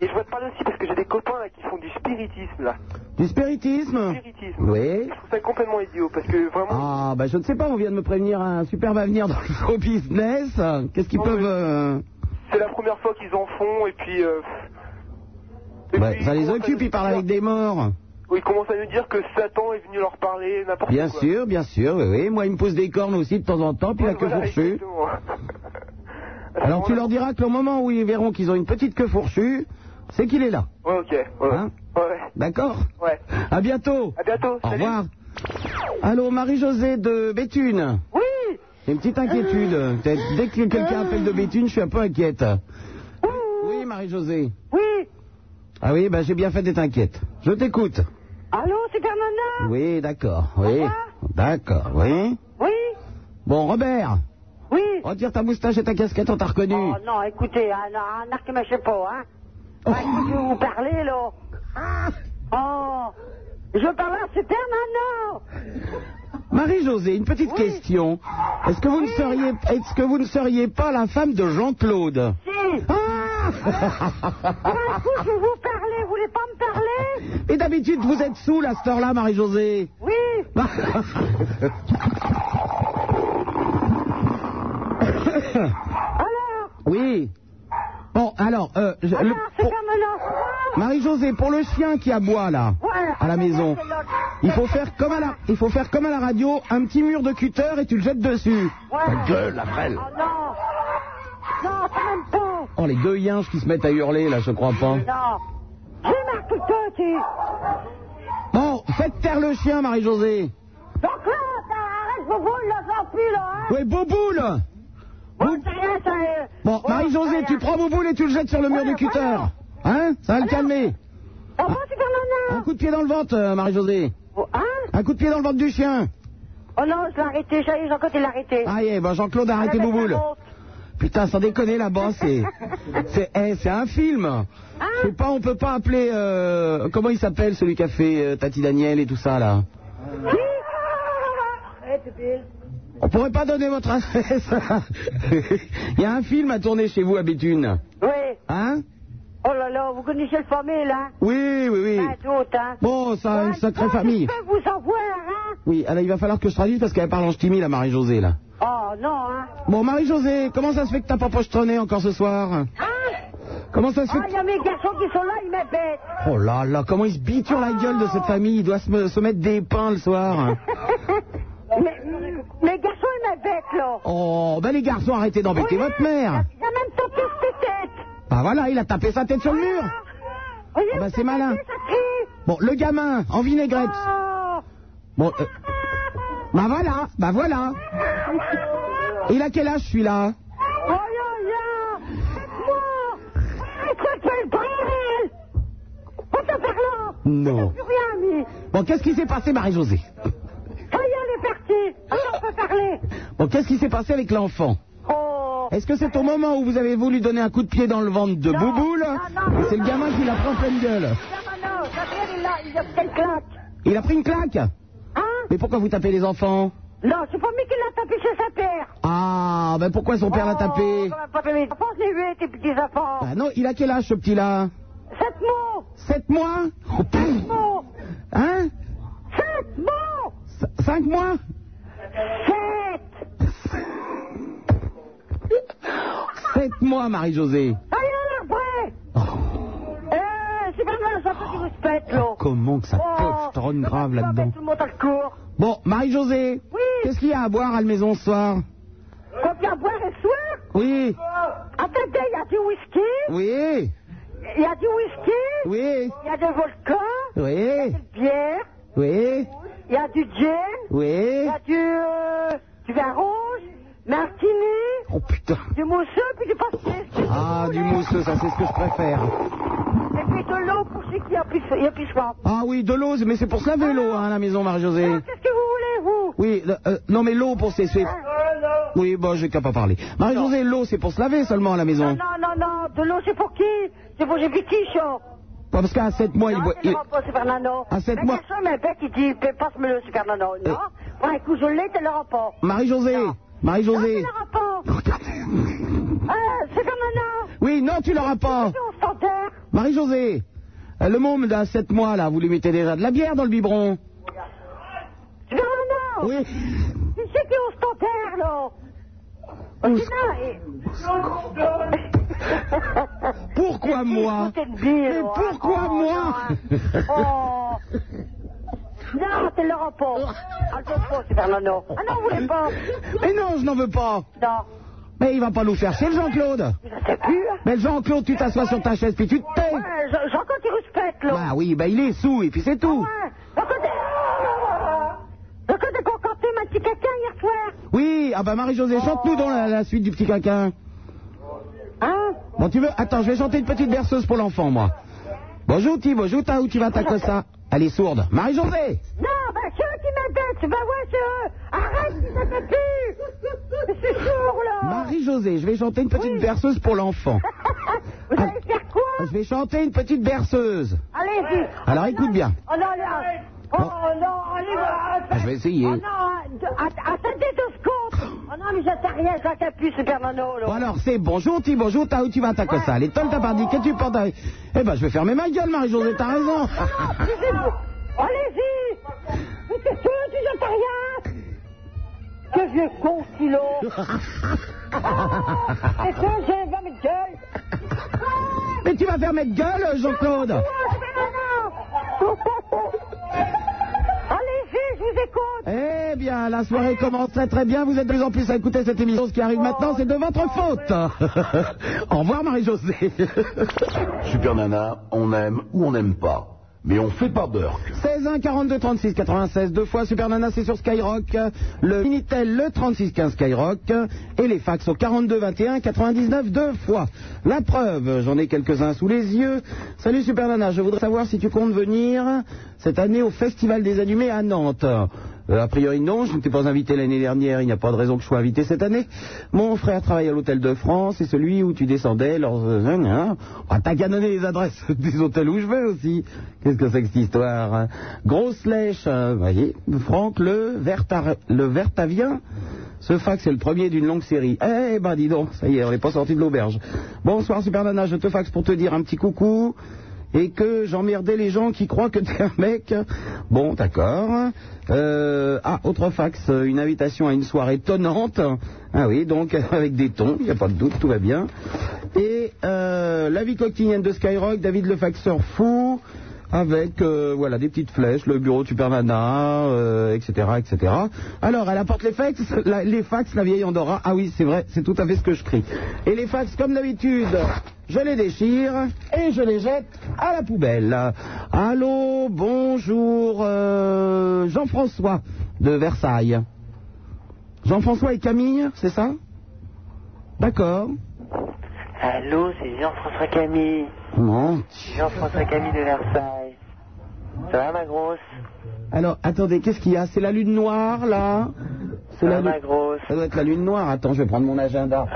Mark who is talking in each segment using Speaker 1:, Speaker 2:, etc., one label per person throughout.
Speaker 1: Et je voudrais te parler aussi parce que j'ai des copains là qui font du spiritisme là.
Speaker 2: Du spiritisme
Speaker 1: Spiritisme.
Speaker 2: Oui.
Speaker 1: Je trouve ça complètement idiot parce que vraiment.
Speaker 2: Ah, bah je ne sais pas, on vient de me prévenir un superbe avenir dans le show business. Qu'est-ce qu'ils
Speaker 1: Non,
Speaker 2: peuvent...
Speaker 1: mais-
Speaker 2: euh,
Speaker 1: C'est la première fois qu'ils en font et puis. euh, et puis,
Speaker 2: ouais, Bah, ça
Speaker 1: ils
Speaker 2: les
Speaker 1: commencent à
Speaker 2: occupe,
Speaker 1: nous
Speaker 2: ils parlent
Speaker 1: dire-
Speaker 2: avec des morts.
Speaker 1: Oui, ils commencent à nous dire que Satan est venu leur parler, n'importe
Speaker 2: Bien
Speaker 1: quoi.
Speaker 2: sûr, bien sûr, oui, oui. Moi, ils me poussent des cornes aussi de temps en temps, puis la
Speaker 1: Ouais,
Speaker 2: queue
Speaker 1: voilà,
Speaker 2: fourchue.
Speaker 1: exactement.
Speaker 2: Alors tu
Speaker 1: voilà.
Speaker 2: leur diras que le moment où ils verront qu'ils ont une petite queue fourchue, c'est qu'il est là.
Speaker 1: Ouais, ok. Ouais.
Speaker 2: Hein
Speaker 1: ouais.
Speaker 2: D'accord
Speaker 1: Ouais.
Speaker 2: À bientôt
Speaker 1: À bientôt.
Speaker 2: Au
Speaker 1: salut.
Speaker 2: revoir Allô, Marie-Josée de Béthune
Speaker 3: Oui
Speaker 2: J'ai une petite inquiétude. T'as- Dès que quelqu'un appelle de Béthune, je suis un peu inquiète. Oui, Marie-Josée
Speaker 3: Oui
Speaker 2: Ah oui, bah j'ai bien fait d'être inquiète. Je t'écoute.
Speaker 3: Allô, Super Nana
Speaker 2: Oui, d'accord, oui.
Speaker 3: revoir.
Speaker 2: D'accord, oui.
Speaker 3: Oui
Speaker 2: Bon, Robert,
Speaker 3: Oui
Speaker 2: retire ta moustache et ta casquette, on t'a reconnu.
Speaker 3: Oh non, écoutez, un, un arc mais je sais pas, hein.
Speaker 2: Oh.
Speaker 3: Bah, écoutez, vous parlez, là.
Speaker 2: Ah.
Speaker 3: Oh Je parle à Super Nana
Speaker 2: Marie-Josée, une petite
Speaker 3: Oui.
Speaker 2: question. Est-ce que vous ne seriez, est-ce que vous ne seriez pas la femme de Jean-Claude
Speaker 3: Si
Speaker 2: Ah
Speaker 3: Bah, écoute, je vous parlais, vous voulez pas me parler
Speaker 2: Et d'habitude, vous êtes sous la cette heure-là, Marie-Josée
Speaker 3: Oui
Speaker 2: Bah.
Speaker 3: Alors
Speaker 2: Oui. Bon, alors, euh, je- le-
Speaker 3: Alors,
Speaker 2: pour-
Speaker 3: Super Nana
Speaker 2: Marie-Josée, pour le chien qui aboie là,
Speaker 3: Ouais.
Speaker 2: à la maison, il faut faire comme à la, il faut faire comme à la radio, un petit mur de cutter et tu le jettes dessus.
Speaker 3: Ouais.
Speaker 2: Ta gueule, la frêle.
Speaker 3: Oh non Non, quand même pas
Speaker 2: Oh, les deux yinches qui se mettent à hurler là, je crois pas.
Speaker 3: Non J'ai marqué toi, tu
Speaker 2: Bon, faites taire le chien, Marie-Josée.
Speaker 3: Donc là, ça arrête, vous vous le j'en plus là, hein
Speaker 2: Oui, Bouboule
Speaker 3: Bon, c'est rien, ça euh,
Speaker 2: Bon,
Speaker 3: ouais,
Speaker 2: Marie-Josée,
Speaker 3: c'est
Speaker 2: tu
Speaker 3: rien.
Speaker 2: prends Bouboule et tu le jettes sur le mur
Speaker 3: Ouais,
Speaker 2: du cutter.
Speaker 3: voilà.
Speaker 2: Hein Ça va le
Speaker 3: Alors
Speaker 2: calmer.
Speaker 3: Au revoir, super
Speaker 2: Un
Speaker 3: nana
Speaker 2: coup de pied dans le ventre, euh, Marie-Josée.
Speaker 3: Oh, Hein
Speaker 2: Un coup de pied dans le ventre du chien.
Speaker 3: Oh non, je l'ai arrêté, ça y est, Jean-Claude, il l'a arrêté.
Speaker 2: Ah yeah, ben Jean-Claude, arrêtez
Speaker 3: Ah, ben,
Speaker 2: Bouboule.
Speaker 3: ça monte.
Speaker 2: Putain, sans déconner là-bas, c'est. C'est eh, c'est un film. Je sais pas, on peut pas appeler. euh, comment il s'appelle celui qui a fait euh, Tati Daniel et tout ça là
Speaker 3: Hein
Speaker 2: On pourrait pas donner votre adresse. il y a un film à tourner chez vous à Béthune.
Speaker 3: Oui.
Speaker 2: Hein
Speaker 3: Oh là là, vous connaissez le famille, là
Speaker 2: Oui, oui, oui.
Speaker 3: Pas d'autre, hein
Speaker 2: Bon, ça a une
Speaker 3: Ouais,
Speaker 2: sacrée
Speaker 3: bon,
Speaker 2: famille.
Speaker 3: Je peux vous en voir, hein
Speaker 2: Oui, alors il va falloir que je traduise parce qu'elle parle en ch'timi, la Marie-Josée, là.
Speaker 3: Oh non, hein
Speaker 2: Bon, Marie-Josée, comment ça se fait que t'as pas pochetonné encore ce soir
Speaker 3: Hein
Speaker 2: Comment ça se fait
Speaker 3: Oh, il y a mes garçons qui sont là, ils m'embêtent.
Speaker 2: Oh là là, comment il se biture la gueule de cette famille Il doit se, me- se mettre des pains le soir.
Speaker 3: Mes, mes garçons, ils m'embêtent, là.
Speaker 2: Oh, ben les garçons, arrêtez d'embêter
Speaker 3: Oui,
Speaker 2: votre mère.
Speaker 3: Il a même tapé cette tête.
Speaker 2: Bah voilà, il a tapé sa tête sur le mur.
Speaker 3: Regarde,
Speaker 2: Ah bah, c'est
Speaker 3: ça
Speaker 2: malin.
Speaker 3: crie, ça crie.
Speaker 2: Bon, le gamin, en vinaigrette.
Speaker 3: Oh.
Speaker 2: Bon, euh, bah voilà, bah voilà. Il a quel âge celui-là
Speaker 3: Oh là là Moi Écoute, quel bordel En te parlant
Speaker 2: Non.
Speaker 3: Plus rien, mais
Speaker 2: Bon, qu'est-ce qui s'est passé, Marie-Josée
Speaker 3: Ça y est, elle est partie Alors, on peut parler
Speaker 2: Bon, qu'est-ce qui s'est passé avec l'enfant
Speaker 3: Oh
Speaker 2: Est-ce que c'est au moment où vous avez voulu donner un coup de pied dans le ventre de
Speaker 3: Non,
Speaker 2: Bouboule
Speaker 3: non, non,
Speaker 2: C'est le
Speaker 3: non.
Speaker 2: gamin qui l'a pris en pleine gueule.
Speaker 3: Germano, Gabriel, il a, il a fait une claque
Speaker 2: Il a pris une claque
Speaker 3: Hein
Speaker 2: Mais pourquoi vous tapez les enfants
Speaker 3: Non, c'est pas lui qui l'a tapé chez sa père
Speaker 2: Ah, ben pourquoi son père l'a
Speaker 3: Oh.
Speaker 2: tapé
Speaker 3: Je pense les huit, tes petits enfants
Speaker 2: Bah non, il a quel âge ce petit-là
Speaker 3: Sept mots
Speaker 2: 7 mois Oh,
Speaker 3: Sept
Speaker 2: pouf
Speaker 3: mots
Speaker 2: Hein
Speaker 3: Sept mots
Speaker 2: 5 mois
Speaker 3: Sept
Speaker 2: 7 mois, Marie-Josée.
Speaker 3: Allez, on est prêt
Speaker 2: Oh,
Speaker 3: Eh, c'est pas mal, ça qui vous se pète, là
Speaker 2: comment que ça
Speaker 3: Oh,
Speaker 2: peut, je te rends
Speaker 3: le
Speaker 2: grave
Speaker 3: bateau,
Speaker 2: là-dedans.
Speaker 3: Tout le monde à le cours.
Speaker 2: Bon, Marie-Josée,
Speaker 3: Oui.
Speaker 2: qu'est-ce qu'il y a à boire à la maison ce soir
Speaker 3: On vient boire et soir.
Speaker 2: Oui,
Speaker 3: Attendez, il y a du whisky.
Speaker 2: Oh. oui,
Speaker 3: Il y a du whisky.
Speaker 2: oui,
Speaker 3: Il y a de vodka.
Speaker 2: oui,
Speaker 3: Bière.
Speaker 2: oui,
Speaker 3: Il y a du gin. Il
Speaker 2: oui.
Speaker 3: y a du, euh, du vin rouge. Martini.
Speaker 2: Oh putain.
Speaker 3: Du mousseux puis du pastis.
Speaker 2: Ah, du
Speaker 3: mousseux.
Speaker 2: mousseux, ça c'est ce que je préfère.
Speaker 3: Et puis de l'eau pour ceux qui ont plus, il y a plus soif.
Speaker 2: Ah oui, de l'eau, mais c'est pour se laver l'eau hein, à la maison, Marie-Josée.
Speaker 3: Alors, Qu'est-ce que vous voulez, vous
Speaker 2: Oui, le- euh, non mais l'eau pour s'essuyer. Oui, bon, j'ai qu'à pas parler. Marie-Josée, l'eau c'est pour se laver seulement à la
Speaker 3: Non,
Speaker 2: maison.
Speaker 3: non, non, non. De l'eau, c'est pour qui C'est pour j'ai qui, chaud.
Speaker 2: Pas parce qu'à 7 mois, il
Speaker 3: Non,
Speaker 2: boit.
Speaker 3: c'est
Speaker 2: il-
Speaker 3: le rapport Super Nano.
Speaker 2: Ah, c'est
Speaker 3: Mais
Speaker 2: moi. Euh.
Speaker 3: personne m'appelle qui dit, mais passe-le Super Nano. Non. Ouais, écoute, je l'ai, c'est le rapport.
Speaker 2: Marie-Josée,
Speaker 3: Non. Non, c'est
Speaker 2: Marie-Josée.
Speaker 3: le rapport.
Speaker 2: Regardez.
Speaker 3: Ah, Super Nano.
Speaker 2: Oui, non, tu l'auras pas.
Speaker 3: C'est au standard.
Speaker 2: Marie-Josée, euh, le môme d'à 7 mois, là, vous lui mettez déjà de la bière dans le biberon
Speaker 3: Non, non
Speaker 2: Oui.
Speaker 3: C'est ceux qui ont stentaire, là
Speaker 2: On s-
Speaker 3: Putain, et-
Speaker 2: Pourquoi moi
Speaker 3: Écoutez le dire,
Speaker 2: Mais
Speaker 3: hein.
Speaker 2: pourquoi
Speaker 3: Oh,
Speaker 2: moi
Speaker 3: Non, hein. Oh. Non, tu l'auras pas.
Speaker 2: Oh.
Speaker 3: Ah, je veux pas, Super Nano. Ah non, vous voulez pas
Speaker 2: Mais non, je n'en veux pas
Speaker 3: Non,
Speaker 2: Mais il va pas nous faire chier, le Jean-Claude
Speaker 3: je sais plus. hein.
Speaker 2: Mais Jean-Claude, tu t'assois sur ta chaise puis tu te tais
Speaker 3: Ouais, Jean- Jean-Claude, il respecte, là.
Speaker 2: Bah oui, bah il est sous et puis c'est tout
Speaker 3: Ouais. Jean-Claude, il- Jean-Claude, il a contenté ma petite caca hier soir.
Speaker 2: Oui, ah bah Marie-Josée, chante-nous dans la, la suite du petit quinquin
Speaker 3: Hein
Speaker 2: Bon, tu veux Attends, je vais chanter une petite berceuse pour l'enfant, moi Bonjour, ti, bonjour, ta, où tu vas, ta, cosa Elle est sourde Marie-Josée
Speaker 3: Non, ben c'est eux qui m'aident, tu vas voir, c'est eux. Arrête, ça fait plus. C'est sûr, là.
Speaker 2: Marie-Josée, je vais chanter une petite berceuse pour l'enfant
Speaker 3: Vous allez faire quoi
Speaker 2: Je vais chanter une petite berceuse
Speaker 3: Allez-y.
Speaker 2: Alors, écoute bien. Ah,
Speaker 3: Oh non, là. Oh, oh, non, allez, va.
Speaker 2: Je vais essayer.
Speaker 3: Oh non, de- att- attendez deux secondes. Oh non, mais j'attends rien, j'attends plus, Super Nano, là.
Speaker 2: Bon alors c'est bonjour ti bonjour ta où tu vas ta que ça les tolles t'as pas dit que tu portes avec- Eh ben je vais fermer ma gueule Marie-Josée t'as raison
Speaker 3: Non, suivez-vous. Ah, Allez-y. Mais c'est sûr, tu j'attends rien. Que vieux con, stylo. C'est sûr, j'ai un ma gueule.
Speaker 2: Mais tu vas fermer de gueule Jean-Claude
Speaker 3: Ah, Super Nano. Allez-y, je vous écoute.
Speaker 2: Eh bien la soirée commence très très bien vous êtes de plus en plus à écouter cette émission ce qui arrive maintenant c'est de votre faute Au revoir Marie-Josée
Speaker 4: Super Nana, on aime ou on n'aime pas, mais on fait pas Burke.
Speaker 2: 16 1 42 36 96 deux fois Super Nana c'est sur Skyrock le Minitel le 36 15 Skyrock et les fax au 42 21 99 deux fois la preuve j'en ai quelques-uns sous les yeux salut Super Nana je voudrais savoir si tu comptes venir cette année au Festival des Animés à Nantes Euh, a priori non, je ne t'ai pas invité l'année dernière, il n'y a pas de raison que je sois invité cette année. Mon frère travaille à l'hôtel de France, c'est celui où tu descendais lors... euh, hein, hein. Ah, T'as qu'à donner les adresses des hôtels où je vais aussi. Qu'est-ce que c'est que cette histoire hein Grosse lèche, euh, voyez, Franck le, Vertar- le Vertavien. Ce fax est le premier d'une longue série. Eh ben dis donc, ça y est, on n'est pas sorti de l'auberge. Bonsoir Super Nana, je te faxe pour te dire un petit coucou et que j'emmerdais les gens qui croient que t'es un mec. Bon, d'accord. Euh, ah, autre fax, euh, une invitation à une soirée tonnante. Ah oui, donc avec des tons, il n'y a pas de doute, tout va bien. Et euh, la vie coquinienne de Skyrock, David le faxeur fou, avec euh, voilà des petites flèches, le bureau de Supermana, euh, etc., etc. Alors, elle apporte les fax, la, les fax, la vieille Andorra. Ah oui, c'est vrai, c'est tout à fait ce que je crie. Et les fax, comme d'habitude, je les déchire et je les jette à la poubelle. Allô, bonjour, euh, Jean-François de Versailles. Jean-François et Camille, c'est ça D'accord.
Speaker 5: Allô, c'est Jean-François Camille.
Speaker 2: Non.
Speaker 5: Jean-François Camille de Versailles. Ça va ma grosse
Speaker 2: Alors, attendez, qu'est-ce qu'il y a C'est la lune noire, là C'est
Speaker 5: Ça
Speaker 2: la
Speaker 5: va
Speaker 2: lune...
Speaker 5: ma grosse
Speaker 2: Ça doit être la lune noire. Attends, je vais prendre mon agenda.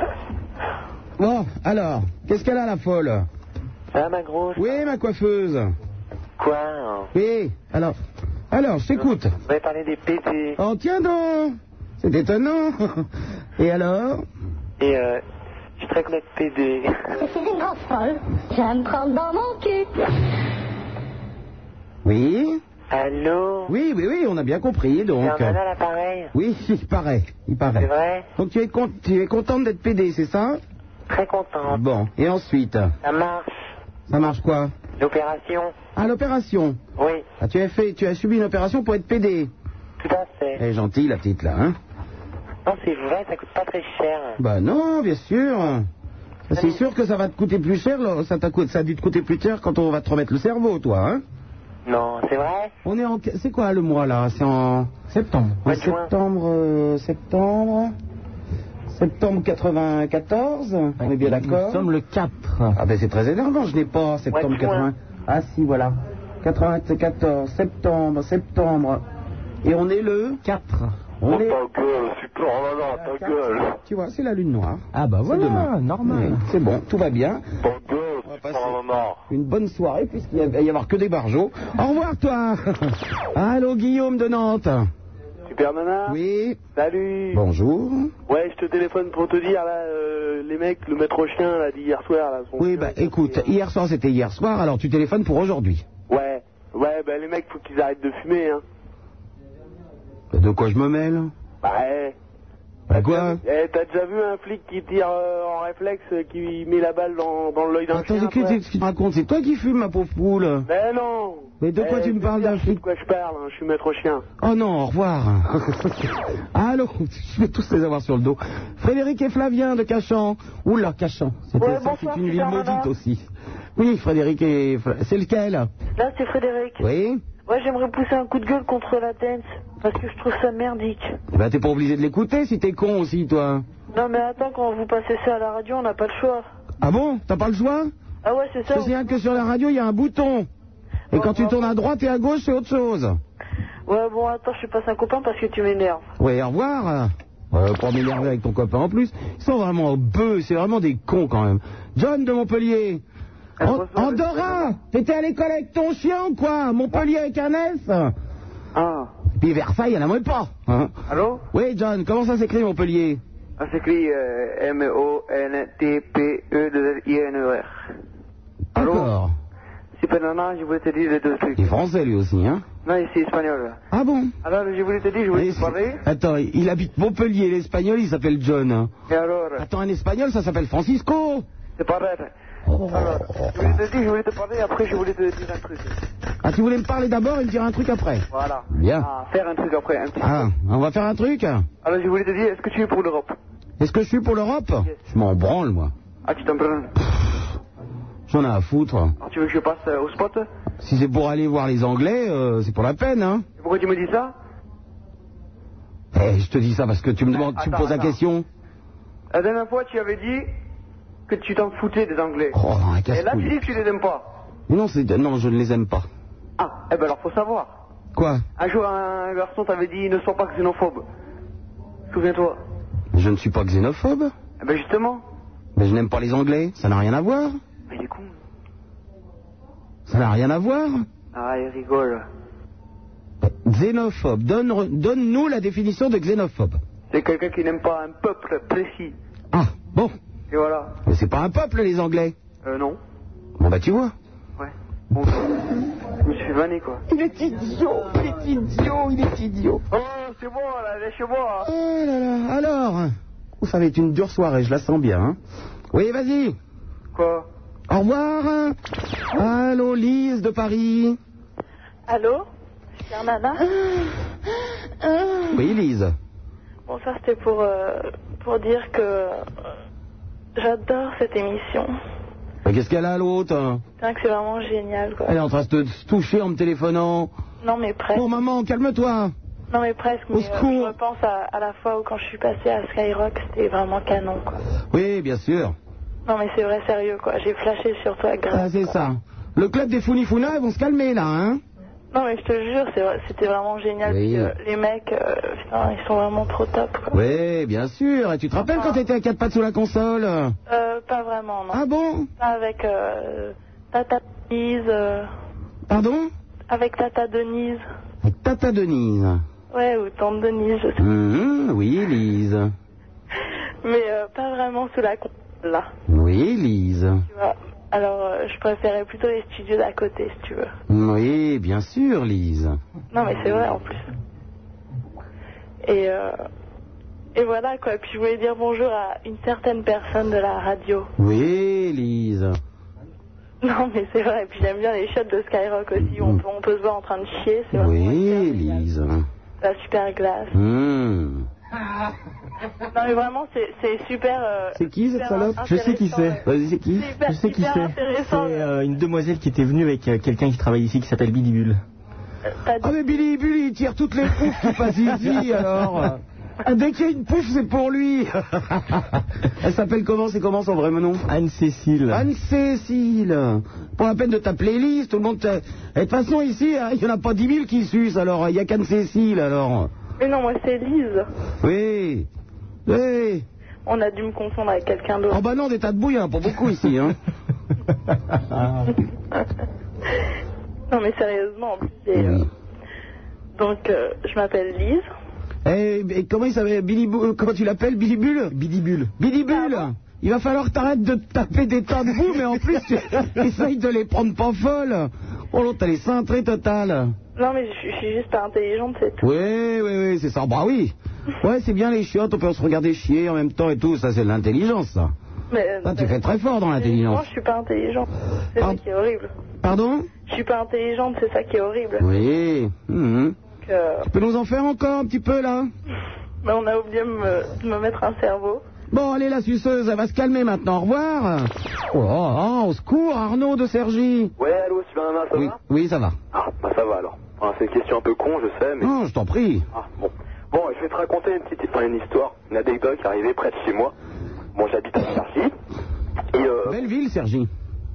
Speaker 2: Bon, alors, qu'est-ce qu'elle a, la folle
Speaker 5: Ça va ma grosse
Speaker 2: Oui, ma coiffeuse.
Speaker 5: Quoi hein
Speaker 2: Oui, alors, alors, je t'écoute.
Speaker 5: On va parler des pétés.
Speaker 2: Oh, tiens donc C'est étonnant. Et alors
Speaker 5: Et euh, je suis très content de pédé.
Speaker 6: Je suis une grosse folle. J'aime prendre dans mon cul.
Speaker 2: Oui
Speaker 5: Allô
Speaker 2: Oui, oui, oui, on a bien compris,
Speaker 5: C'est
Speaker 2: donc...
Speaker 5: un nana à l'appareil
Speaker 2: Oui, il paraît, il
Speaker 5: C'est
Speaker 2: paraît.
Speaker 5: vrai
Speaker 2: Donc tu es, con- tu es contente d'être PD, c'est ça
Speaker 5: Très content.
Speaker 2: Bon, et ensuite,
Speaker 5: Ça marche.
Speaker 2: ça marche quoi
Speaker 5: L'opération
Speaker 2: Ah, l'opération.
Speaker 5: Oui,
Speaker 2: Ah, tu as fait, tu as subi une opération pour être PD.
Speaker 5: tout à fait.
Speaker 2: Elle est gentille, la petite, là, hein
Speaker 5: Non, c'est vrai, ça coûte pas très cher.
Speaker 2: Bah non, bien sûr. C'est sûr que ça va te coûter plus cher, là. ça, t'a coûté- ça a dû te coûter plus cher quand on va te remettre le cerveau, toi. Hein
Speaker 5: Non, c'est vrai
Speaker 2: on est en... C'est quoi le mois là C'est en... Septembre. En
Speaker 5: Mois de juin.
Speaker 2: septembre... euh, septembre... Septembre 94, on est bien d'accord Nous sommes le 4. Ah ben c'est très énervant, je n'ai pas septembre
Speaker 5: Mois de juin.
Speaker 2: 80. Ah si, voilà. 94, septembre, septembre. Et on est le 4. On est...
Speaker 4: Oh, gueule, Super Nana, ta gueule.
Speaker 2: Tu vois, c'est la lune noire. Ah bah voilà, normal. c'est bon, tout va bien.
Speaker 4: Ta gueule, oh
Speaker 2: va passer.
Speaker 4: Nana.
Speaker 2: Une bonne soirée puisqu'il va y avoir que des barjots. Au revoir toi Allô Guillaume de Nantes
Speaker 1: Super Super Nana
Speaker 2: Oui.
Speaker 1: Salut
Speaker 2: Bonjour.
Speaker 1: Ouais, je te téléphone pour te dire, là, euh, les mecs, le maître chien, là, d'hier soir, là. son
Speaker 2: Oui,
Speaker 1: chien,
Speaker 2: bah
Speaker 1: il a
Speaker 2: écoute,
Speaker 1: fait,
Speaker 2: hier soir c'était hier soir, alors tu téléphones pour aujourd'hui.
Speaker 1: euh, Ouais, ouais, bah les mecs, faut qu'ils arrêtent de fumer, hein.
Speaker 2: De quoi je me mêle
Speaker 1: Bah, eh.
Speaker 2: Bah quoi
Speaker 1: Eh, t'as déjà vu un flic qui tire euh, en réflexe, euh, qui met la balle dans, dans l'œil d'un
Speaker 2: Bah, Attends,
Speaker 1: chien
Speaker 2: c'est qui-
Speaker 1: après
Speaker 2: c'est ce que tu me racontes C'est toi qui fumes, ma pauvre poule
Speaker 1: Mais non
Speaker 2: Mais de quoi
Speaker 1: Eh,
Speaker 2: tu me
Speaker 1: c'est
Speaker 2: parles
Speaker 1: clair,
Speaker 2: d'un
Speaker 1: je sais
Speaker 2: flic
Speaker 1: De quoi je parle, hein, je suis maître chien.
Speaker 2: Oh non, au revoir. Allô, je vais tous les avoir sur le dos. Frédéric et Flavien de Cachan. Oula, Cachan. C'était
Speaker 7: Ouais,
Speaker 2: ça,
Speaker 7: bonsoir,
Speaker 2: c'est une ville
Speaker 7: Super Nana.
Speaker 2: maudite aussi. Oui, Frédéric et Fla- C'est lequel
Speaker 7: Là, c'est Frédéric.
Speaker 2: Oui
Speaker 7: Moi, j'aimerais pousser un coup de gueule contre la dance, parce que je trouve ça merdique.
Speaker 2: Bah t'es pas obligé de l'écouter si t'es con aussi, toi.
Speaker 7: Non, mais attends, quand vous passez ça à la radio, on n'a pas le choix.
Speaker 2: Ah bon T'as pas le choix
Speaker 7: Ah ouais, c'est ça
Speaker 2: Je te signale que sur la radio, il y a un bouton. Et quand tu tournes à droite et à gauche, c'est autre chose.
Speaker 7: Ouais, bon, attends, je passe un copain parce que tu m'énerves.
Speaker 2: Oui, au revoir. Euh, pour m'énerver avec ton copain en plus. Ils sont vraiment bœufs, c'est vraiment des cons quand même. John de Montpellier.
Speaker 5: Ah,
Speaker 2: En- Andorra T'étais à l'école avec ton chien ou quoi Montpellier avec un S
Speaker 5: Ah,
Speaker 2: Puis Versailles, il n'y en a même pas. hein.
Speaker 5: allô
Speaker 2: Oui, John, comment ça s'écrit Montpellier
Speaker 5: Ça s'écrit euh, E M-O-N-T-P-E-I-N-E-R. Allô
Speaker 2: Encore.
Speaker 5: Super Nana, je voulais te dire deux trucs.
Speaker 2: Il est français lui aussi, hein
Speaker 5: Non, ici, espagnol.
Speaker 2: Ah bon
Speaker 5: Alors, je voulais te dire, je voulais te parler.
Speaker 2: Attends, il habite Montpellier, l'espagnol, il s'appelle John. hein.
Speaker 5: Et alors
Speaker 2: Attends, un espagnol, ça s'appelle Francisco.
Speaker 5: C'est pas vrai. Alors, je voulais te dire, je voulais te parler, après je voulais te dire un truc.
Speaker 2: Ah, tu voulais me parler d'abord et me dire un truc après
Speaker 5: Voilà.
Speaker 2: Bien.
Speaker 5: Ah, faire un truc après, un petit.
Speaker 2: Ah, on va faire un truc
Speaker 5: Alors, je voulais te dire, est-ce que tu es pour l'Europe
Speaker 2: Est-ce que je suis pour l'Europe Je m'en branle, moi.
Speaker 5: Ah, tu t'en prends
Speaker 2: J'en ai à foutre.
Speaker 5: Alors, tu veux que je passe euh, au spot
Speaker 2: Si c'est pour aller voir les Anglais, euh, c'est pour la peine, hein
Speaker 5: Pourquoi tu me dis ça
Speaker 2: Eh, je te dis ça parce que tu me demandes, tu me
Speaker 5: attends,
Speaker 2: poses la
Speaker 5: attends.
Speaker 2: question.
Speaker 5: La dernière fois, tu avais dit que tu t'en foutais des Anglais.
Speaker 2: Oh, un
Speaker 5: Et là, tu
Speaker 2: casse-couille.
Speaker 5: dis que tu les aimes pas.
Speaker 2: Non, c'est, non, je ne les aime pas.
Speaker 5: Ah, eh ben alors, faut savoir.
Speaker 2: Quoi
Speaker 5: Un jour, un garçon t'avait dit ne sois pas xénophobe. Souviens-toi.
Speaker 2: Je ne suis pas xénophobe.
Speaker 5: Eh ben justement.
Speaker 2: Mais je n'aime pas les Anglais. Ça n'a rien à voir.
Speaker 5: Mais il est con.
Speaker 2: Ça n'a rien à voir.
Speaker 5: Ah, il rigole.
Speaker 2: Xénophobe. Donne, donne-nous la définition de xénophobe.
Speaker 5: C'est quelqu'un qui n'aime pas un peuple précis.
Speaker 2: Ah, bon.
Speaker 5: Et voilà.
Speaker 2: Mais c'est pas un peuple, les Anglais.
Speaker 5: Euh, non.
Speaker 2: Bon, bah, tu vois.
Speaker 5: Ouais. Bon. Je me suis fait vanner, quoi.
Speaker 2: Il est idiot, il est idiot, il est idiot.
Speaker 5: Oh, c'est bon, là, lâche-moi.
Speaker 2: Oh là là, alors Ouh, Ça va être une dure soirée, je la sens bien. hein. Oui, vas-y
Speaker 5: Quoi
Speaker 2: Au revoir Allô, Lise de Paris
Speaker 7: Allô Super Nana
Speaker 2: Oui, Lise.
Speaker 7: Bon, ça, c'était pour, euh, pour dire que euh, j'adore cette émission.
Speaker 2: Mais qu'est-ce qu'elle a l'autre
Speaker 7: Putain, que c'est vraiment génial, quoi.
Speaker 2: Elle est en train de te- se toucher en me téléphonant.
Speaker 7: Non, mais presque.
Speaker 2: Bon, maman, calme-toi
Speaker 7: Non, mais presque.
Speaker 2: Au
Speaker 7: Mais, euh,
Speaker 2: secours.
Speaker 7: je repense à, à la fois où, quand je suis passée à Skyrock, c'était vraiment canon, quoi.
Speaker 2: Oui, bien sûr.
Speaker 7: Non, mais c'est vrai, sérieux, quoi. J'ai flashé sur toi, grave.
Speaker 2: Ah, c'est
Speaker 7: quoi.
Speaker 2: ça. Le club des Founifounas, ils vont se calmer, là, hein
Speaker 7: Non, mais je te jure, c'est vrai- c'était vraiment génial.
Speaker 2: Oui.
Speaker 7: parce que les mecs, euh, putain, ils sont vraiment trop top, quoi.
Speaker 2: Oui, bien sûr. Et tu te rappelles quand t'étais à quatre pattes sous la console
Speaker 7: Euh, pas vraiment, non.
Speaker 2: Ah bon
Speaker 7: Pas avec euh, Tata Denise. euh,
Speaker 2: Pardon
Speaker 7: avec Tata Denise.
Speaker 2: Avec Tata Denise.
Speaker 7: Ouais, ou Tante Denise, je sais.
Speaker 2: Mhm, oui, Lise.
Speaker 7: Mais euh, pas vraiment sous la console, là,
Speaker 2: Oui, Lise.
Speaker 7: tu vois. Alors, euh, je préférais plutôt les studios d'à côté, si tu veux.
Speaker 2: Oui, bien sûr, Lise.
Speaker 7: Non, mais c'est vrai en plus. Et, euh, et voilà quoi. Puis je voulais dire bonjour à une certaine personne de la radio.
Speaker 2: Oui, Lise.
Speaker 7: Non, mais c'est vrai. Et puis j'aime bien les shots de Skyrock aussi. où On peut, on peut se voir en train de chier. C'est vraiment
Speaker 2: Oui,
Speaker 7: super génial.
Speaker 2: Lise.
Speaker 7: La super glace.
Speaker 2: Hmm.
Speaker 7: Non, mais vraiment, c'est c'est super. euh,
Speaker 8: C'est qui, cette
Speaker 7: super
Speaker 8: salope
Speaker 7: intéressant,
Speaker 8: Je sais qui c'est.
Speaker 7: ouais.
Speaker 2: Vas-y, c'est qui
Speaker 7: C'est hyper-
Speaker 8: Je sais qui
Speaker 7: hyper
Speaker 8: c'est. C'est
Speaker 7: intéressant.
Speaker 8: euh, une demoiselle qui était venue avec euh, quelqu'un qui travaille ici qui s'appelle Bidibule.
Speaker 7: T'as dit-
Speaker 2: Ah, mais Billy, Billy, il tire toutes les poufs qui passent ici, alors. Ah, Dès qu'il y a une pouffe, c'est pour lui. Elle s'appelle comment C'est comment son vrai nom
Speaker 8: Anne-Cécile.
Speaker 2: Anne-Cécile. Pour la peine de ta playlist, tout le monde. t'a- Et De toute façon, ici, hein, il n'y en a pas 10 000 qui sucent, alors. Il n'y a qu'Anne-Cécile, alors.
Speaker 7: Mais non, moi c'est Lise.
Speaker 2: Oui. Oui.
Speaker 7: On a dû me confondre avec quelqu'un
Speaker 2: Oh,
Speaker 7: d'autre.
Speaker 2: bah non, des tas de bouilles, hein, pour beaucoup ici, hein.
Speaker 7: Non, mais sérieusement en plus. c'est, euh, Donc, euh, je m'appelle Lise.
Speaker 2: Et, Eh, et comment il s'appelle Billy Bou- euh, Comment tu l'appelles Billy Bull
Speaker 9: Bidibule.
Speaker 2: Billy Bull Il va falloir que t'arrêtes de te taper des tabous, mais en plus, tu essayes de les prendre pas folles. Oh l'autre, t'as les cintrés totales.
Speaker 10: Non, mais je suis- je suis juste pas intelligente, c'est tout.
Speaker 2: Oui, oui, oui, c'est ça. Bah oui. Ouais, c'est bien les chiottes, on peut se regarder chier en même temps et tout. Ça, c'est de l'intelligence, ça.
Speaker 10: Mais,
Speaker 2: Ça, Ah, tu fais Ah. très fort dans
Speaker 10: Non,
Speaker 2: l'intelligence.
Speaker 10: je suis pas intelligente. C'est ça
Speaker 2: Pardon
Speaker 10: qui est horrible.
Speaker 2: Pardon
Speaker 10: Je suis pas intelligente, c'est ça qui est horrible.
Speaker 2: Oui. Mhm.
Speaker 10: Donc, euh,
Speaker 2: Tu peux nous en faire encore un petit peu, là
Speaker 10: mais on a oublié de me, de me mettre un cerveau.
Speaker 2: Bon, allez, la suceuse, elle va se calmer maintenant. Au revoir. Oh, oh, au secours, Arnaud de Sergi.
Speaker 11: Ouais, allô, super nana, ça
Speaker 2: Oui,
Speaker 11: va
Speaker 2: oui, ça va.
Speaker 11: Ah, bah ça va alors. Enfin, c'est une question un peu con, je sais, mais...
Speaker 2: Non, je t'en prie.
Speaker 11: Ah, bon. Bon, je vais te raconter une petite enfin, une histoire, une anecdote qui est arrivée près de chez moi. Bon, j'habite à Cergy. Et euh,
Speaker 2: Belle ville, Sergi.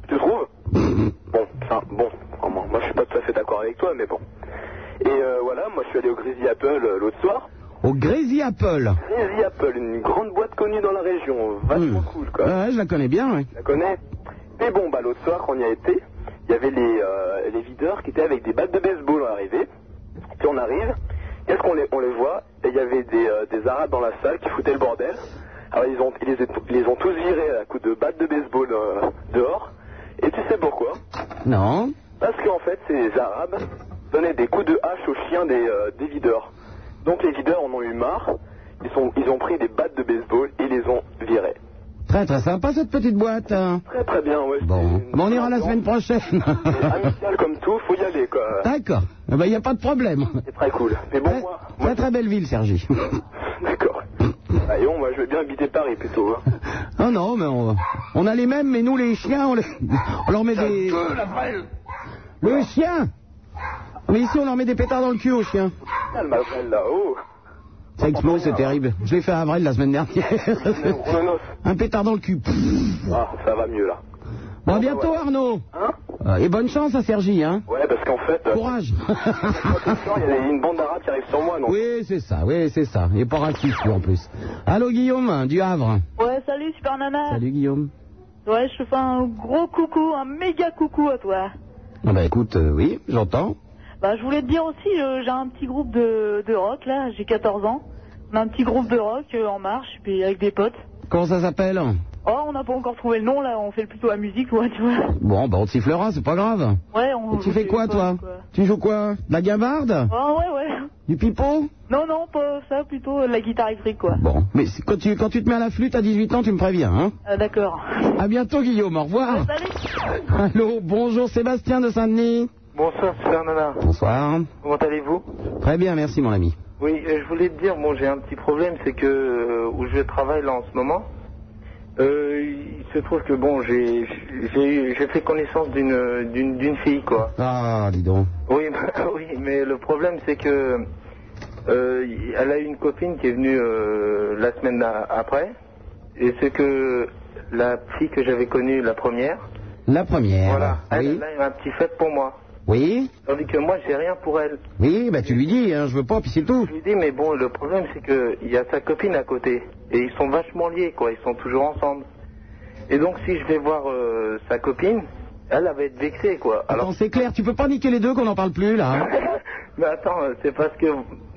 Speaker 11: tu trouves Bon, enfin, bon, enfin, moi, moi, je suis pas tout à fait d'accord avec toi, mais bon. Et euh, voilà, moi je suis allé au Greasy Apple euh, l'autre soir.
Speaker 2: Au Grazy Apple.
Speaker 11: Greasy Apple, une grande boîte connue dans la région, vachement
Speaker 2: Hmm.
Speaker 11: cool quoi.
Speaker 2: Ouais, je la connais bien, ouais.
Speaker 11: Tu la connais Et bon, bah l'autre soir, quand on y a été, il y avait les, euh, les videurs qui étaient avec des battes de baseball à l'arrivée. Puis on arrive, qu'est-ce qu'on les, on les voit Et il y avait des, euh, des Arabes dans la salle qui foutaient le bordel. Alors ils, ont, ils, les, ont- ils les ont tous virés à coups de battes de baseball euh, dehors. Et tu sais pourquoi
Speaker 2: Non.
Speaker 11: parce qu'en fait, ces Arabes donnaient des coups de hache aux chiens des, euh, des videurs. Donc les videurs en ont eu marre. Ils, sont, ils ont pris des battes de baseball et les ont virés.
Speaker 2: Très, très sympa, cette petite boîte. hein.
Speaker 11: Très très bien, ouais.
Speaker 2: Bon.
Speaker 11: Une-
Speaker 2: Bon, on ira la semaine prochaine.
Speaker 11: C'est Amical comme tout, faut y aller quoi.
Speaker 2: D'accord. Eh ben, il n'y a pas de problème.
Speaker 11: C'est très cool. Mais bon,
Speaker 2: Très-
Speaker 11: moi, moi
Speaker 2: Très, très belle ville, Sergi.
Speaker 11: d'accord. Allons, moi je vais bien habiter Paris plutôt. hein.
Speaker 2: Ah non, mais on, on a les mêmes, mais nous, les chiens, on, les- on leur met des... Le chien Mais ici, on leur met des pétards dans le cul aux chiens.
Speaker 11: Elle m'appelle là-haut.
Speaker 2: Ça explose, c'est terrible. Je l'ai fait à Avril la semaine dernière.
Speaker 11: Romanos.
Speaker 2: Un pétard dans le cul. Pfff.
Speaker 11: Ah, ça va mieux là.
Speaker 2: Bon, à bientôt, Arnaud.
Speaker 11: Hein
Speaker 2: Euh, Et bonne chance à Sergi, hein.
Speaker 11: Ouais, parce qu'en fait, euh,
Speaker 2: Courage.
Speaker 11: ce soir, il y a une bande d'arabes qui arrive sur moi, non
Speaker 2: oui, c'est ça, oui, c'est ça. Et pas raciste, lui, en plus. Allô, Guillaume, du Havre.
Speaker 7: Ouais, salut Super Nana.
Speaker 2: Salut, Guillaume.
Speaker 7: Ouais, je te fais un gros coucou, un méga coucou à toi.
Speaker 2: Ah Bah, écoute, euh, oui, j'entends.
Speaker 7: Bah, je voulais te dire aussi, euh, j'ai un petit groupe de, de rock là, j'ai 14 ans. On a un petit groupe de rock euh, en marche, puis avec des potes.
Speaker 2: Comment ça s'appelle
Speaker 7: Oh, on n'a pas encore trouvé le nom là, on fait plutôt la musique, toi, tu vois.
Speaker 2: Bon, bah, on te sifflera, c'est pas grave.
Speaker 7: Ouais, on.
Speaker 2: Et tu fais quoi, toi Tu joues quoi De la gabarde
Speaker 7: Oh, ouais, ouais.
Speaker 2: Du pipeau
Speaker 7: Non, non, pas ça, plutôt euh, la guitare électrique, quoi.
Speaker 2: Bon, mais c'est- quand tu, quand tu te mets à la flûte à 18 ans, tu me préviens, hein
Speaker 7: Euh, D'accord.
Speaker 2: À bientôt, Guillaume, au revoir.
Speaker 7: Salut.
Speaker 2: Allô, bonjour, Sébastien de Saint-Denis.
Speaker 11: Bonsoir, super nana.
Speaker 2: Bonsoir.
Speaker 11: Comment allez-vous
Speaker 2: Très bien, merci, mon ami.
Speaker 11: Oui, euh, je voulais te dire, bon, j'ai un petit problème, c'est que euh, où je travaille là en ce moment, euh, il se trouve que bon, j'ai j'ai j'ai fait connaissance d'une d'une d'une fille quoi.
Speaker 2: Ah, dis donc.
Speaker 11: Oui, bah, oui, mais le problème c'est que euh, elle a eu une copine qui est venue euh, la semaine a- après, et c'est que la fille que j'avais connue la première,
Speaker 2: La première.
Speaker 11: voilà, elle,
Speaker 2: Oui.
Speaker 11: elle a eu un petit fait pour moi,
Speaker 2: Oui.
Speaker 11: tandis que moi j'ai rien pour elle.
Speaker 2: Oui, bah tu lui dis, hein, je veux pas, puis c'est tout.
Speaker 11: Je lui dis, mais bon, le problème, c'est qu'il y a sa copine à côté. Et ils sont vachement liés, quoi. Ils sont toujours ensemble. Et donc, si je vais voir euh, sa copine, elle, elle va être vexée, quoi.
Speaker 2: Alors
Speaker 11: Alors,
Speaker 2: c'est clair, tu peux pas niquer les deux qu'on n'en parle plus là. hein.
Speaker 11: mais attends, euh, c'est parce que.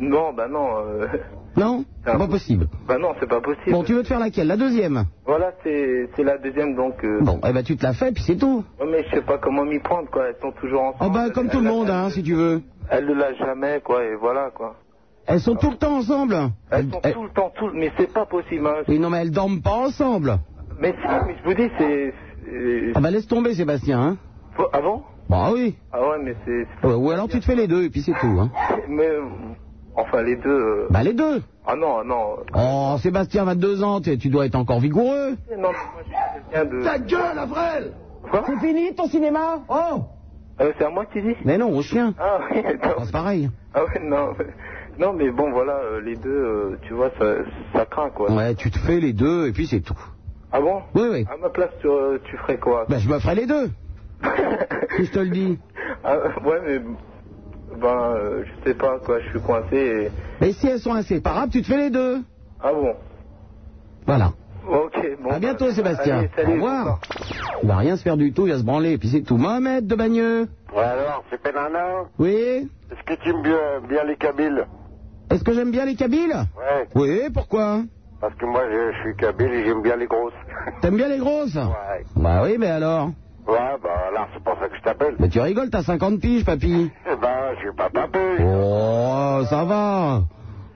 Speaker 11: Non, bah non. euh,
Speaker 2: Non
Speaker 11: Ah.
Speaker 2: Pas possible.
Speaker 11: Bah non, c'est pas possible.
Speaker 2: Bon, tu veux te faire laquelle La deuxième
Speaker 11: Voilà, c'est c'est la deuxième, donc. euh,
Speaker 2: Bon, eh ben tu te la fais, puis c'est tout.
Speaker 11: ouais, mais je sais pas comment m'y prendre, quoi. Elles sont toujours ensemble.
Speaker 2: Oh bah comme tout le monde, hein, si tu veux.
Speaker 11: Elle ne l'a jamais, quoi. Et voilà, quoi.
Speaker 2: Elles sont tout le temps ensemble.
Speaker 11: Elles
Speaker 2: Elles-
Speaker 11: sont
Speaker 2: elles-
Speaker 11: tout le temps, tout. le- Mais c'est pas possible, hein.
Speaker 2: Oui, non, mais elles dorment pas ensemble.
Speaker 11: Mais si, mais je vous dis, c'est. c'est-
Speaker 2: Ah bah laisse tomber, Sébastien. Hein.
Speaker 11: Faut- Ah bon
Speaker 2: Bah oui.
Speaker 11: Ah ouais, mais c'est.
Speaker 2: Ou- Ou alors tu te fais les deux, et puis c'est tout. Hein.
Speaker 11: Mais euh, enfin les deux. euh,
Speaker 2: Bah les deux.
Speaker 11: Ah non, ah non. euh,
Speaker 2: Oh, Sébastien, 22 ans, t'es- tu dois être encore vigoureux.
Speaker 11: Non, mais moi je suis quelqu'un de. Ta gueule, Avril Quoi
Speaker 2: C'est fini ton cinéma Oh
Speaker 11: Euh, C'est à moi qui dis
Speaker 2: Mais non, au chien.
Speaker 11: Ah oui,
Speaker 2: Oh,
Speaker 11: attends.
Speaker 2: c'est pareil.
Speaker 11: Ah ouais, non. Non, mais bon, voilà, euh, les deux, euh, tu vois, ça, ça craint quoi.
Speaker 2: Ouais, tu te fais les deux, et puis c'est tout.
Speaker 11: Ah bon
Speaker 2: Oui, oui.
Speaker 11: À ma place, tu, euh, tu ferais quoi
Speaker 2: Bah je me ferai les deux. Je te le dis.
Speaker 11: Ah, Ouais, mais. Ben, euh, je sais pas quoi, je suis coincé et.
Speaker 2: Mais si elles sont inséparables, tu te fais les deux.
Speaker 11: Ah bon
Speaker 2: Voilà.
Speaker 11: Ok, bon.
Speaker 2: à bientôt,
Speaker 11: bah,
Speaker 2: Sébastien.
Speaker 11: allez, salut,
Speaker 2: Au revoir.
Speaker 11: bonsoir.
Speaker 2: Il va rien se faire du tout, il va se branler, et puis c'est tout. Mohamed de Bagneux.
Speaker 12: Ouais, alors, c'est Penana
Speaker 2: Oui
Speaker 12: Est-ce que tu aimes bien, bien les Kabyles
Speaker 2: Est-ce que j'aime bien les Kabyles
Speaker 11: Ouais,
Speaker 2: Oui, pourquoi
Speaker 11: parce que moi je, je suis kabyle et j'aime bien les grosses.
Speaker 2: T'aimes bien les grosses
Speaker 11: Ouais.
Speaker 2: Bah oui, mais alors
Speaker 11: Ouais, bah là, c'est pour ça que je t'appelle.
Speaker 2: Mais tu rigoles, t'as 50 piges, papy
Speaker 11: Eh ben, je suis pas papé.
Speaker 2: Oh, ça va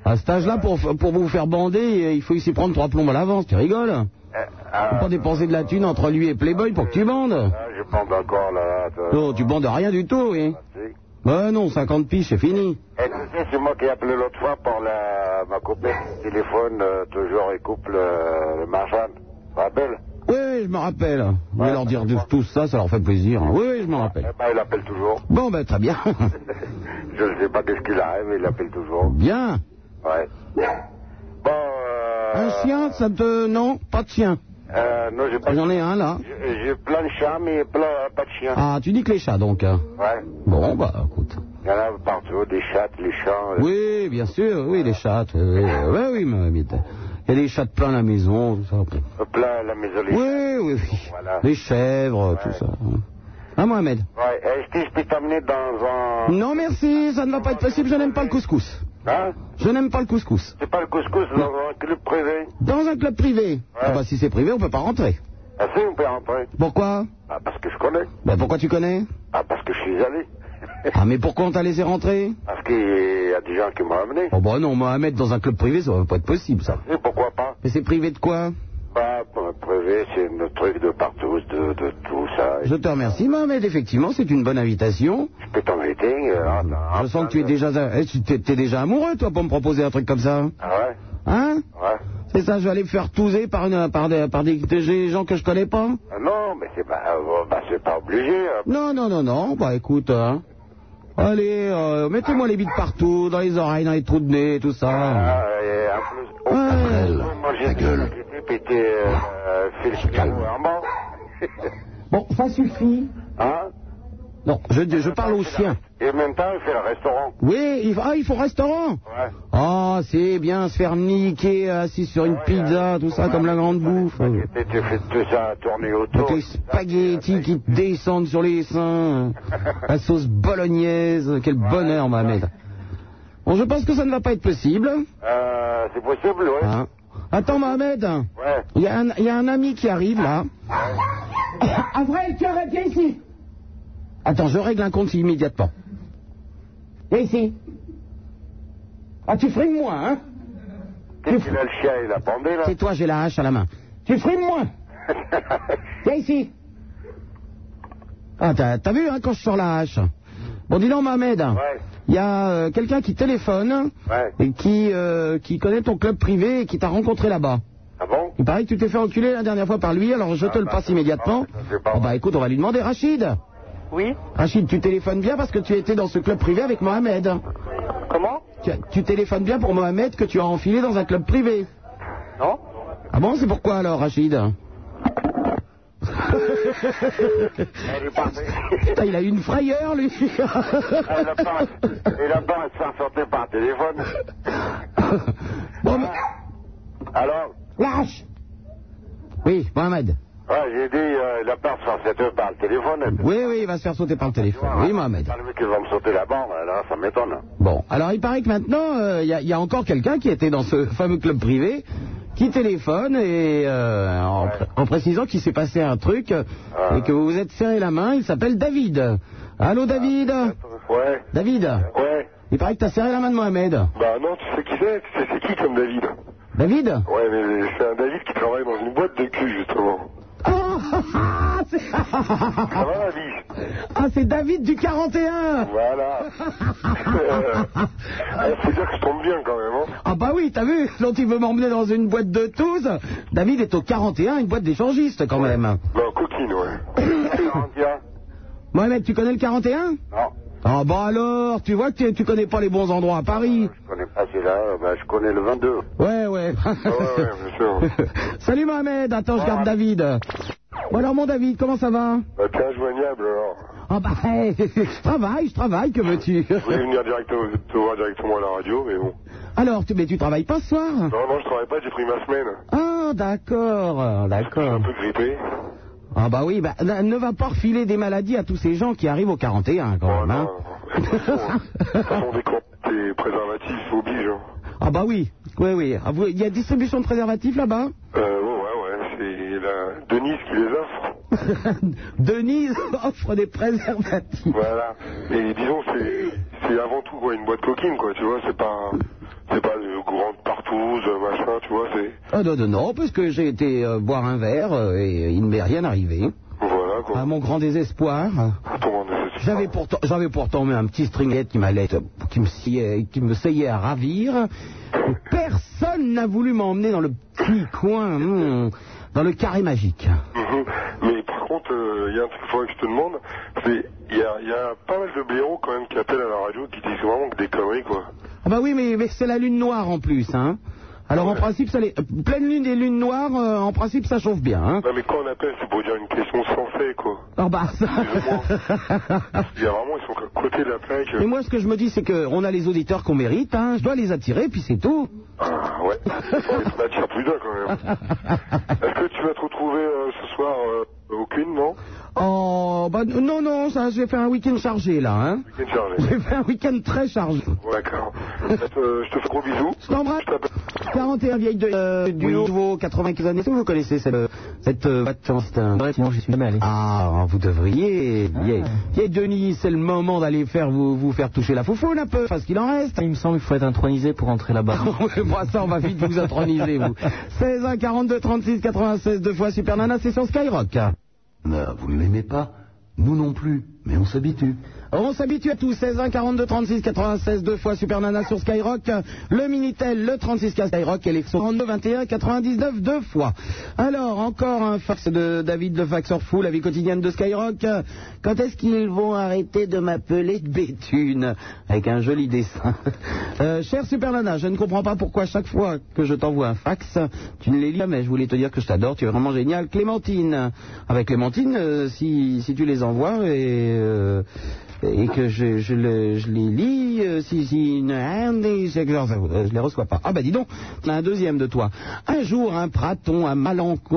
Speaker 2: À cet âge-là, pour, pour vous faire bander, il faut s'y prendre trois plombs à l'avance, tu
Speaker 11: Euh,
Speaker 2: rigoles Faut pas dépenser de la thune entre lui et Playboy pour que tu bandes
Speaker 11: Ah, je pense encore là. là,
Speaker 2: Non, tu bandes rien du tout, oui
Speaker 11: Ah, si.
Speaker 2: Bah non, 50 piges, c'est fini
Speaker 11: Eh, tu sais, c'est moi qui ai appelé l'autre fois pour la, ma copine. Téléphone, euh, toujours, et couple, euh, le marchand. Rappelle
Speaker 2: Oui, oui, je me rappelle Je vais leur dire tout ça, ça leur fait plaisir Oui, oui, je me rappelle
Speaker 11: Eh ben, il appelle toujours.
Speaker 2: Bon, ben très bien
Speaker 11: je ne sais pas qu'est-ce qu'il a, mais il appelle toujours.
Speaker 2: Bien
Speaker 11: Ouais. Bon, euh,
Speaker 2: Un chien, ça te... Non, pas de chien
Speaker 11: euh, non, j'ai pas.
Speaker 2: J'en ai un, là
Speaker 11: J'ai j'ai plein de chats, mais plein, pas de chiens.
Speaker 2: Ah, tu dis que les chats, donc hein.
Speaker 11: Ouais.
Speaker 2: Bon, bah, écoute...
Speaker 11: Il y en a partout, des chats, les chats. euh,
Speaker 2: Oui, bien sûr, oui, les chattes. Oui, oui, oui, ma mamie. Il y a des chattes plein à la maison, tout ça.
Speaker 11: Plein à la maison, les chats.
Speaker 2: Oui, oui, oui.
Speaker 11: Voilà.
Speaker 2: Les chèvres, tout
Speaker 11: Ouais.
Speaker 2: ça. Hein, Mohamed
Speaker 11: Ouais, est-ce que je peux t'amener dans un.
Speaker 2: Non, merci, ça ne va pas être possible, je n'aime pas le couscous.
Speaker 11: Hein
Speaker 2: Je n'aime pas le couscous.
Speaker 11: C'est pas le couscous, c'est dans un club privé.
Speaker 2: Dans un club privé Ah bah, si c'est privé, on peut pas rentrer.
Speaker 11: Ah si, on peut rentrer.
Speaker 2: Pourquoi
Speaker 11: Ah, parce que je connais.
Speaker 2: Bah, pourquoi tu connais
Speaker 11: Ah, parce que je suis allé.
Speaker 2: Ah, mais pourquoi on t'a laissé rentrer
Speaker 11: parce qu'il y a des gens qui m'ont amené.
Speaker 2: Oh, bah non, Mohamed, dans un club privé, ça va pas être possible, ça.
Speaker 11: Et pourquoi pas
Speaker 2: Mais c'est privé de quoi
Speaker 11: Bah, pour le privé, c'est le truc de partout, de, de tout ça.
Speaker 2: Je te remercie, Mohamed, effectivement, c'est une bonne invitation.
Speaker 11: Je peux t'inviter. euh, attends,
Speaker 2: Ah Je sens que tu es
Speaker 11: euh,
Speaker 2: déjà, eh, tu- t'es t'es déjà amoureux, toi, pour me proposer un truc comme ça.
Speaker 11: Ah ouais
Speaker 2: Hein
Speaker 11: Ouais.
Speaker 2: C'est ça, je vais aller me faire touser par, une, par, des, par des, des gens que je connais pas
Speaker 11: Ah Non, mais c'est pas, euh, bah, c'est pas obligé. hein.
Speaker 2: Non, non, non, non, bah écoute, hein. Allez, euh, mettez-moi les bites partout, dans les oreilles, dans les trous de nez, tout ça.
Speaker 11: Ah, et en plus, oh,
Speaker 2: Ouais.
Speaker 11: après, moi, j'ai gueule. J'étais pété, euh, euh, Phil Calme.
Speaker 2: Bon, ça suffit.
Speaker 11: Hein
Speaker 2: Non, je, je parle aux chiens.
Speaker 11: Et en même temps, il fait le restaurant.
Speaker 2: Oui, il, ah, il faut restaurant
Speaker 11: Ouais.
Speaker 2: Ah, c'est bien se faire niquer euh, assis sur une pizza, tout ça, comme la grande bouffe. Avec
Speaker 11: Et tu fais tout ça tourner autour.
Speaker 2: les spaghettis qui te descendent sur les seins. La sauce bolognaise, quel bonheur, Mohamed. Bon, je pense que ça ne va pas être possible.
Speaker 11: Euh, c'est possible, ouais.
Speaker 2: Hein. Attends, Mohamed.
Speaker 11: Ouais.
Speaker 2: Il y, a un- il y a un ami qui arrive là. Avril, tu arrêtes, viens ici. Attends, je règle un compte immédiatement. Viens ici. Ah, tu frimes moins, hein
Speaker 11: Qu'est-ce qu'il a le chien, il a bandé, là
Speaker 2: C'est toi, j'ai la hache à la main. Tu frimes moins. Viens ici. Ah, t'as t'as vu, hein, quand je sors la hache. Bon, dis donc, Mohamed.
Speaker 11: Ouais.
Speaker 2: Il y a euh, quelqu'un qui téléphone
Speaker 11: Ouais.
Speaker 2: et qui, euh, qui connaît ton club privé et qui t'a rencontré là-bas.
Speaker 11: Ah bon
Speaker 2: Il paraît que tu t'es fait enculer la dernière fois par lui, alors je te le
Speaker 11: bah,
Speaker 2: passe
Speaker 11: c'est-
Speaker 2: immédiatement.
Speaker 11: ah, c'est pas
Speaker 2: Oh, bah
Speaker 11: vrai.
Speaker 2: écoute, on va lui demander, Rachid.
Speaker 13: Oui
Speaker 2: Rachid, tu téléphones bien parce que tu étais dans ce club privé avec Mohamed.
Speaker 13: Comment
Speaker 2: Tu, tu téléphones bien pour Mohamed que tu as enfilé dans un club privé.
Speaker 13: Non
Speaker 2: Ah bon, c'est pourquoi alors, Rachid
Speaker 11: Elle est partie.
Speaker 2: Putain, il a eu une frayeur, lui.
Speaker 11: Elle a pas, elle a pas à se faire sortir par téléphone. Ah.
Speaker 2: bon, mais...
Speaker 11: Alors
Speaker 2: Lâche Oui, Mohamed.
Speaker 11: Ouais, j'ai dit, euh, il a pas à se faire sortir par le téléphone.
Speaker 2: Oui, oui, il va se faire sauter par le téléphone. Oui, Mohamed.
Speaker 11: Pas le mec hein. qui va me sauter la barre, là, ça m'étonne.
Speaker 2: Bon, alors il paraît que maintenant, euh, il y, a- il y a encore quelqu'un qui était dans ce fameux club privé qui téléphone et euh, en, pr- en précisant qu'il s'est passé un truc euh, et que vous vous êtes serré la main, il s'appelle David. Allô David
Speaker 14: Ouais,
Speaker 2: David
Speaker 14: ouais.
Speaker 2: Il paraît que t'as serré la main de Mohamed.
Speaker 14: Bah non, tu sais qui c'est Tu sais c'est qui comme David
Speaker 2: David
Speaker 14: Ouais, mais c'est un David qui travaille dans une boîte de cul, justement.
Speaker 2: Ah, ah, c'est-
Speaker 14: Ça va, David
Speaker 2: Ah, c'est David du 41
Speaker 14: Voilà.
Speaker 11: Euh,
Speaker 14: Il faut dire que je tombe bien, quand même, hein.
Speaker 2: Ah bah oui, t'as vu, l'autre il veut m'emmener dans une boîte de Toulouse. David est au 41, une boîte d'échangistes quand même.
Speaker 11: Bah,
Speaker 14: Non, coquine, ouais.
Speaker 11: Garantia
Speaker 2: Mohamed, tu connais le 41
Speaker 11: Non,
Speaker 2: Ah bah alors, tu vois que tu- tu connais pas les bons endroits à Paris.
Speaker 11: je connais pas celui-là, bah, je connais le 22.
Speaker 2: Ouais, ouais.
Speaker 14: Ah, ouais, ouais, bien sûr.
Speaker 2: Salut Mohamed, attends, je garde David. Bon alors mon David, comment ça va
Speaker 14: Bah t'es injoignable, alors.
Speaker 2: Ah bah, hey, je travaille, je travaille, que veux-tu
Speaker 14: Je voulais venir directement, te voir directement à la radio, mais bon.
Speaker 2: Alors, tu, mais tu travailles pas ce soir
Speaker 14: Non, non, je travaille pas, j'ai pris ma semaine.
Speaker 2: Ah, d'accord,
Speaker 14: Je suis
Speaker 2: d'accord.
Speaker 14: un peu grippé.
Speaker 2: Ah bah oui, bah, ne ne va pas refiler des maladies à tous ces gens qui arrivent au 41 quand
Speaker 14: Oh,
Speaker 2: même, hein.
Speaker 14: non. De toute façon, dès qu'on- tes préservatifs obligent. hein.
Speaker 2: Ah bah oui, oui, oui. Ah, vous- Il y a distribution de préservatifs là-bas
Speaker 15: Euh, ouais, ouais, ouais, c'est la Denise qui les offre.
Speaker 2: Denise offre des préservatifs.
Speaker 15: Voilà. Et disons, c'est c'est avant tout quoi, une boîte coquine, quoi, tu vois, c'est pas c'est pas de grande partouze, machin, tu vois, c'est
Speaker 2: Ah non, non, non, parce que j'ai été euh, boire un verre euh, et il ne m'est rien arrivé.
Speaker 15: Voilà, quoi.
Speaker 2: À mon grand désespoir. Ah, J'avais pourtant, j'avais pourtant mis un petit stringette qui m'allait, qui me sciait, qui me saillait à ravir. Personne n'a voulu m'emmener dans le petit coin, hmm, dans le carré magique.
Speaker 15: Mhm. Mais par contre, euh, il y a un truc qu'il faudrait que je te demande, c'est il y a, il y a pas mal de blaireaux quand même qui appellent à la radio qui disent vraiment que des conneries quoi.
Speaker 2: Ah bah oui, mais, mais c'est la lune noire en plus, hein. Alors en principe, ça les, euh, pleine lune et lune noire, euh, en principe, ça chauffe bien, hein.
Speaker 15: Non mais quand on appelle, c'est pour dire une question sans fait quoi.
Speaker 2: Ah bah ça.
Speaker 15: Il y a vraiment ils sont à côté de la plaque.
Speaker 2: Ah. Et moi, ce que je me dis, c'est qu'on a les auditeurs qu'on mérite, hein. Je dois les attirer, puis c'est tout.
Speaker 15: Ah ouais, on attire plus d'un quand même. Est-ce que tu vas te retrouver euh, ce soir euh, aucune, non
Speaker 2: Oh, bah non, non, ça, j'ai fait un week-end chargé, là, hein.
Speaker 15: Week-end chargé.
Speaker 2: J'ai fait un week-end très chargé.
Speaker 15: Ouais, D'accord. Euh, je te fais gros bisous.
Speaker 2: Je t'embrasse. 41 vieilles de, euh, du nouveau 95 années. Est-ce que vous connaissez cette, euh, cette euh, boîte de chance C'est un-
Speaker 8: Sinon, je suis jamais allé. Ah.
Speaker 2: Ah, vous devriez. Yeah. Yeah, Denis, c'est le moment d'aller faire vous, vous faire toucher la foufoune un peu, parce qu'il en reste.
Speaker 8: Il me semble qu'il faut être intronisé pour entrer là-bas.
Speaker 2: Moi, ça, on va vite vous introniser, vous. 16 1 42 36 96 deux fois Super Nana, c'est sur Skyrock.
Speaker 4: Non, Bah, vous ne l'aimez pas Nous non plus, mais on s'habitue.
Speaker 2: On s'habitue à tout. 16 1 42 36 96 deux fois Super Nana sur Skyrock. Le Minitel, le 36 K Skyrock et les 42 21 99 deux fois. Alors, encore un fax de David le Faxeur Fou, la vie quotidienne de Skyrock. Quand est-ce qu'ils vont arrêter de m'appeler Béthune Avec un joli dessin. Euh, cher Super Nana, je ne comprends pas pourquoi chaque fois que je t'envoie un fax, tu ne les lis jamais. Je voulais te dire que je t'adore, tu es vraiment génial. Clémentine. Avec Clémentine, euh, si, si tu les envoies et... euh, et que je, je, le- je les lis, euh, si, si, une- un des- c'est que genre, ça- euh, je les reçois pas. Ah bah dis donc, on a un deuxième de toi. Un jour, un praton a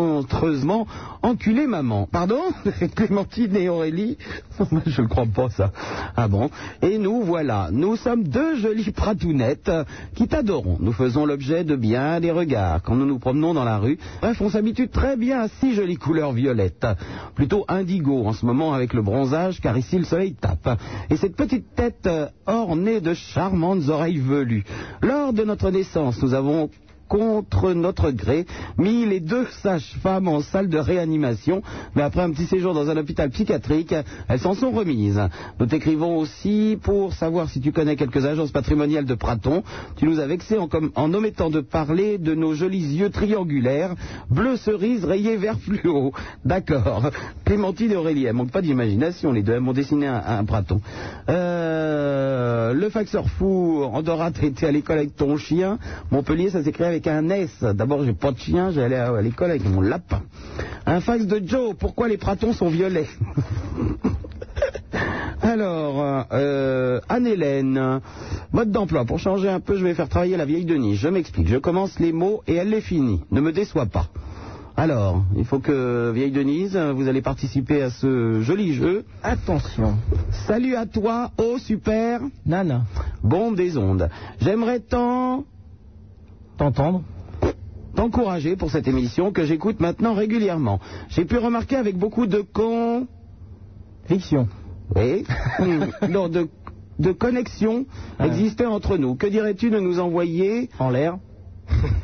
Speaker 2: malencontreusement enculé maman. Pardon Clémentine et Aurélie Je ne crois pas ça. Ah bon Et nous voilà, nous sommes deux jolies pratounettes euh, qui t'adorons. Nous faisons l'objet de bien des regards quand nous nous promenons dans la rue. Bref, on s'habitue très bien à si jolies couleurs violettes. Plutôt indigo en ce moment avec le bronzage car ici le soleil tape. Et cette petite tête euh, ornée de charmantes oreilles velues. Lors de notre naissance, nous avons contre notre gré, mis les deux sages-femmes en salle de réanimation, mais après un petit séjour dans un hôpital psychiatrique, elles s'en sont remises. Nous t'écrivons aussi pour savoir si tu connais quelques agences patrimoniales de Praton. Tu nous as vexés en, com- en omettant de parler de nos jolis yeux triangulaires, bleu cerise rayé vert fluo. D'accord. Clémentine et Aurélie, elles manquent pas d'imagination, les deux, elles m'ont dessiné un, un Praton. Euh, le faxeur fou, Andorra traité à l'école avec ton chien. Montpellier, ça s'écrit avec un S. D'abord, j'ai pas de chien, j'allais à, à l'école avec mon lapin. Un fax de Joe, pourquoi les pratons sont violets Alors, euh, Anne-Hélène, mode d'emploi. Pour changer un peu, je vais faire travailler la vieille Denise. Je m'explique. Je commence les mots et elle les finit. Ne me déçois pas. Alors, il faut que, vieille Denise, vous allez participer à ce joli jeu. Attention. Salut à toi, oh super. Nana. Bombe des ondes. J'aimerais tant. T'entendre T'encourager pour cette émission que j'écoute maintenant régulièrement. J'ai pu remarquer avec beaucoup de con. Fiction. Oui. Hmm. non, de, de connexion existait entre nous. Que dirais-tu de nous envoyer Ah. En l'air.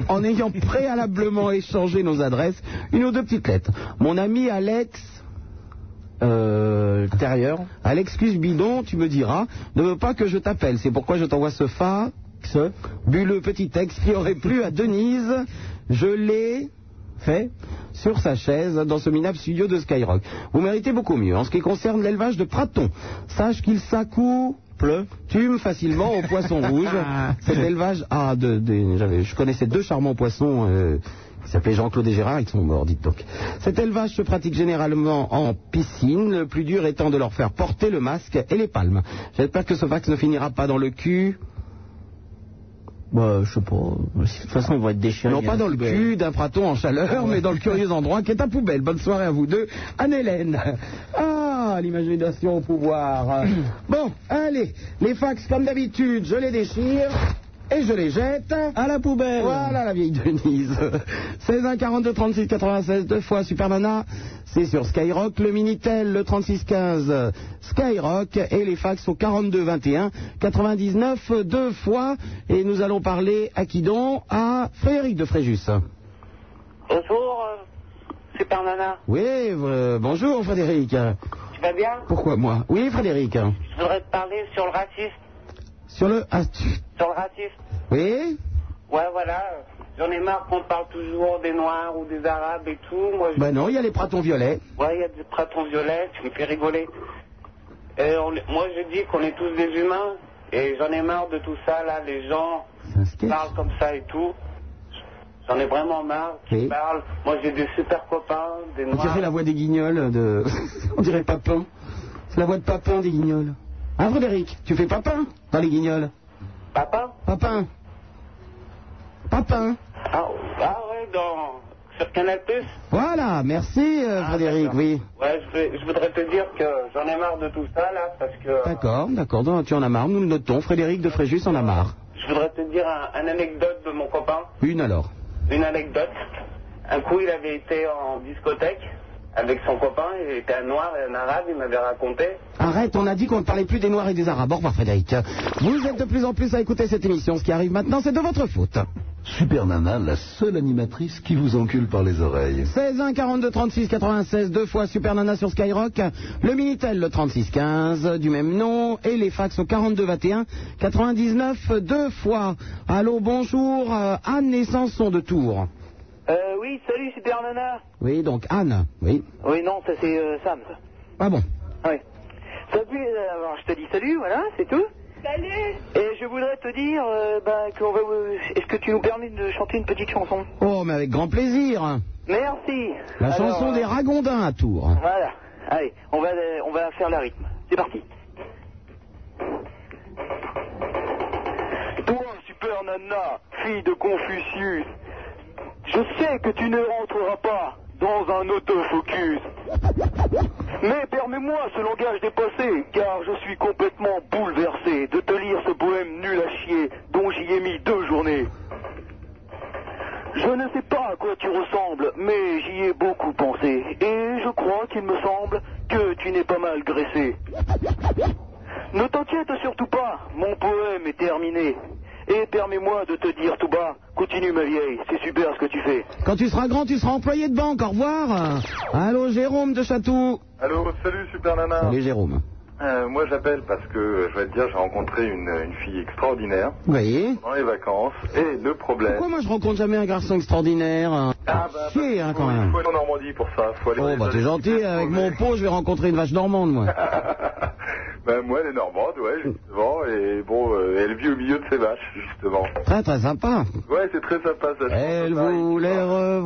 Speaker 2: en ayant préalablement échangé nos adresses, une ou deux petites lettres. Mon ami Alex euh, intérieur. À l'excuse bidon, tu me diras, ne veux pas que je t'appelle. C'est pourquoi je t'envoie ce fax, bulleux petit texte qui aurait plu à Denise. Je l'ai fait sur sa chaise dans ce minable studio de Skyrock. Vous méritez beaucoup mieux. En ce qui concerne l'élevage de Praton, sache qu'il s'accouple tume facilement aux poissons rouges. Cet élevage ah, de, de- j'avais- je connaissais deux charmants poissons euh, qui s'appelaient Jean-Claude et Gérard, ils sont morts, dites donc. Cet élevage se pratique généralement en piscine, le plus dur étant de leur faire porter le masque et les palmes. J'espère que ce fax ne finira pas dans le cul.
Speaker 8: Bah, je sais pas. De toute façon, ils vont être déchirés. hein.
Speaker 2: Non, pas dans le cul d'un praton en chaleur, mais dans le curieux endroit qui est à poubelle. Bonne soirée à vous deux. Anne-Hélène. Ah, l'imagination au pouvoir. bon, allez, les fax, comme d'habitude, je les déchire. et je les jette à la poubelle. Voilà la vieille Denise. 16 1 42 36 96 deux fois Super Nana. C'est sur Skyrock, le Minitel, le 36 15 Skyrock et les fax au 42 21 99 deux fois. Et nous allons parler à qui donc À Frédéric de Fréjus.
Speaker 5: Bonjour, euh, Super Nana.
Speaker 2: Oui, euh, bonjour Frédéric.
Speaker 5: Tu vas bien
Speaker 2: Pourquoi moi Oui Frédéric.
Speaker 5: Je voudrais te parler sur le racisme.
Speaker 2: Sur le... ah, tu-
Speaker 5: Sur le racisme.
Speaker 2: Oui
Speaker 5: Ouais, voilà. J'en ai marre qu'on parle toujours des Noirs ou des Arabes et tout. Moi, je-
Speaker 2: Ben non, il y a les pratons violets.
Speaker 5: Ouais, il y a des pratons violets, tu me fais rigoler. Et on est- Moi, je dis qu'on est tous des humains. Et j'en ai marre de tout ça, là. Les gens parlent comme ça et tout. J'en ai vraiment marre qu'ils
Speaker 2: Oui.
Speaker 5: parlent. Moi, j'ai des super copains, des
Speaker 2: On
Speaker 5: Noirs.
Speaker 2: dirait la voix des guignols de... On dirait Papin. C'est la voix de Papin des guignols. Hein Frédéric Tu fais Papin dans les guignols
Speaker 5: Papin
Speaker 2: Papin. Papin.
Speaker 5: Ah, ah ouais, dans... sur Canal+.
Speaker 2: Voilà, merci euh, Frédéric, oui.
Speaker 5: Ouais, je, vais- je voudrais te dire que j'en ai marre de tout ça, là, parce que...
Speaker 2: D'accord, d'accord, donc tu en as marre, nous le notons, Frédéric de Fréjus en a marre.
Speaker 5: Je voudrais te dire un, un anecdote de mon copain,
Speaker 2: Une alors.
Speaker 5: une anecdote. Un coup, il avait été en discothèque avec son copain, il était un noir et un arabe, il m'avait raconté.
Speaker 2: Arrête, on a dit qu'on ne parlait plus des Noirs et des Arabes. Au revoir Frédéric. Vous êtes de plus en plus à écouter cette émission, ce qui arrive maintenant c'est de votre faute.
Speaker 12: Super Nana, la seule animatrice qui vous encule par les oreilles.
Speaker 2: 16 1 42 36 96 deux fois Super Nana sur Skyrock, le Minitel le 36 15 du même nom et les fax au 42 21 99 deux fois. Allô, bonjour, euh, Anne et Sanson de Tours.
Speaker 11: Euh, oui, salut Super Nana.
Speaker 2: Oui, donc Anne, oui.
Speaker 11: Oui, non, ça c'est euh, Sam. ça.
Speaker 2: Ah bon.
Speaker 11: Oui. Salut, euh, alors je te dis salut, voilà, c'est tout. Salut. Et je voudrais te dire, euh, bah, qu'on va. euh, Est-ce que tu nous permets de chanter une petite chanson
Speaker 2: Oh, mais avec grand plaisir.
Speaker 11: Merci.
Speaker 2: La
Speaker 11: Alors,
Speaker 2: chanson
Speaker 11: euh,
Speaker 2: des Ragondins à Tours.
Speaker 11: Voilà. Allez, on va, euh, on va faire la rythme. C'est parti. Toi, super nana, fille de Confucius, je sais que tu ne rentreras pas dans un autofocus. Mais permets-moi ce langage dépassé, car je suis complètement bouleversé de te lire ce poème nul à chier dont j'y ai mis deux journées. Je ne sais pas à quoi tu ressembles, mais j'y ai beaucoup pensé. Et je crois qu'il me semble que tu n'es pas mal graissé. Ne t'inquiète surtout pas, mon poème est terminé. Et permets-moi de te dire tout bas, continue ma vieille, c'est super ce que tu fais.
Speaker 2: Quand tu seras grand, tu seras employé de banque. Au revoir. Allô, Jérôme de Château.
Speaker 14: Allô, salut Super Nana.
Speaker 2: Salut, Jérôme.
Speaker 14: Euh, moi j'appelle parce que euh, je vais te dire, j'ai rencontré une, une fille extraordinaire
Speaker 2: Oui.
Speaker 14: dans les vacances et le problème.
Speaker 2: Pourquoi moi je rencontre jamais un garçon extraordinaire
Speaker 14: Ah bah,
Speaker 2: Chier, hein, quand
Speaker 14: il
Speaker 2: même.
Speaker 14: faut aller en Normandie pour ça, faut aller.
Speaker 2: Oh, bah t'es gentil, avec mon pot, je vais rencontrer une vache normande, moi.
Speaker 14: Ben, moi elle est normande, ouais, justement, et bon, euh, elle vit au milieu de ses vaches, justement.
Speaker 2: Très, très sympa.
Speaker 14: Ouais, c'est très sympa ça.
Speaker 2: Elle voulait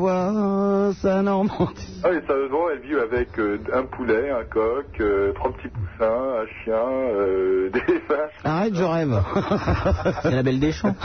Speaker 2: revoir sa Normandie.
Speaker 14: Ah, et sérieusement, elle vit avec euh, un poulet, un coq, euh, trois petits poussins, un chien, euh, des vaches.
Speaker 2: Arrête, je rêve. C'est la belle des champs.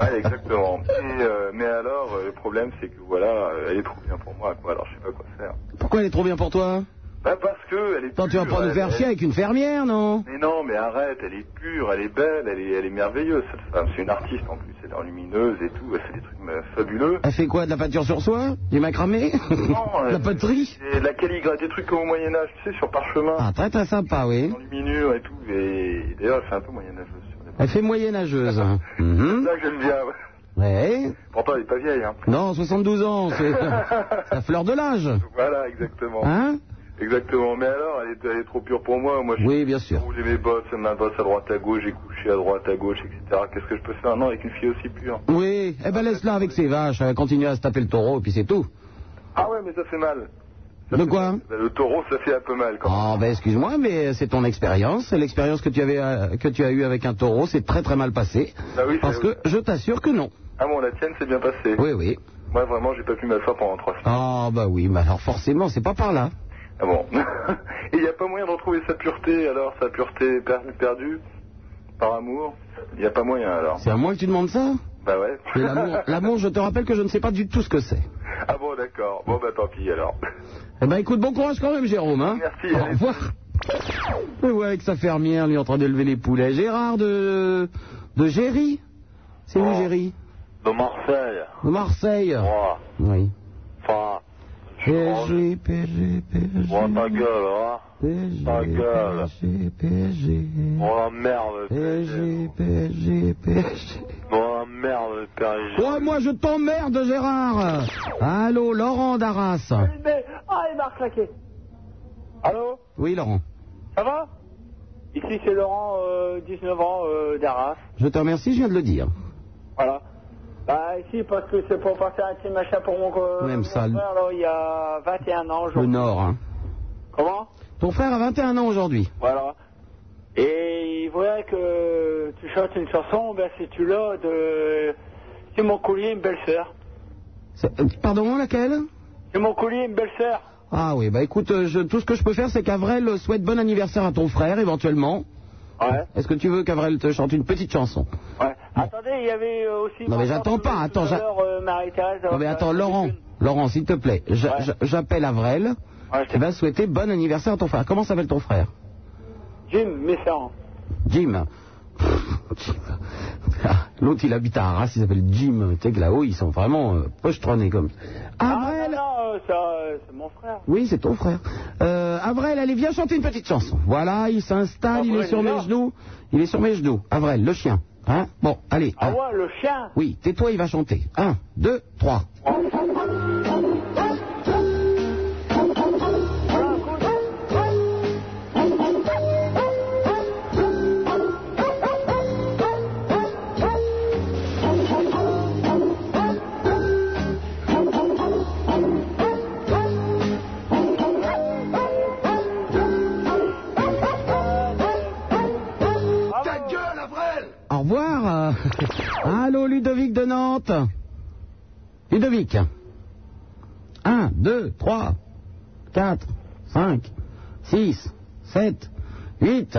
Speaker 14: Ouais, exactement. Et, euh, mais alors, euh, le problème, c'est que voilà, euh, elle est trop bien pour moi, quoi. Alors, je sais pas quoi faire.
Speaker 2: Pourquoi elle est trop bien pour toi hein
Speaker 14: Bah, parce que elle est.
Speaker 2: Attends, tu vas
Speaker 14: pure,
Speaker 2: pas nous
Speaker 14: elle-
Speaker 2: faire
Speaker 14: elle-
Speaker 2: chier avec une fermière, non
Speaker 14: Mais non, mais arrête, elle est pure, elle est belle, elle est, elle est merveilleuse, cette femme. C'est une artiste en plus, elle est lumineuse et tout, elle fait des trucs euh, fabuleux.
Speaker 2: Elle fait quoi De la peinture sur soie Du macramé
Speaker 14: Non,
Speaker 2: De
Speaker 14: euh,
Speaker 2: La poterie
Speaker 14: Et de la calligraphie, des trucs comme au Moyen-Âge, tu sais, sur parchemin.
Speaker 2: Ah, très, très sympa, oui.
Speaker 14: Lumineux et tout, et d'ailleurs, elle fait un peu Moyen-Âgeuse.
Speaker 2: Elle fait moyenâgeuse.
Speaker 14: C'est
Speaker 2: Mhm.
Speaker 14: ça que j'aime bien, ouais.
Speaker 2: Ouais.
Speaker 14: Pourtant, elle est pas vieille, hein.
Speaker 2: Non, 72 ans, c'est la fleur de l'âge.
Speaker 14: Voilà, exactement.
Speaker 2: Hein
Speaker 14: Exactement. Mais alors, elle est, elle est trop pure pour moi. Moi, je
Speaker 2: Oui, bien sûr.
Speaker 14: roulé mes bottes, ma bosse à droite, à gauche, j'ai couché à droite, à gauche, etc. Qu'est-ce que je peux faire non avec une fille aussi pure
Speaker 2: Oui, eh ben laisse-la avec ses vaches, elle continue à se taper le taureau, et puis c'est tout.
Speaker 14: Ah ouais, mais ça fait mal.
Speaker 2: De quoi
Speaker 14: Bah, Le taureau, ça fait un peu mal quand
Speaker 2: Oh, ben excuse-moi, mais c'est ton expérience. C'est L'expérience que tu avais, euh, que tu as eue avec un taureau, c'est très très mal passé.
Speaker 14: Ah oui, c'est-
Speaker 2: parce que je t'assure que non.
Speaker 14: Ah bon, la tienne, c'est bien passé.
Speaker 2: Oui, oui.
Speaker 14: Moi, vraiment, j'ai pas pu m'asseoir pendant trois semaines.
Speaker 2: Ah bah oui, mais alors forcément, c'est pas par là.
Speaker 14: Ah bon Et il n'y a pas moyen de retrouver sa pureté, alors, sa pureté per- perdue Par amour Il n'y a pas moyen, alors.
Speaker 2: C'est à moi que tu demandes ça
Speaker 14: Bah ouais.
Speaker 2: Mais L'amour, l'amour, je te rappelle que je ne sais pas du tout ce que c'est.
Speaker 14: Ah bon, d'accord. Bon, bah tant pis, alors.
Speaker 2: Eh ben écoute, bon courage quand même, Jérôme. Hein
Speaker 14: Merci,
Speaker 2: Au
Speaker 14: allez.
Speaker 2: revoir. Le vois avec sa fermière, lui en train d'élever les poulets. Gérard de de Géry. C'est
Speaker 14: Oh.
Speaker 2: où, Géry
Speaker 14: De Marseille.
Speaker 2: Marseille.
Speaker 14: Ouais.
Speaker 2: Oui.
Speaker 14: Enfin,
Speaker 2: PSG, PSG, PSG.
Speaker 14: ouais, ta gueule, hein.
Speaker 2: PSG,
Speaker 14: Ta gueule.
Speaker 2: PSG, PSG.
Speaker 14: Oh la
Speaker 2: Eh,
Speaker 14: merde,
Speaker 2: PSG, PSG, PSG.
Speaker 14: oh la merde, PSG.
Speaker 2: Ouais, moi je t'emmerde, Gérard. Allô, Laurent d'Arras.
Speaker 5: Mais, ah, il m'a claqué. Allô
Speaker 2: Oui, Laurent.
Speaker 5: Ça va Ici, c'est Laurent, euh, 19 ans, euh, d'Arras.
Speaker 2: Je te remercie, je viens de le dire.
Speaker 5: Voilà. Bah, ici, parce que c'est pour passer un petit machin pour mon, euh,
Speaker 2: Même
Speaker 5: mon
Speaker 2: ça, le-
Speaker 5: frère, là, il y a 21 ans. je-
Speaker 2: Le Nord. hein.
Speaker 5: Comment
Speaker 2: Ton frère a 21 ans aujourd'hui.
Speaker 5: Voilà. Et il voudrait que tu chantes une chanson, ben, si tu l'as, de... C'est mon collier, une belle-sœur.
Speaker 2: C'est- euh, Pardon, laquelle
Speaker 5: C'est mon collier, une belle-sœur.
Speaker 2: Ah oui, bah écoute, euh, je- tout ce que je peux faire, c'est qu'Avrel souhaite bon anniversaire à ton frère, éventuellement.
Speaker 5: Ouais.
Speaker 2: Est-ce que tu veux qu'Avrel te chante une petite chanson
Speaker 5: Attendez, il y avait euh, aussi...
Speaker 2: Non, mais j'attends pas, attends, j'a-
Speaker 5: j'attends. euh, Marie-Thérèse...
Speaker 2: Non mais attends, Laurent, Laurent, s'il te plaît, j'a- j'a- j'appelle Avrel. qui va souhaiter bon anniversaire à ton frère. Comment s'appelle ton frère
Speaker 5: Jim, Messant.
Speaker 2: Jim. Pff, Jim. Ah, L'autre, il habite à Arras, il s'appelle Jim. Tu sais que là-haut, ils sont vraiment euh, pochetronnés comme ça.
Speaker 5: Ah, non, non, euh, ça, euh, c'est mon frère.
Speaker 2: Oui, c'est ton frère. Euh, Avrel, allez, viens chanter une petite chanson. Voilà, il s'installe, il est sur mes genoux. Il est sur mes genoux. Avrel, le chien. Hein Bon, allez.
Speaker 5: Ah
Speaker 2: un.
Speaker 5: ouais, le chien
Speaker 2: Oui, tais-toi, il va chanter. Un, deux, trois.
Speaker 3: Ta gueule, Avrel
Speaker 2: Au revoir. euh. Allô, Ludovic de Nantes. Ludovic. 1, 2, 3, 4, 5, 6, 7, 8.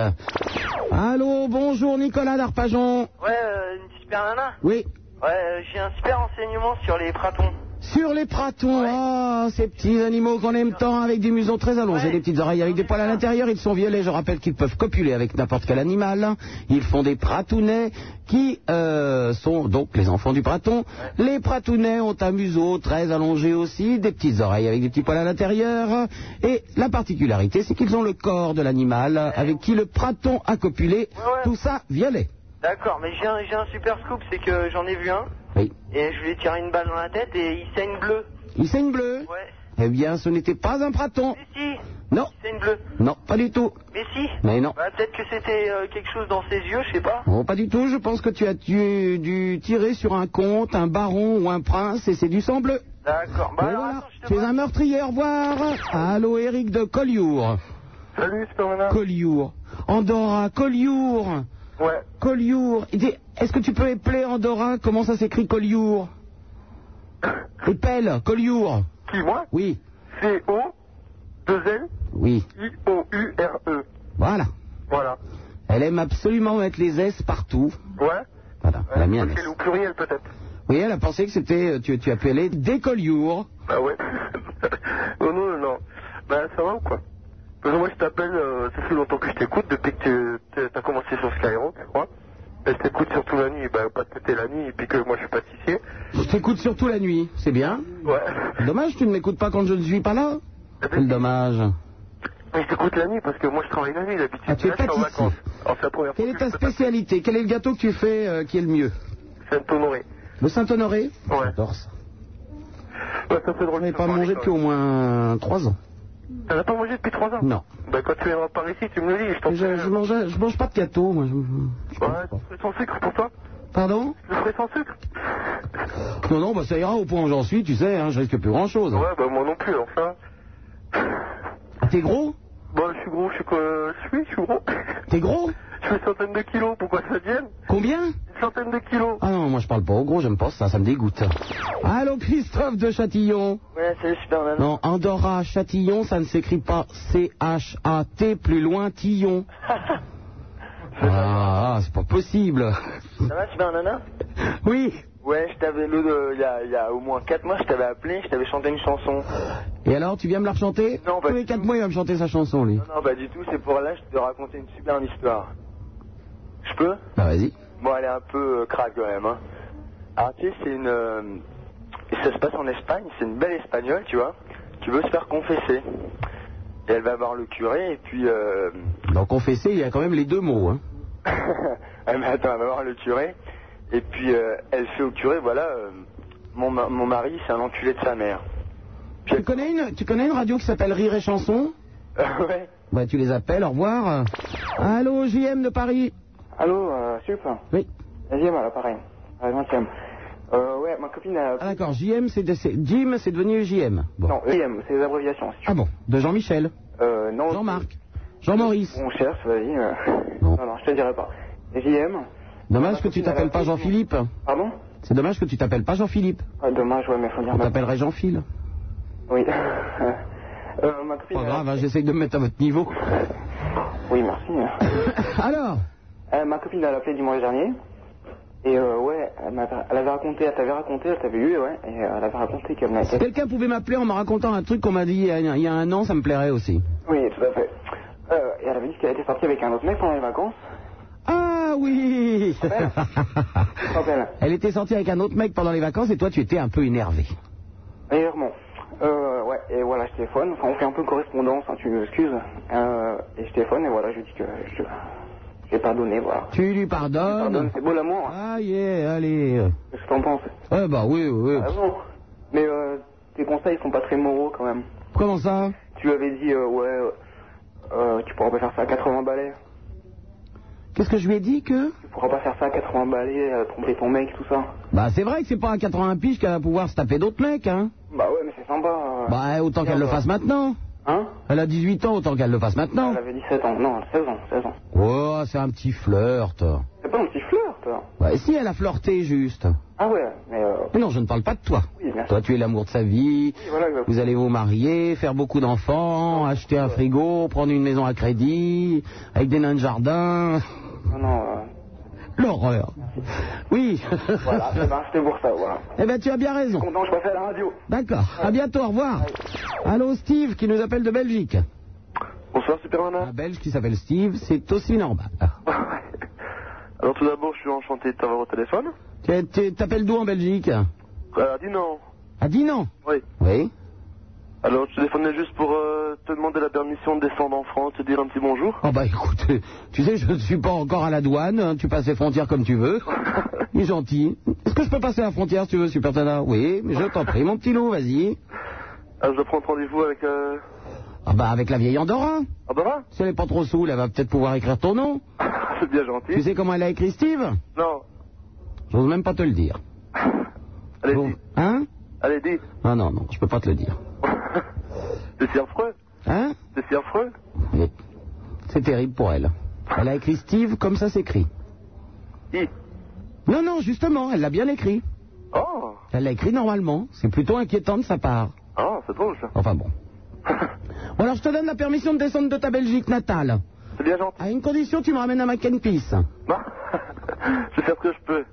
Speaker 2: Allô, bonjour Nicolas d'Arpajon.
Speaker 16: Ouais, euh, une super nana
Speaker 2: Oui,
Speaker 16: Ouais, euh, j'ai un super enseignement sur les pratons.
Speaker 2: sur les pratons. Oh, ces petits animaux qu'on aime tant avec des musons très allongés, des petites oreilles avec des poils à l'intérieur. Ils sont violets. Je rappelle qu'ils peuvent copuler avec n'importe quel animal. Ils font des pratounets qui euh, sont donc les enfants du praton. Les pratounets ont un museau très allongé aussi, des petites oreilles avec des petits poils à l'intérieur. Et la particularité, c'est qu'ils ont le corps de l'animal avec qui le praton a copulé. Tout ça violet.
Speaker 16: D'accord, mais j'ai un, j'ai un super scoop, c'est que j'en ai vu un.
Speaker 2: Oui.
Speaker 16: Et je lui ai tiré une balle dans la tête et il saigne bleu.
Speaker 2: Il saigne bleu.
Speaker 16: Ouais.
Speaker 2: Eh bien, ce n'était pas un praton.
Speaker 16: Si,
Speaker 2: Non.
Speaker 16: il saigne bleu.
Speaker 2: Non, pas du tout.
Speaker 16: Mais si.
Speaker 2: Mais non.
Speaker 16: Bah, peut-être que c'était euh, quelque chose dans ses yeux, je sais pas.
Speaker 2: Oh, pas du tout. Je pense que tu as tu- dû tirer sur un comte, un baron ou un prince et c'est du sang bleu.
Speaker 16: D'accord.
Speaker 11: Bah
Speaker 14: Bah,
Speaker 2: Mais voilà, tu es un meurtrier. Au revoir. Allô, Eric de Collioure.
Speaker 11: Salut, Superman.
Speaker 2: Collioure. Andorra, Collioure.
Speaker 11: Ouais.
Speaker 2: Collioure. Et dis, Est-ce que tu peux épeler Andorra Comment ça s'écrit Collioure Épelle, Collioure.
Speaker 11: Qui, moi
Speaker 2: Oui,
Speaker 11: C-O-2-L-I-O-U-R-E.
Speaker 2: oui. Voilà.
Speaker 11: Voilà.
Speaker 2: Elle aime absolument mettre les S partout.
Speaker 11: Ouais.
Speaker 2: Voilà, la mienne.
Speaker 11: C'est au pluriel, peut-être.
Speaker 2: Oui, elle a pensé que c'était, euh, tu, tu appelais des Collioures.
Speaker 11: Bah ouais. non, non, non, non. Bah, ça va ou quoi Parce que moi, je t'appelle, euh, ça fait longtemps que je t'écoute, depuis que tu as commencé sur Skyrock, je crois. Et je t'écoute surtout la nuit, bah, pas que t'es la nuit, et puis que moi, je suis pâtissier.
Speaker 2: Je t'écoute surtout la nuit, c'est bien.
Speaker 11: Ouais.
Speaker 2: Dommage, tu ne m'écoutes pas quand je ne suis pas là. Quel dommage.
Speaker 11: Mais je t'écoute la nuit, parce que moi, je travaille la nuit, d'habitude.
Speaker 2: Ah, tu es
Speaker 11: Là, je suis en
Speaker 2: pâtissier.
Speaker 11: vacances. Alors, c'est la première fois
Speaker 2: Quelle est ta spécialité Quel est le gâteau que tu fais euh, qui est le mieux
Speaker 11: que je t'honorer.
Speaker 2: Le Saint-Honoré
Speaker 11: Ouais.
Speaker 2: J'adore ça.
Speaker 11: Ouais, ça fait drôle.
Speaker 2: Je n'ai pas mangé depuis au moins 3 ans.
Speaker 11: T'en as pas mangé depuis 3 ans
Speaker 2: Non.
Speaker 11: Bah, quand tu viendras par ici, tu me le dis, je t'en
Speaker 2: Je, je, mange, je mange pas de gâteau, moi. je-
Speaker 11: Ouais, je ferai sans sucre pour toi.
Speaker 2: Pardon
Speaker 11: Je ferai sans sucre.
Speaker 2: Non, non, bah, ça ira au point où j'en suis, tu sais, hein, je risque plus grand-chose.
Speaker 11: Ouais, bah moi non plus, enfin.
Speaker 2: T'es gros
Speaker 11: Bah, je suis gros, je suis quoi Je suis, je suis gros.
Speaker 2: T'es gros
Speaker 11: Je fais une centaine de kilos, pourquoi ça vienne
Speaker 2: Combien
Speaker 11: Une centaine de kilos.
Speaker 2: Ah non, moi je parle pas au gros, j'aime pas ça, ça me dégoûte. Allô, Christophe de Châtillon
Speaker 16: Ouais, salut super nana.
Speaker 2: Non, Andorra, Châtillon, ça ne s'écrit pas C-H-A-T, plus loin, Tillon. Ah, ah, c'est pas possible.
Speaker 16: Ça va super nana
Speaker 2: Oui.
Speaker 16: Ouais, je t'avais le le- il y, a, il y a au moins 4 mois, je t'avais appelé, je t'avais chanté une chanson.
Speaker 2: Et alors, tu viens me la rechanter
Speaker 16: Non, pas
Speaker 2: Tous les quatre mois, il va me chanter sa chanson, lui.
Speaker 16: Non, pas du tout, c'est pour là, je te raconter une superbe histoire. Je peux
Speaker 2: Bah, vas-y.
Speaker 16: Bon, elle est un peu euh, crade quand même. Hein.
Speaker 17: Artis, c'est une. euh, ça se passe en Espagne, c'est une belle espagnole, tu vois, qui veut se faire confesser. Et elle va voir le curé, et puis. euh,
Speaker 2: Dans confesser, il y a quand même les deux mots. Hein.
Speaker 17: elle va attends, elle va voir le curé, et puis euh, elle fait au curé, voilà, euh, mon, ma- mon mari, c'est un enculé de sa mère.
Speaker 2: Tu, connais une, tu connais une radio qui s'appelle Rire et Chanson
Speaker 17: ouais.
Speaker 2: Bah, tu les appelles, au revoir. Allô, JM de Paris
Speaker 5: Allô, euh, Sup
Speaker 2: Oui.
Speaker 5: Deuxième à l'appareil. Euh, vingtième. Euh, ouais, ma copine a...
Speaker 2: Ah, d'accord, JM, c'est de- c'est- Jim, c'est devenu JM. Bon.
Speaker 5: Non, EM, c'est les abréviations.
Speaker 2: Ah bon, de Jean-Michel.
Speaker 5: Euh, non... Jean-Marc.
Speaker 2: Jean-Maurice.
Speaker 5: On cherche, vas-y. euh. Non, non, je te dirai pas. JM
Speaker 2: Dommage que tu t'appelles pas Jean-Philippe.
Speaker 5: Pardon
Speaker 2: C'est dommage que tu t'appelles pas Jean-Philippe.
Speaker 5: Ah, dommage, ouais, mais faut dire...
Speaker 2: On t'appellerait Jean-Phil.
Speaker 5: Oui. euh, ma copine...
Speaker 2: Pas grave, hein, j'essaye de me mettre à votre niveau.
Speaker 5: Oui, merci. hein.
Speaker 2: Alors
Speaker 5: Euh, Ma copine, elle a appelé dimanche dernier. Et euh, ouais, elle, m'avait- elle avait raconté, elle t'avait raconté, elle t'avait eu, ouais. Et euh, elle avait raconté qu'elle venait...
Speaker 2: Si quelqu'un pouvait m'appeler en me racontant un truc qu'on m'a dit il y, a, il y a un an, ça me plairait aussi.
Speaker 5: Oui, tout à fait. Euh, et elle avait dit qu'elle était sortie avec un autre mec pendant les vacances.
Speaker 2: Ah oui Elle était sortie avec un autre mec pendant les vacances et toi tu étais un peu énervé.
Speaker 5: D'ailleurs, bon. Euh, ouais, et voilà, je téléphone. Enfin, on fait un peu correspondance, hein, tu m'excuses. Euh, et je téléphone, et voilà, je lui dis que je, je l'ai pardonné, voilà.
Speaker 2: Tu lui pardonnes
Speaker 5: Pardonne, c'est beau l'amour.
Speaker 2: Ah yeah, allez.
Speaker 5: Qu'est-ce que t'en penses
Speaker 2: Ah bah oui, oui.
Speaker 5: Ah bon Mais euh, tes conseils sont pas très moraux, quand même.
Speaker 2: Comment ça
Speaker 5: Tu lui avais dit, euh, ouais, euh, tu pourras pas faire ça à 80 balais.
Speaker 2: Qu'est-ce que je lui ai dit que
Speaker 5: Tu pourras pas faire ça à 80 balais, euh, tromper ton mec, tout ça.
Speaker 2: Bah c'est vrai que c'est pas à 80 piges qu'elle va pouvoir se taper d'autres mecs, hein.
Speaker 5: Bah ouais, mais c'est sympa. euh.
Speaker 2: Bah autant qu'elle le fasse maintenant.
Speaker 5: Hein
Speaker 2: Elle a 18 ans, autant qu'elle le fasse maintenant.
Speaker 5: Elle avait 17 ans, non, 16 ans, 16 ans.
Speaker 2: Oh, c'est un petit flirt.
Speaker 5: C'est pas un petit flirt. hein.
Speaker 2: Bah si, elle a flirté juste.
Speaker 5: Ah ouais, mais euh,
Speaker 2: Mais non, je ne parle pas de toi.
Speaker 5: Oui, bien sûr.
Speaker 2: toi, tu es l'amour de sa vie.
Speaker 5: voilà, exactement.
Speaker 2: Vous allez vous marier, faire beaucoup d'enfants, acheter un frigo, prendre une maison à crédit, avec des nains de jardin.
Speaker 5: non, non, euh,
Speaker 2: L'horreur. Oui.
Speaker 5: voilà, eh ben, c'était pour ça, voilà.
Speaker 2: Eh ben, tu as bien raison.
Speaker 5: Content, je passais à la radio.
Speaker 2: D'accord. À bientôt. Au revoir. Allô, Steve, qui nous appelle de Belgique.
Speaker 11: Bonsoir Superman.
Speaker 5: Ah.
Speaker 2: Un Belge qui s'appelle Steve, c'est aussi normal.
Speaker 17: Ah, bah.
Speaker 11: Alors tout d'abord, je suis enchanté de t'avoir au téléphone.
Speaker 2: Tu- Tu t'appelles d'où en Belgique
Speaker 11: Euh, dis non.
Speaker 2: À Dinan.
Speaker 11: Oui.
Speaker 2: Oui.
Speaker 11: Alors je téléphonais juste pour euh, te demander la permission de descendre en France, te dire un petit bonjour.
Speaker 2: Oh bah écoute, euh, tu sais, je ne suis pas encore à la douane, hein, tu passes les frontières comme tu veux. Il est gentil. Est-ce que je peux passer la frontière si tu veux, Super Tana Oui, mais je t'en prie, mon petit loup, vas-y.
Speaker 11: Alors, je dois prendre rendez-vous avec... Euh...
Speaker 2: Ah bah avec la vieille Andorra.
Speaker 11: Ah bah voilà.
Speaker 2: Si elle n'est pas trop saoule, elle va peut-être pouvoir écrire ton nom.
Speaker 11: C'est bien gentil.
Speaker 2: Tu sais comment elle a écrit Steve
Speaker 11: Non.
Speaker 2: J'ose même pas te le dire.
Speaker 11: Allez,
Speaker 2: Bon.
Speaker 11: dis.
Speaker 2: Hein
Speaker 11: Allez, dis.
Speaker 2: Ah non, non, je peux pas te le dire.
Speaker 11: C'est si affreux.
Speaker 2: Hein
Speaker 11: C'est si affreux.
Speaker 2: Mais C'est terrible pour elle. Elle a écrit Steve comme ça s'écrit.
Speaker 11: I.
Speaker 2: Non, non, justement, elle l'a bien écrit.
Speaker 11: Oh.
Speaker 2: Elle l'a écrit normalement. C'est plutôt inquiétant de sa part.
Speaker 11: Ah, c'est drôle ça.
Speaker 2: Enfin bon. Bon, alors je te donne la permission de descendre de ta Belgique natale.
Speaker 11: C'est bien gentil.
Speaker 2: À une condition, tu me ramènes à ma Kenpis.
Speaker 11: Bah, je vais faire ce que je peux.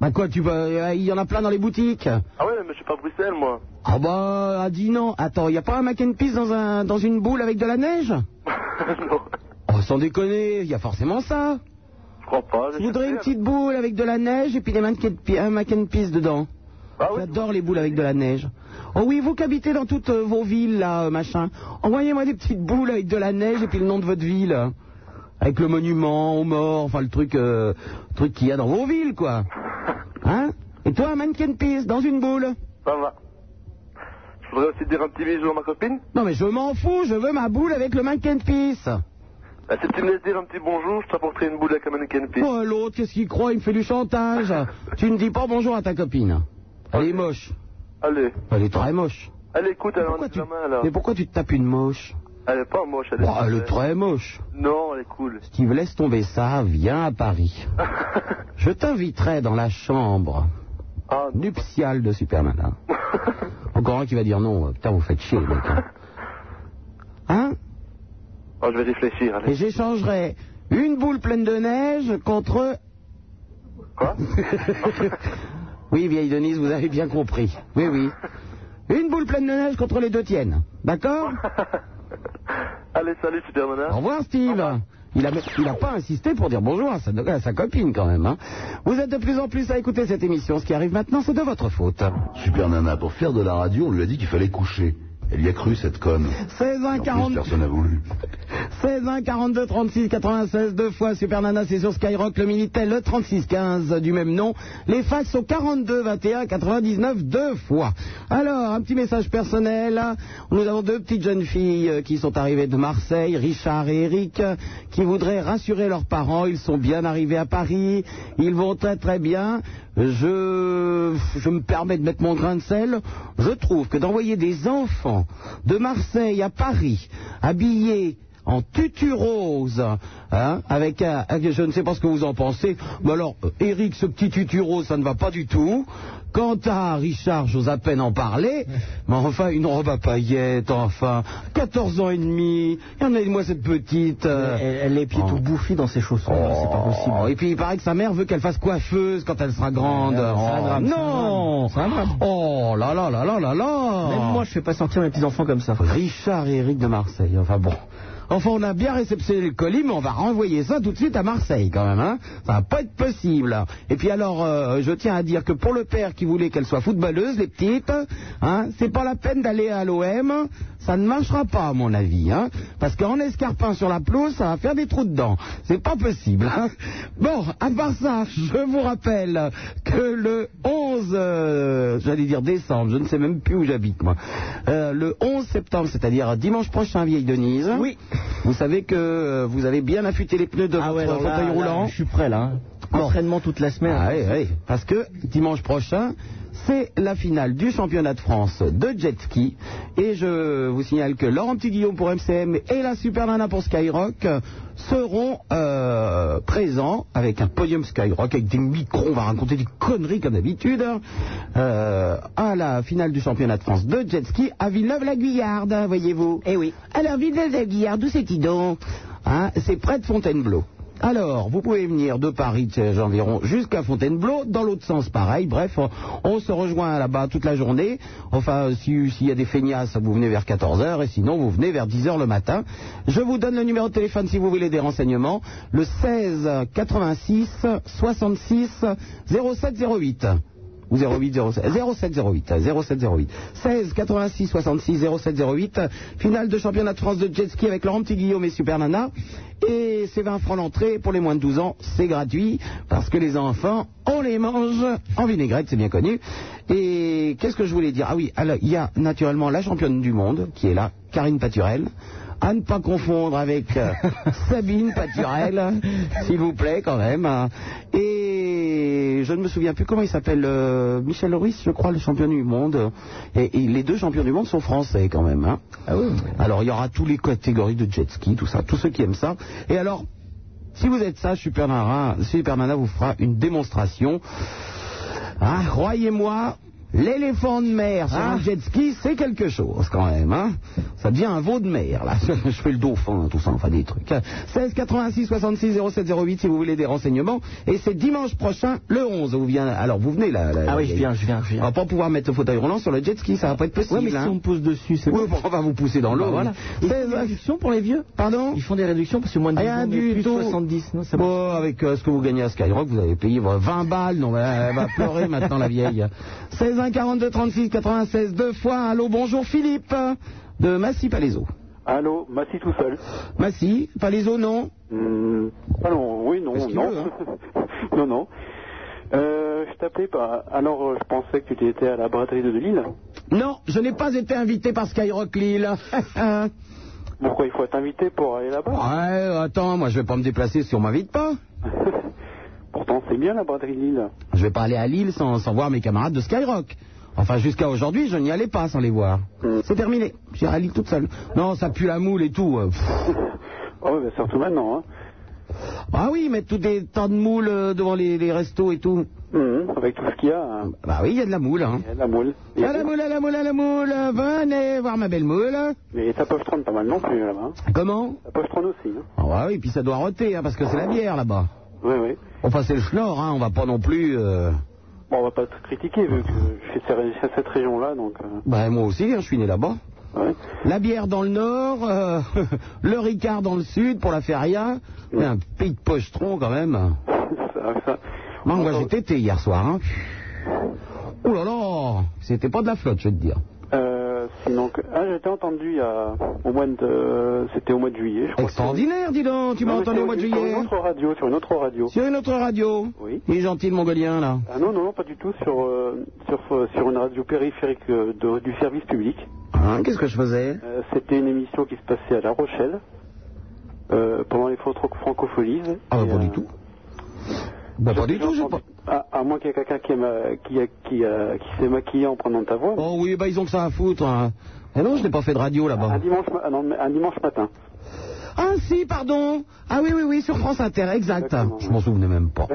Speaker 2: Bah quoi, tu vas- euh, Il y en a plein dans les boutiques.
Speaker 11: Ah ouais, mais je suis pas à Bruxelles, moi.
Speaker 2: Ah bah, à Dinan. Attends, il n'y a pas un mac and Peace dans, un, dans une boule avec de la neige
Speaker 11: non,
Speaker 2: Oh, sans déconner, il y a forcément ça.
Speaker 11: je crois pas.
Speaker 2: Je voudrais une petite boule avec de la neige et puis des mac and Peace- un mac and Peace dedans.
Speaker 11: Bah
Speaker 2: Ah J'adore les boules avec de la neige. Oh oui, vous qui habitez dans toutes euh, vos villes, là, euh, machin, envoyez-moi des petites boules avec de la neige et puis le nom de votre ville. Avec le monument aux morts, enfin le truc, euh, truc qu'il y a dans vos villes, quoi. Hein Et toi, un mannequin pisse dans une boule
Speaker 11: Ça va. Je voudrais aussi dire un petit bisou à ma copine.
Speaker 2: Non mais je m'en fous, je veux ma boule avec le mannequin pisse.
Speaker 11: Bah, si tu me laisses dire un petit bonjour, je t'apporterai une boule avec un mannequin pis.
Speaker 2: Oh, l'autre, qu'est-ce qu'il croit Il me fait du chantage. tu ne dis pas bonjour à ta copine. Elle est moche.
Speaker 11: Allez,
Speaker 2: Elle est très moche.
Speaker 11: allez, écoute, alors, on est la main, alors.
Speaker 2: Mais pourquoi tu te tapes une moche
Speaker 11: Elle est pas moche, elle est...
Speaker 2: Oh, elle est très moche.
Speaker 11: Non, elle est cool.
Speaker 2: Steve, laisse tomber ça, viens à Paris. Je t'inviterai dans la chambre
Speaker 11: Ah,
Speaker 2: nuptiale de Superman. hein. Encore un qui va dire non, euh, putain, vous faites chier, les mecs, hein. Hein
Speaker 11: Oh, je vais réfléchir,
Speaker 2: Et
Speaker 11: allez.
Speaker 2: j'échangerai une boule pleine de neige contre.
Speaker 11: Quoi
Speaker 2: oui, vieille Denise, vous avez bien compris. Oui, oui. Une boule pleine de neige contre les deux tiennes. D'accord
Speaker 11: Allez, salut, Superman.
Speaker 2: Au revoir, Steve. Il n'a pas insisté pour dire bonjour à sa, à sa copine quand même. hein. Vous êtes de plus en plus à écouter cette émission. Ce qui arrive maintenant, c'est de votre faute.
Speaker 4: Super Nana, pour faire de la radio, on lui a dit qu'il fallait coucher. Elle y a cru, cette conne.
Speaker 2: 16 1
Speaker 4: En plus,
Speaker 2: 40
Speaker 4: personne n'a voulu.
Speaker 2: 16 1 42 36 96 deux fois Super Nana c'est sur Skyrock le Minitel le 36 15 du même nom les fax sont 42 21 99 deux fois alors un petit message personnel nous avons deux petites jeunes filles euh, qui sont arrivées de Marseille Richard et Eric euh, qui voudraient rassurer leurs parents ils sont bien arrivés à Paris ils vont très très bien je, je me permets de mettre mon grain de sel, je trouve que d'envoyer des enfants de Marseille à Paris, habillés en tutu rose, hein, avec un, un- je ne sais pas ce que vous en pensez, mais alors, euh, Eric, ce petit tutu rose, ça ne va pas du tout. Quant à Richard, j'ose à peine en parler, mais enfin, une robe à paillettes, enfin, 14 ans et demi, regardez-moi cette petite... euh,
Speaker 8: Elle, elle les pieds tout bouffi dans ses chaussons, c'est pas possible.
Speaker 2: Oh, et puis il paraît que sa mère veut qu'elle fasse coiffeuse quand elle sera grande.
Speaker 8: Ouais, ouais, c'est un
Speaker 2: Oh,
Speaker 8: drame, c'est un
Speaker 2: non Oh là là là là là là
Speaker 8: Même moi, je fais pas sortir mes petits-enfants comme ça.
Speaker 2: Richard et Eric de Marseille, enfin bon. Enfin, on a bien réceptionné le colis, mais on va renvoyer ça tout de suite à Marseille quand même. Hein ça va pas être possible. Et puis alors, euh, je tiens à dire que pour le père qui voulait qu'elle soit footballeuse, les petites, hein, c'est pas la peine d'aller à l'OM. Ça ne marchera pas, à mon avis. Hein parce qu'en escarpin sur la pelouse, ça va faire des trous dedans. C'est pas possible. hein. bon, à part ça, je vous rappelle que le 11, euh, j'allais dire décembre, je ne sais même plus où j'habite moi, Euh, le 11 septembre, c'est-à-dire dimanche prochain, vieille Denise. Oui. Vous savez que euh, vous avez bien affûté les pneus de votre
Speaker 8: Ah alors là,
Speaker 2: fauteuil
Speaker 8: là,
Speaker 2: roulant.
Speaker 8: je suis prêt là. hein. Entraînement toute la semaine.
Speaker 2: Ah oui, oui. Parce que dimanche prochain, c'est la finale du championnat de France de jet ski. Et je vous signale que Laurent Petit-Guillaume pour MCM et la Super Nana pour Skyrock euh, seront euh, présents avec un podium Skyrock, avec des micros, on va raconter des conneries comme d'habitude, euh, à la finale du championnat de France de jet ski à Villeneuve-la-Guillarde, hein, voyez-vous. Eh oui. Alors, Villeneuve-la-Guillarde, où c'est-il donc Hein, C'est près de Fontainebleau. Alors, vous pouvez venir de Paris, tiens, environ, jusqu'à Fontainebleau, dans l'autre sens, pareil. Bref, on, on se rejoint là-bas toute la journée. Enfin, si- s'il y a des feignasses, vous venez vers 14h, et sinon, vous venez vers 10h le matin. Je vous donne le numéro de téléphone si vous voulez des renseignements. Le 16 86 66 0708. Ou 08 07 0708 0708 16 86 66 0708 finale de championnat de France de jet ski avec Laurent Petit Guillaume et Super Nana et c'est 20 francs l'entrée pour les moins de 12 ans c'est gratuit parce que les enfants on les mange en vinaigrette c'est bien connu et qu'est-ce que je voulais dire ah oui alors il y a naturellement la championne du monde qui est là Karine Paturel à ne pas confondre avec euh, Sabine Paturel, s'il vous plaît, quand même. hein. Et je ne me souviens plus comment il s'appelle, euh, Michel Ruiz, je crois, le champion du monde. Et, et les deux champions du monde sont français, quand même. hein. Alors, il y aura toutes les catégories de jet ski, tout ça, tous ceux qui aiment ça. Et alors, si vous êtes sage, Super Nana, Super Nana vous fera une démonstration. Ah, croyez-moi, l'éléphant de mer sur
Speaker 8: Hein
Speaker 2: un jet ski, c'est quelque chose quand même. Hein ça devient un veau de mer, là. Je fais le dauphin, tout ça, enfin des trucs. hein. 16 86 66 07 08 si vous voulez des renseignements. Et c'est dimanche prochain, le 11. Vous viens, alors vous venez là. là-
Speaker 8: Ah oui,
Speaker 2: là-
Speaker 8: je viens, je viens, je
Speaker 2: On
Speaker 8: viens.
Speaker 2: va pas pouvoir mettre le fauteuil roulant sur le jet ski, ça va pas être possible.
Speaker 8: Ouais, mais
Speaker 2: hein.
Speaker 8: si on me pose dessus, c'est
Speaker 2: Oui,
Speaker 8: bon.
Speaker 2: bon, on va vous pousser dans l'eau.
Speaker 8: Bah voilà. Ils font
Speaker 2: 16
Speaker 8: des réductions pour les vieux
Speaker 2: Pardon
Speaker 8: Ils font des réductions parce que moins de 10
Speaker 2: Rien
Speaker 8: ans, mais
Speaker 2: du
Speaker 8: plus de
Speaker 2: tout.
Speaker 8: 70, non, ça va.
Speaker 2: Bon, avec euh, ce que vous gagnez à Skyrock, vous avez payé vos 20 balles. Non, elle, elle va pleurer maintenant, la vieille. 16 1 42 36 96 deux fois. Allô, bonjour Philippe de Massy Palaiso.
Speaker 18: Allô, Massy tout seul.
Speaker 2: Massy, Palaiso, non
Speaker 18: Hmm, allons, oui, non,
Speaker 2: Est-ce qu'il
Speaker 18: non.
Speaker 2: veut,
Speaker 18: non, non. Euh, je t'appelais pas. Alors, euh, je pensais que tu étais à la braderie de Lille.
Speaker 2: Non, je n'ai pas été invité par Skyrock Lille. Hein. ouais,
Speaker 18: Pourquoi il faut t'inviter pour aller là-bas
Speaker 2: attends, moi je vais pas me déplacer si on m'invite pas.
Speaker 18: Pourtant, c'est bien la braderie de Lille.
Speaker 2: Je vais pas aller à Lille sans, sans voir mes camarades de Skyrock. Enfin, jusqu'à aujourd'hui, je n'y allais pas sans les voir. C'est terminé. J'irai à Lille toute seule. Non, ça pue la moule et tout. euh, pff.
Speaker 18: Oh, ben, surtout maintenant. Hein.
Speaker 2: Ah oui, mettre tous des tas de moules euh, devant les, les restos et tout.
Speaker 18: Hmm, avec tout ce qu'il y a. hein.
Speaker 2: Bah oui, il y a de la moule. Hein.
Speaker 18: Il y a de la moule. Et-
Speaker 5: Ah,
Speaker 2: À la moule, à la moule, à la moule, venez voir ma belle moule.
Speaker 18: Mais ta poche trône pas mal non plus là-bas. hein.
Speaker 2: Comment
Speaker 18: Ta poche trône aussi. Hein.
Speaker 2: Ah bah oui, puis ça doit roter, hein, parce que c'est la bière là-bas.
Speaker 18: Oui, oui.
Speaker 2: Enfin, c'est le schnorr, hein, on va pas non plus... euh,
Speaker 18: Bon, on va pas te critiquer vu que je suis de cette région-là, donc. euh,
Speaker 2: Bah moi aussi, hein, je suis né là-bas. La bière dans le nord, euh, le Ricard dans le sud pour la feria. C'est un pays de pochetron quand même. Moi, moi, j'ai tété hier soir. Hein. Oh là là C'était pas de la flotte, je vais te dire.
Speaker 5: Euh, sinon, que- ah, j'étais entendu il y a, au mois de, c'était au mois de juillet, je crois.
Speaker 2: Extraordinaire, dis donc Tu m'as
Speaker 5: Non, mais
Speaker 2: entendu
Speaker 5: sur
Speaker 2: au mois de
Speaker 5: une- Sur
Speaker 2: juillet
Speaker 5: une autre radio, sur une autre radio.
Speaker 2: Sur une autre radio
Speaker 5: Oui.
Speaker 2: Il est gentil le mongolien, là.
Speaker 5: Ah non, non, non, pas du tout, sur, euh, sur, euh, sur une radio périphérique euh, de- du service public.
Speaker 2: Hein, Qu'est-ce que je faisais
Speaker 5: Euh, C'était une émission qui se passait à La Rochelle, euh, pendant les franco francopholies.
Speaker 2: Ah, bah,
Speaker 5: Et,
Speaker 2: pas
Speaker 5: euh,
Speaker 2: du tout. Bah, pas du tout, j'ai pas...
Speaker 5: À, à moins qu'il y ait quelqu'un qui, est ma- qui, a- qui, a- qui s'est maquillé en prenant ta voix.
Speaker 2: Oh oui, bah ils ont que ça à foutre. hein. Ah non, je n'ai pas fait de radio là-bas.
Speaker 5: Un dimanche, ma- ah non, mais un dimanche matin.
Speaker 2: Ah si, pardon. Ah oui, oui, oui, sur France Inter, exact. Je m'en souvenais même pas.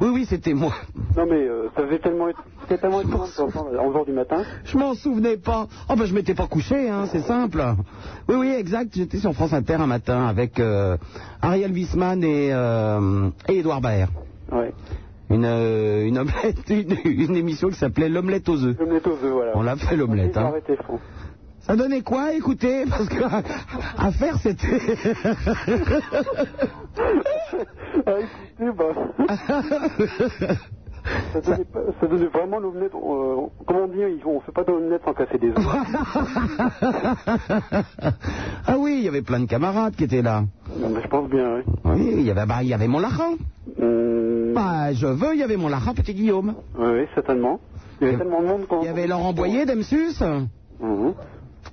Speaker 2: oui, oui, c'était moi.
Speaker 5: Non mais euh, ça faisait tellement, c'était tellement étonnant de t'entendre à 11h du matin.
Speaker 2: Je m'en souvenais pas. Oh ben je m'étais pas couché, hein, c'est simple. Oui, oui, exact. J'étais sur France Inter un matin avec euh, Ariel Wiesman et, euh, et Edouard Baer.
Speaker 5: Ouais.
Speaker 2: Une, euh, une, omelette, une, une émission qui s'appelait L'omelette aux œufs.
Speaker 5: L'omelette aux œufs, voilà.
Speaker 2: On l'a fait l'omelette. Hein.
Speaker 5: Arrêtez, Franck.
Speaker 2: Ça donnait quoi Écoutez, parce que à, à faire c'était.
Speaker 5: Ça donnait, pas- ça donnait vraiment l'omelette. euh, comment dire, ils- on fait pas d'omelette sans casser des œufs.
Speaker 2: ah oui, il y avait plein de camarades qui étaient là.
Speaker 5: Non, mais je pense bien, Hum, oui.
Speaker 2: Oui, il y avait, bah, il y avait mon Laran. Bah, je veux, il y avait mon Laran, petit Guillaume.
Speaker 5: Oui, oui, certainement. Il y avait tellement de monde qu'on.
Speaker 2: Il y avait Laurent Boyer, Demsus.
Speaker 5: Mhm.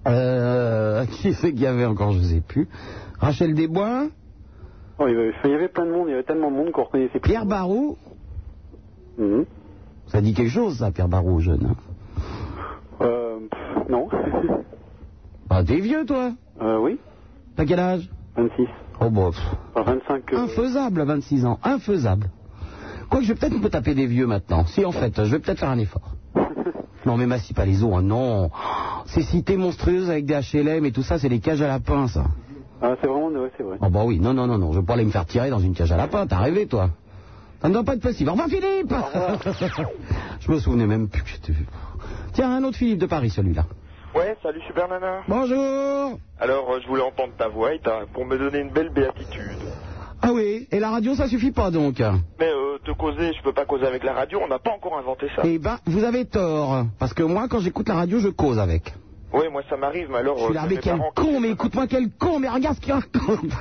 Speaker 2: Euh, qui c'est qu'il y avait encore, je sais plus. Rachel Desbois,
Speaker 5: Oh, il, y avait, il y avait plein de monde, il y avait tellement de monde qu'on reconnaissait plus.
Speaker 2: Pierre Barou.
Speaker 5: Mhm.
Speaker 2: Ça dit quelque chose, ça, Pierre Barou, jeune. hein.
Speaker 5: Euh, pff, non.
Speaker 2: Bah, t'es vieux, toi.
Speaker 5: euh, oui,
Speaker 2: T'as quel âge
Speaker 5: 26.
Speaker 2: Oh, bof.
Speaker 5: Enfin, 25. euh,
Speaker 2: Infaisable à 26 ans, infaisable. Quoique je vais peut-être me taper des vieux maintenant. Si en fait, je vais peut-être faire un effort. Non mais m'assis pas les os, hein, non. Ces cités monstrueuses avec des HLM et tout ça, c'est des cages à lapins ça.
Speaker 5: Ah, c'est vraiment, ouais, c'est vrai.
Speaker 2: Oh bah oui, non, non, non, non, je veux pas aller me faire tirer dans une cage à lapins, t'as rêvé toi. Ça ne doit pas être possible. Au revoir Philippe Je me souvenais même plus que j'étais... Tiens, un autre Philippe de Paris celui-là.
Speaker 14: Ouais, salut Super Nana.
Speaker 2: Bonjour
Speaker 14: Alors, euh, je voulais entendre ta voix et t'as- pour me donner une belle béatitude.
Speaker 2: Ah oui, et la radio ça suffit pas donc
Speaker 14: Mais euh, te causer, je peux pas causer avec la radio, on n'a pas encore inventé ça.
Speaker 2: Eh ben, vous avez tort, parce que moi quand j'écoute la radio, je cause avec.
Speaker 14: Ouais, moi ça m'arrive, mais alors.
Speaker 2: Je suis là,
Speaker 14: euh,
Speaker 2: mais
Speaker 14: mes
Speaker 2: quel
Speaker 14: parents-
Speaker 2: con, mais écoute-moi, quel con, mais regarde ce qu'il raconte.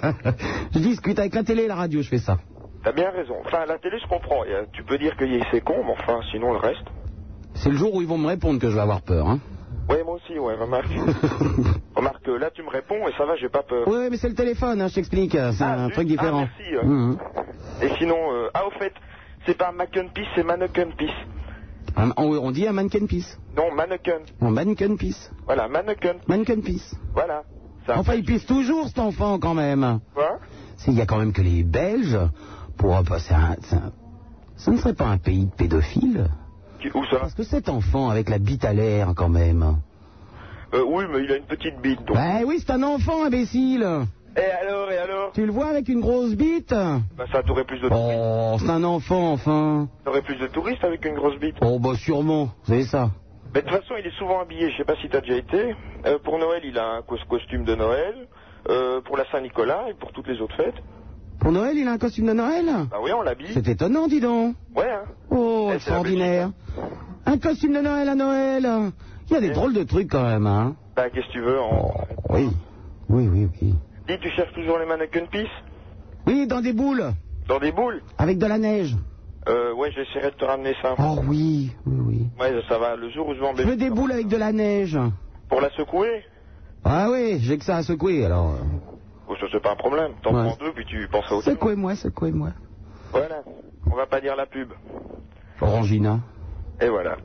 Speaker 2: je discute avec la télé et la radio, je fais ça.
Speaker 14: T'as bien raison. Enfin, la télé, je comprends. Et, euh, tu peux dire que y- c'est con, mais enfin, sinon le reste.
Speaker 2: C'est le jour où ils vont me répondre que je vais avoir peur. Hein.
Speaker 14: Ouais, moi aussi, ouais, remarque. remarque, euh, là tu me réponds et ça va, j'ai pas peur.
Speaker 2: Ouais, mais c'est le téléphone, hein, je t'explique, euh, c'est un truc différent.
Speaker 14: merci, euh.
Speaker 2: Mhm.
Speaker 14: Et sinon, euh, ah, au fait, c'est pas Mackenpiece, c'est Mannequinpiece.
Speaker 2: Un- on, on dit un mannequin pisse.
Speaker 14: Non, Mannequin.
Speaker 2: Un mannequin pisse.
Speaker 14: Voilà, Mannequin.
Speaker 2: Mannequin pisse.
Speaker 14: Voilà. Ça-
Speaker 2: Enfin, il pisse toujours cet enfant quand même.
Speaker 14: Quoi
Speaker 2: S'il y a quand même que les Belges pour. bah, c'est un- c'est un- ça ne serait pas un pays de pédophiles
Speaker 14: Qui- Où ça
Speaker 2: Parce que cet enfant avec la bite à l'air quand même.
Speaker 14: Euh, Oui, mais il a une petite bite, donc.
Speaker 2: Bah oui, c'est un enfant, imbécile
Speaker 14: Et alors, et alors
Speaker 2: Tu le vois avec une grosse bite
Speaker 14: Bah, ça t'aurait plus de touristes.
Speaker 2: Oh, c'est un enfant, enfin.
Speaker 14: T'aurais plus de touristes avec une grosse bite.
Speaker 2: Oh, bah sûrement, c'est ça.
Speaker 14: Mais de toute façon, il est souvent habillé. Je sais pas si t'as déjà été. Euh, pour Noël, il a un cos- costume de Noël. Euh, pour la Saint-Nicolas et pour toutes les autres fêtes.
Speaker 2: Pour Noël, il a un costume de Noël
Speaker 14: Bah oui, on l'habille.
Speaker 2: C'est étonnant, dis donc.
Speaker 14: Ouais, hein.
Speaker 2: Oh,
Speaker 14: Eh, c'est la
Speaker 2: extraordinaire. Un costume de Noël à Noël. Il y a des drôles de trucs quand même, hein.
Speaker 14: Bah, qu'est-ce que tu veux en...
Speaker 2: Oh, Oui. Oui, oui, oui.
Speaker 14: Dis, tu cherches toujours les mannequins pisse
Speaker 2: Oui, dans des boules,
Speaker 14: Dans des boules
Speaker 2: avec de la neige.
Speaker 14: Euh, ouais, j'essaierai de te ramener ça.
Speaker 2: Oh oui, oui, oui.
Speaker 14: Ouais, ça va. Le jour où je vais en
Speaker 2: Je veux
Speaker 14: Belgique.
Speaker 2: des boules avec de la neige.
Speaker 14: Pour la secouer
Speaker 2: Ah oui, j'ai que ça à secouer, alors. euh,
Speaker 14: Oh, ça, c'est pas un problème. T'en
Speaker 2: Ouais.
Speaker 14: prends deux, puis tu penses à autre chose.
Speaker 2: Secouez-moi, secouez-moi.
Speaker 14: Voilà. On va pas dire la pub.
Speaker 2: Orangina.
Speaker 14: Et voilà.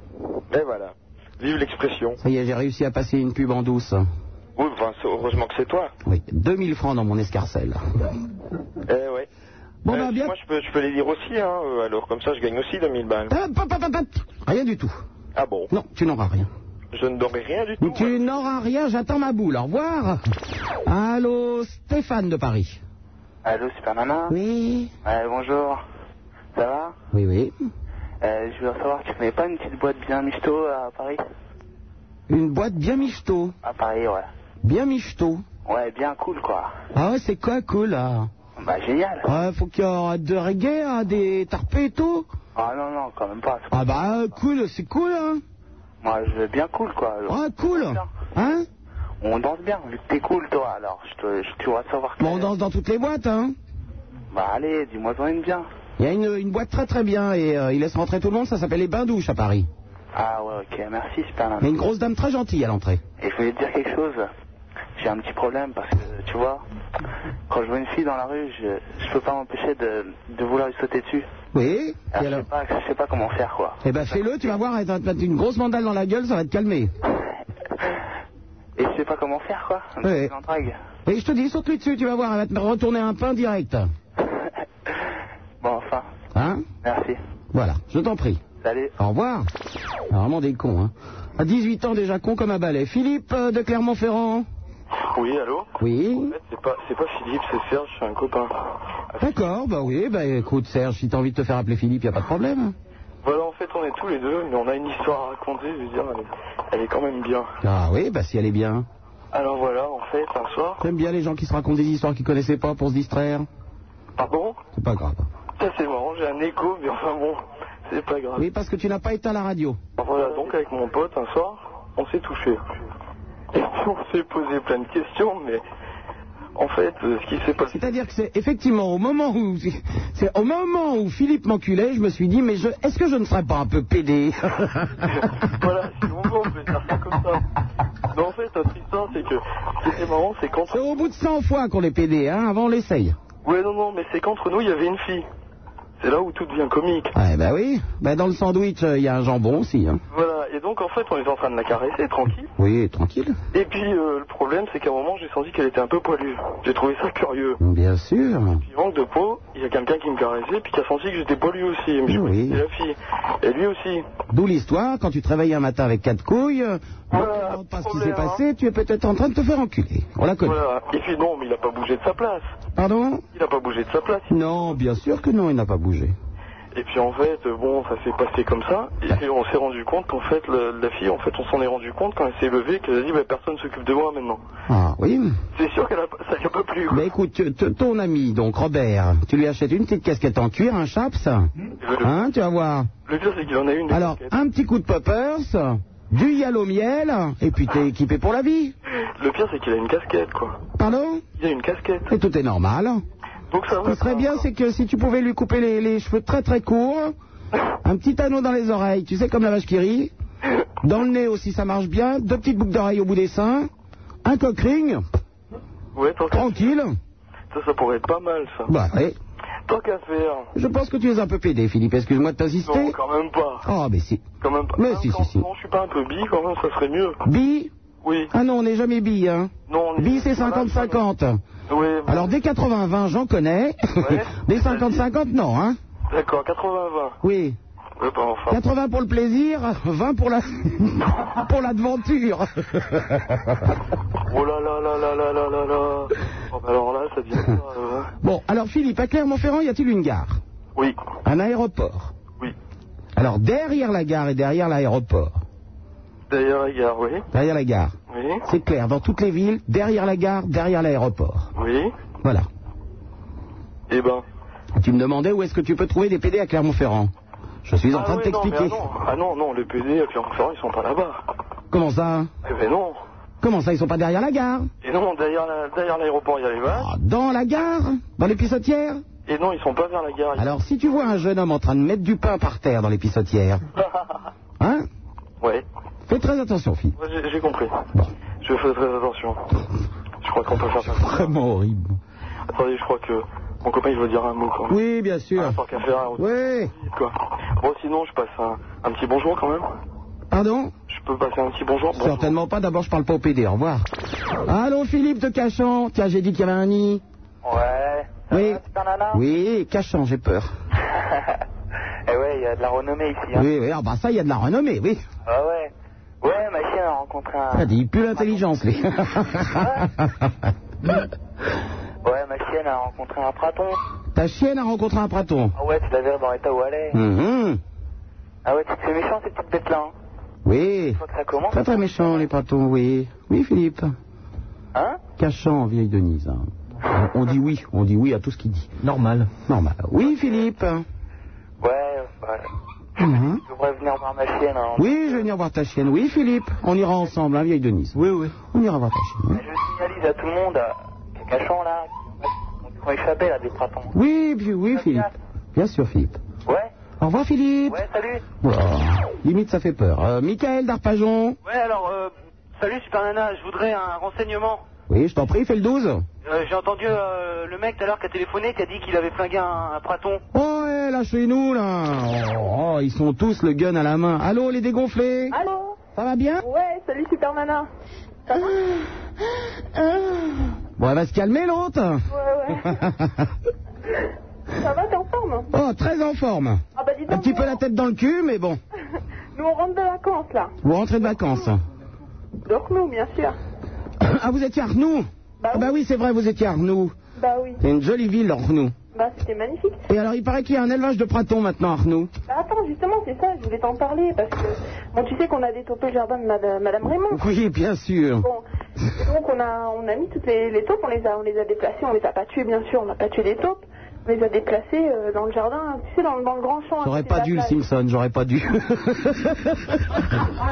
Speaker 14: Et voilà. Vive l'expression.
Speaker 2: Ça y est, j'ai réussi à passer une pub en douce.
Speaker 14: Oui, enfin, c'est- heureusement que c'est toi.
Speaker 2: Oui, 2000 francs dans mon escarcelle.
Speaker 14: Eh ouais.
Speaker 2: Bon,
Speaker 14: Eh,
Speaker 2: bah, bien.
Speaker 14: Moi, je peux, je peux les dire aussi, hein. euh, Alors, comme ça, je gagne aussi 2000 balles.
Speaker 2: Ah, pa, pa, pa, pa. Rien du tout.
Speaker 14: Ah bon
Speaker 2: Non, tu n'auras rien.
Speaker 14: Je ne dormais rien du tout.
Speaker 2: Tu n'auras rien, j'attends ma boule. Au revoir. Allô, Stéphane de Paris.
Speaker 19: Allô, Super Nana
Speaker 2: Oui.
Speaker 19: Ouais, bonjour. Ça va
Speaker 2: Oui, oui.
Speaker 19: Euh, Je voulais savoir, tu connais pas une petite boîte bien misto à Paris
Speaker 2: Une boîte bien michto.
Speaker 5: À Paris, ouais.
Speaker 2: Bien michto.
Speaker 5: Ouais, bien cool, quoi.
Speaker 2: Ah ouais, c'est quoi cool là
Speaker 5: Bah, génial.
Speaker 2: Ouais, faut qu'il y aura de reggae, hein, des tarpés et tout.
Speaker 5: Ah non, non, quand même pas.
Speaker 2: Ah bah euh, cool, c'est cool hein.
Speaker 5: Moi, je veux bien cool, quoi. Alors,
Speaker 2: Ah cool. Hein
Speaker 5: On danse bien, vu que t'es cool, toi, alors. Je te, je, tu vas savoir que...
Speaker 2: Bon, on danse dans toutes les boîtes hein.
Speaker 5: Bah, allez, dis-moi t'en une bien.
Speaker 2: Il y a une, une boîte très très bien et euh, il laisse rentrer tout le monde, ça s'appelle les bains douches à Paris.
Speaker 5: Ah ouais, ok, merci, super. nana.
Speaker 2: Mais une grosse dame très gentille à l'entrée.
Speaker 5: Et je voulais te dire quelque chose. J'ai un petit problème parce que, tu vois, quand je vois une fille dans la rue, je, je peux pas m'empêcher de, de vouloir lui sauter dessus.
Speaker 2: Oui
Speaker 5: Alors, je, sais pas, je sais pas comment faire, quoi.
Speaker 2: Eh ben fais-le, tu vas voir, elle va te mettre une grosse mandale dans la gueule, ça va te calmer.
Speaker 5: Et je sais pas comment faire, quoi. Je
Speaker 2: Ouais.
Speaker 5: suis en drague.
Speaker 2: Et je te dis, saute-lui dessus, tu vas voir, elle va te retourner un pain direct.
Speaker 5: Bon, enfin,
Speaker 2: Hein
Speaker 5: merci.
Speaker 2: Voilà, je t'en prie.
Speaker 5: Salut.
Speaker 2: Au revoir. Ah, Vraiment des cons, hein. À 18 ans déjà con comme un balai. Philippe euh, de Clermont-Ferrand.
Speaker 11: Oui, allô
Speaker 2: Oui.
Speaker 11: C'est pas, c'est pas Philippe, c'est Serge, c'est un copain.
Speaker 2: D'accord, bah oui, bah écoute Serge, si t'as envie de te faire appeler Philippe, y a pas de problème.
Speaker 11: Voilà, en fait, on est tous les deux, mais on a une histoire à raconter, je veux dire, elle, est- elle est quand même bien.
Speaker 2: Ah oui, bah si elle est bien.
Speaker 11: Alors voilà, en fait, un soir...
Speaker 2: J'aime bien les gens qui se racontent des histoires qu'ils connaissaient pas pour se distraire.
Speaker 11: Pardon
Speaker 2: C'est pas grave.
Speaker 11: Ça, c'est marrant, j'ai un écho, mais enfin bon, c'est pas grave.
Speaker 2: Oui, parce que tu n'as pas éteint la radio.
Speaker 11: Voilà, donc avec mon pote, un soir, on s'est touché. Et puis, on s'est posé plein de questions, mais... En fait, euh, ce qui s'est passé...
Speaker 2: C'est-à-dire que c'est effectivement au moment où c'est au moment où Philippe m'enculait, je me suis dit mais je est-ce que je ne serais pas un peu pédé
Speaker 11: voilà, si vous voulez, on peut faire ça comme ça. Mais en fait, notre histoire, c'est que ce qui était marrant, c'est quand.
Speaker 2: C'est au bout de 100 fois qu'on est pédé hein, avant on l'essaye.
Speaker 11: Ouais, non, non, mais c'est qu'entre nous, il y avait une fille. C'est là où tout devient comique.
Speaker 2: Ouais, bah oui. Bah dans le sandwich, euh, il y a un jambon aussi hein.
Speaker 11: Voilà, et donc en fait, on était en train de la caresser, tranquille.
Speaker 2: Oui, tranquille.
Speaker 11: Et puis, euh, le problème, c'est qu'à un moment, j'ai senti qu'elle était un peu poilue. J'ai trouvé ça curieux.
Speaker 2: Bien sûr.
Speaker 11: Puis, manque de peau, il y a quelqu'un qui me caressait, puis qui a senti que j'étais poilu aussi. Mais je me suis dit, c'est la fille. Et lui aussi.
Speaker 2: D'où l'histoire, quand tu te réveilles un matin avec quatre couilles, euh, ne te demande pas ce qui s'est passé, tu es peut-être en train de te faire enculer. On la connaît.
Speaker 11: hein. Voilà. Et puis, non, mais il a pas bougé de sa place.
Speaker 2: Pardon
Speaker 11: Il a pas bougé de sa place.
Speaker 2: Non, bien sûr que non, il n'a pas bougé.
Speaker 11: Et puis en fait, euh, bon, ça s'est passé comme ça. Et puis on s'est rendu compte qu'en fait, la, la fille, en fait, on s'en est rendu compte quand elle s'est levée qu'elle a dit, bah, personne s'occupe de moi maintenant.
Speaker 2: Ah oui.
Speaker 11: C'est sûr qu'elle a, pas- ça lui a pas plu.
Speaker 2: Mais écoute, tu- t- ton ami, donc Robert, tu lui achètes une petite casquette en cuir, un chaps, hein, tu vas voir.
Speaker 11: Le pire, c'est qu'il en a une. des
Speaker 2: Alors,
Speaker 11: casquettes.
Speaker 2: un petit coup de poppers, du yellow miel, et puis t'es équipé pour la vie.
Speaker 11: Le pire, c'est qu'il a une casquette, quoi.
Speaker 2: Pardon
Speaker 11: Il a une casquette.
Speaker 2: Et tout est normal.
Speaker 11: Donc ça
Speaker 2: Ce qui
Speaker 11: va.
Speaker 2: serait bien, c'est que si tu pouvais lui couper les, les cheveux très très courts, un petit anneau dans les oreilles, tu sais, comme la vache qui rit, dans le nez aussi, ça marche bien, deux petites boucles d'oreilles au bout des seins, un cock ring,
Speaker 11: Ouais, tant qu'à
Speaker 2: tranquille.
Speaker 11: ça, ça pourrait être pas mal, ça.
Speaker 2: Bah, ouais.
Speaker 11: Tant qu'à faire.
Speaker 2: Je pense que tu es un peu pédé, Philippe. Excuse-moi de t'insister.
Speaker 11: Non, quand même pas.
Speaker 2: Oh, mais si.
Speaker 11: Quand même pas.
Speaker 2: Mais
Speaker 11: Même
Speaker 2: si,
Speaker 11: quand-
Speaker 2: si, si.
Speaker 11: Non, je suis pas un peu bi, quand même, ça serait mieux.
Speaker 2: Bi
Speaker 11: Oui.
Speaker 2: Ah non, on n'est jamais bi, hein.
Speaker 11: Non, on est-
Speaker 2: Bi, c'est
Speaker 11: voilà,
Speaker 2: 50-50.
Speaker 11: Oui.
Speaker 2: Alors, des 80-20, j'en connais. des 50-50, non, hein.
Speaker 11: D'accord, 80-20.
Speaker 2: Oui.
Speaker 11: Ouais, bah, enfin.
Speaker 2: 80 pour le plaisir, 20 pour la pour l'aventure.
Speaker 11: Oh là là là là là là là là. Oh, bah, alors là, ça devient. euh,
Speaker 2: bon, alors Philippe, à Clermont-Ferrand, y a-t-il une gare
Speaker 11: Oui.
Speaker 2: Un aéroport
Speaker 11: Oui.
Speaker 2: Alors derrière la gare et derrière l'aéroport,
Speaker 11: D'ailleurs, les gars, oui.
Speaker 2: derrière la gare,
Speaker 11: Oui.
Speaker 2: c'est clair, dans toutes les villes, derrière la gare, derrière l'aéroport.
Speaker 11: Oui.
Speaker 2: Voilà.
Speaker 11: Eh ben.
Speaker 2: Tu me demandais où est-ce que tu peux trouver des PD à Clermont-Ferrand Je suis en
Speaker 11: Ah
Speaker 2: train de
Speaker 11: oui, non, mais
Speaker 2: t'expliquer.
Speaker 11: ah, non. Ah non, non, les PD et Clermont-Ferrand, ils sont pas là-bas.
Speaker 2: Comment ça hein?
Speaker 11: Eh ben non.
Speaker 2: Comment ça, ils sont pas derrière la gare
Speaker 11: Et non, derrière la- derrière l'aéroport, il y a les vaches.
Speaker 2: Dans la gare Dans les pissotières
Speaker 11: Et non, ils sont pas vers la gare.
Speaker 2: Alors si tu vois un jeune homme en train de mettre du pain par terre dans les pissotières, hein
Speaker 11: Ouais.
Speaker 2: Fais très attention, Philippe.
Speaker 11: Moi, j'ai- j'ai compris. Je fais très attention. Je crois qu'on peut faire ça.
Speaker 2: Vraiment horrible.
Speaker 11: Attendez, je crois que mon copain, il veut dire un mot quand même.
Speaker 2: Oui, bien sûr.
Speaker 11: Ah, tant qu'à faire, on-
Speaker 2: Oui.
Speaker 11: quoi. Bon, sinon, je passe un, un petit bonjour quand même.
Speaker 2: Pardon
Speaker 11: Je peux passer un petit bonjour. Bon,
Speaker 2: Certainement pas, d'abord je parle pas au PD, au revoir. Allô Philippe de Cachan, tiens j'ai dit qu'il y avait un nid.
Speaker 5: Ouais.
Speaker 2: Oui.
Speaker 5: Super nana
Speaker 2: Oui, Cachan, j'ai peur.
Speaker 5: Eh ouais, il y a de la renommée ici. Hein.
Speaker 2: Oui, oui, ah bah ça il y a de la renommée, oui.
Speaker 5: Ouais, ouais. Ouais, ma chienne a rencontré un...
Speaker 2: Ah, dis, il pue l'intelligence lui.
Speaker 5: Ouais, ma chienne a rencontré un praton.
Speaker 2: Ta chienne a rencontré un praton.
Speaker 5: Ah ouais, tu l'avais dans l'état où elle est.
Speaker 2: Mhm.
Speaker 5: Ah ouais, tu- c'est méchant ces petites bêtes-là. hein.
Speaker 2: Oui. Très très méchant, les pratons, oui. Oui, Philippe.
Speaker 3: Hein
Speaker 2: Cachant, vieille Denise. hein. On on dit oui, on dit oui à tout ce qu'il dit. Normal. Normal. Oui, Philippe.
Speaker 3: Ouais, voilà.
Speaker 2: Mhm.
Speaker 3: Je devrais venir voir ma chienne. hein.
Speaker 2: Oui, je vais venir voir ta chienne. Oui, Philippe, on ira ensemble, hein, vieille Denise. Oui, oui. On ira voir ta chienne. hein.
Speaker 3: Je signalise à tout le monde, euh, cachant là, qui ont échappé là, des pratons.
Speaker 2: Oui, puis oui, Philippe. Bien sûr, Philippe.
Speaker 3: Ouais.
Speaker 2: Au revoir, Philippe.
Speaker 3: Ouais, salut.
Speaker 2: Voilà. Limite, ça fait peur. Euh, Michael d'Arpajon.
Speaker 6: Ouais, alors, euh, salut Super Nana, je voudrais un renseignement.
Speaker 2: Oui, je t'en prie, fais le 12.
Speaker 6: Euh, J'ai entendu euh, le mec tout à l'heure qui a téléphoné qui a dit qu'il avait flingué un, un praton.
Speaker 2: Oh, hé, là, chez nous, là. Oh, ils sont tous le gun à la main. Allô, les dégonflés
Speaker 7: Allô
Speaker 2: Ça va bien
Speaker 7: Ouais, salut Super Nana. Ça va
Speaker 2: Bon, elle va se calmer, l'autre.
Speaker 7: Ah. Ouais, ouais. Ça va, t'es en forme
Speaker 2: oh, très en forme.
Speaker 7: Ah bah dis
Speaker 2: Un
Speaker 7: donc,
Speaker 2: petit peu la tête dans le cul, mais bon.
Speaker 7: nous on rentre de vacances là.
Speaker 2: Vous rentrez de vacances.
Speaker 7: Donc nous, bien sûr.
Speaker 2: Ah, vous étiez à Arnoux Bah oui, c'est vrai, vous étiez à Arnoux.
Speaker 7: Bah oui.
Speaker 2: C'est une jolie ville, Arnoux.
Speaker 7: Bah c'était magnifique.
Speaker 2: Et alors, il paraît qu'il y a un élevage de pratons maintenant, à Arnoux.
Speaker 7: Bah attends, justement, c'est ça, je voulais t'en parler parce que, bon, tu sais qu'on a détopé le jardin de Madame, Madame Raymond.
Speaker 2: Oui, bien sûr.
Speaker 7: Bon, et donc on a, on a mis toutes les, les taupes, on les a, on les a déplacées, on les a pas tuées bien sûr, on n'a pas tué les taupes, on les a déplacées euh, dans le jardin, tu sais, dans, le- dans le grand champ. à
Speaker 2: J'aurais
Speaker 7: côté de
Speaker 2: pas
Speaker 7: la
Speaker 2: dû, le
Speaker 7: plage.
Speaker 2: Simpson, j'aurais pas dû.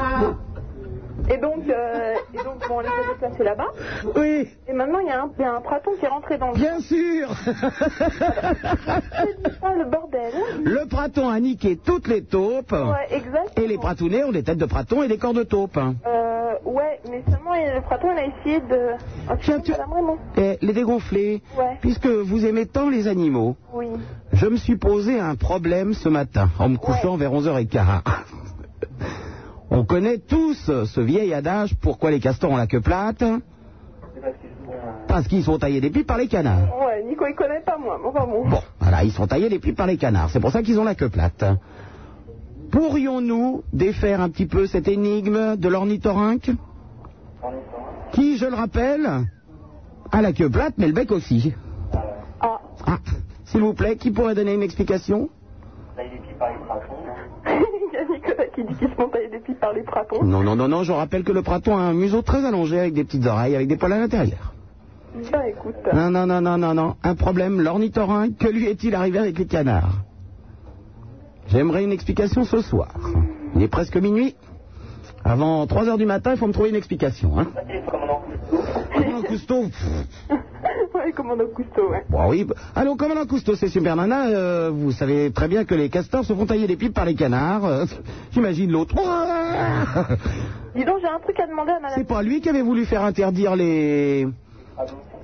Speaker 7: Et donc, euh, et donc bon, on les a déplacés là-bas.
Speaker 2: Oui.
Speaker 7: Et maintenant, il y, a un- il y a un praton qui est rentré dans le.
Speaker 2: Bien sûr
Speaker 7: Ah, le bordel
Speaker 2: Le praton a niqué toutes les taupes.
Speaker 7: Ouais, exact.
Speaker 2: Et les pratounets ont des têtes de pratons et des corps de taupes.
Speaker 7: Euh, ouais, mais seulement il- le praton, il a essayé de. Ah, tu sais, Madame Raymond.
Speaker 2: Et les dégonflés,
Speaker 7: Ouais.
Speaker 2: puisque vous aimez tant les animaux,
Speaker 7: Oui.
Speaker 2: je me suis posé un problème ce matin en me couchant vers 11h15. On connaît tous ce vieil adage pourquoi les castors ont la queue plate Parce qu'ils sont taillés des pipes par les canards.
Speaker 7: euh, Ouais, Nico, il connaît pas moi, mais enfin bon.
Speaker 2: Voilà, ils sont taillés des pipes par les canards. C'est pour ça qu'ils ont la queue plate. Pourrions-nous défaire un petit peu cette énigme de l'ornithorynque Qui, je le rappelle, a la queue plate, mais le bec aussi.
Speaker 7: Ah.
Speaker 2: S'il vous plaît, qui pourrait donner une explication
Speaker 7: il y a Nicolas qui dit qu'il se montait des pipes par les pratons.
Speaker 2: Non, non, non, non, je rappelle que le praton a un museau très allongé avec des petites oreilles, avec des poils à l'intérieur. Mm.
Speaker 7: Bah écoute.
Speaker 2: Non, non, non, non, non, non. Un problème, l'ornithorynque, que lui est-il arrivé avec les canards J'aimerais une explication ce soir. Il est presque minuit. Avant 3 heures du matin, il faut me trouver une explication. Hein. Commandant Cousteau pff, Mm.
Speaker 7: ouais, commandant Cousteau, ouais.
Speaker 2: Bon, oui. bah- Allô, commandant Cousteau, c'est Super Nana. euh, vous savez très bien que les castors se font tailler des pipes par les canards. euh, J'imagine l'autre.
Speaker 7: Dis donc, j'ai un truc à demander à madame.
Speaker 2: C'est pas lui qui avait voulu faire interdire les.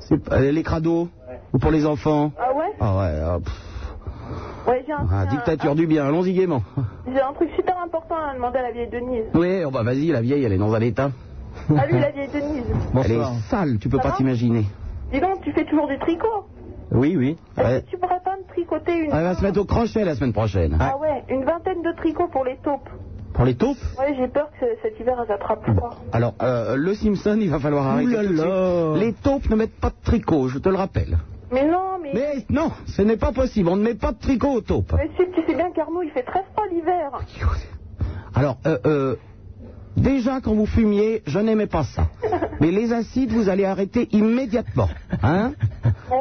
Speaker 2: C'est pas- euh, les crados Ou pour les enfants
Speaker 7: Ah ouais
Speaker 2: Ah ouais, ah, pff,
Speaker 7: Ouais, j'ai un,
Speaker 2: ah,
Speaker 7: un-
Speaker 2: dictature du bien, allons-y gaiement.
Speaker 7: j'ai un truc super important à demander à la vieille Denise.
Speaker 2: Oui, oh bah vas-y, la vieille, elle est dans un état.
Speaker 7: Salut la vieille Denise.
Speaker 2: Elle est sale, tu peux
Speaker 7: Ça
Speaker 2: pas
Speaker 7: va
Speaker 2: t'imaginer.
Speaker 7: Dis donc, tu fais toujours du tricot.
Speaker 2: Oui, oui. Ouais.
Speaker 7: Tu pourrais pas me tricoter une.
Speaker 2: Elle va se mettre au crochet la semaine prochaine.
Speaker 7: Ah ouais, une vingtaine de tricots pour les taupes.
Speaker 2: Pour les taupes
Speaker 7: Ouais, j'ai peur que ce- cet hiver, elles attrapent froid.
Speaker 2: Alors, euh, le Simpson, il va falloir arrêter. tout de suite. Les taupes ne mettent pas de tricot, je te le rappelle.
Speaker 7: Mais non, mais.
Speaker 2: Mais non, ce n'est pas possible, on ne met pas de tricot aux taupes.
Speaker 7: Mais si, tu sais bien qu'Arnaud, il fait très froid l'hiver.
Speaker 2: Alors, euh, euh, déjà quand vous fumiez, je n'aimais pas ça. Mais les acides, vous allez arrêter immédiatement. Hein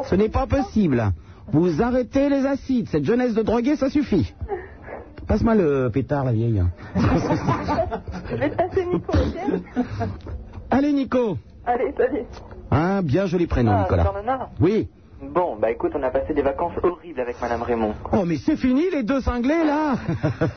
Speaker 2: Ce n'est pas possible. Vous arrêtez les acides. Cette jeunesse de drogué, ça suffit. Passe-moi le pétard, la vieille.
Speaker 7: Je vais te passer Nico, ok
Speaker 2: Allez, Nico.
Speaker 7: Allez, salut.
Speaker 2: Hein, bien joli prénom,
Speaker 20: Ah,
Speaker 2: Nicolas.
Speaker 20: Super Nana.
Speaker 2: Oui.
Speaker 20: Bon, bah écoute, on a passé des vacances horribles avec Madame Raymond.
Speaker 2: Oh, mais c'est fini, les deux cinglés, là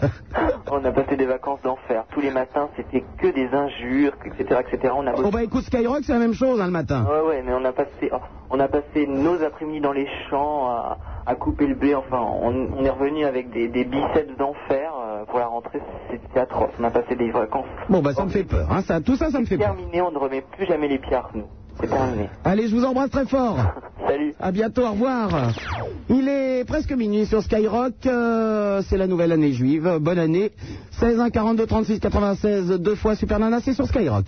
Speaker 20: On a passé des vacances d'enfer. Tous les matins, c'était que des injures, que- etc., etc. On a
Speaker 2: Bon, bah écoute, Skyrock, c'est la même chose, hein, le matin.
Speaker 20: Ouais, ouais, mais on a passé, oh, on a passé nos après-midi dans les champs à, à couper le blé. Enfin, on, on est revenu avec des, des biceps d'enfer euh, pour la rentrée. C'était atroce. On a passé des vacances.
Speaker 2: Bon, bah ça me fait peur. Hein, ça, tout ça, ça me fait peur.
Speaker 20: Terminé, on ne remet plus jamais les pieds à nous. C'est terminé.
Speaker 2: Allez, je vous embrasse très fort.
Speaker 20: Salut.
Speaker 2: À bientôt, au revoir. Il est presque minuit sur Skyrock. euh, c'est la nouvelle année juive. Bonne année. 16 1 42 36 96 deux fois Super Nana, c'est sur Skyrock.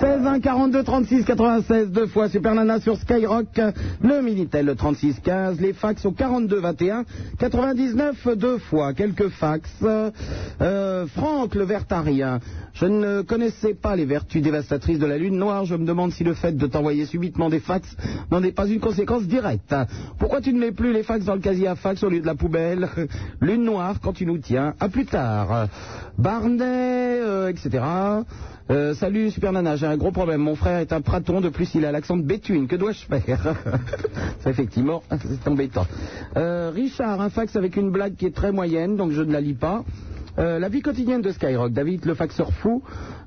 Speaker 2: 16 1 42 36 96 deux fois Super Nana sur Skyrock, le Minitel le 36 15, les fax au 42 21 99 deux fois quelques fax. Euh, euh, Franck le Vertarien, je ne connaissais pas les vertus dévastatrices de la lune noire, je me demande si le fait de t'envoyer subitement des fax n'en est pas une conséquence directe. Pourquoi tu ne mets plus les fax dans le casier à fax au lieu de la poubelle Lune noire quand tu nous tiens, à plus tard. Barnet, euh, etc. Euh, salut Super Nana, j'ai un gros problème. Mon frère est un praton, de plus il a l'accent de Béthune. Que dois-je faire Ça effectivement, c'est embêtant. Euh, Richard, un fax avec une blague qui est très moyenne, donc je ne la lis pas. Euh, la vie quotidienne de Skyrock, David le faxeur fou.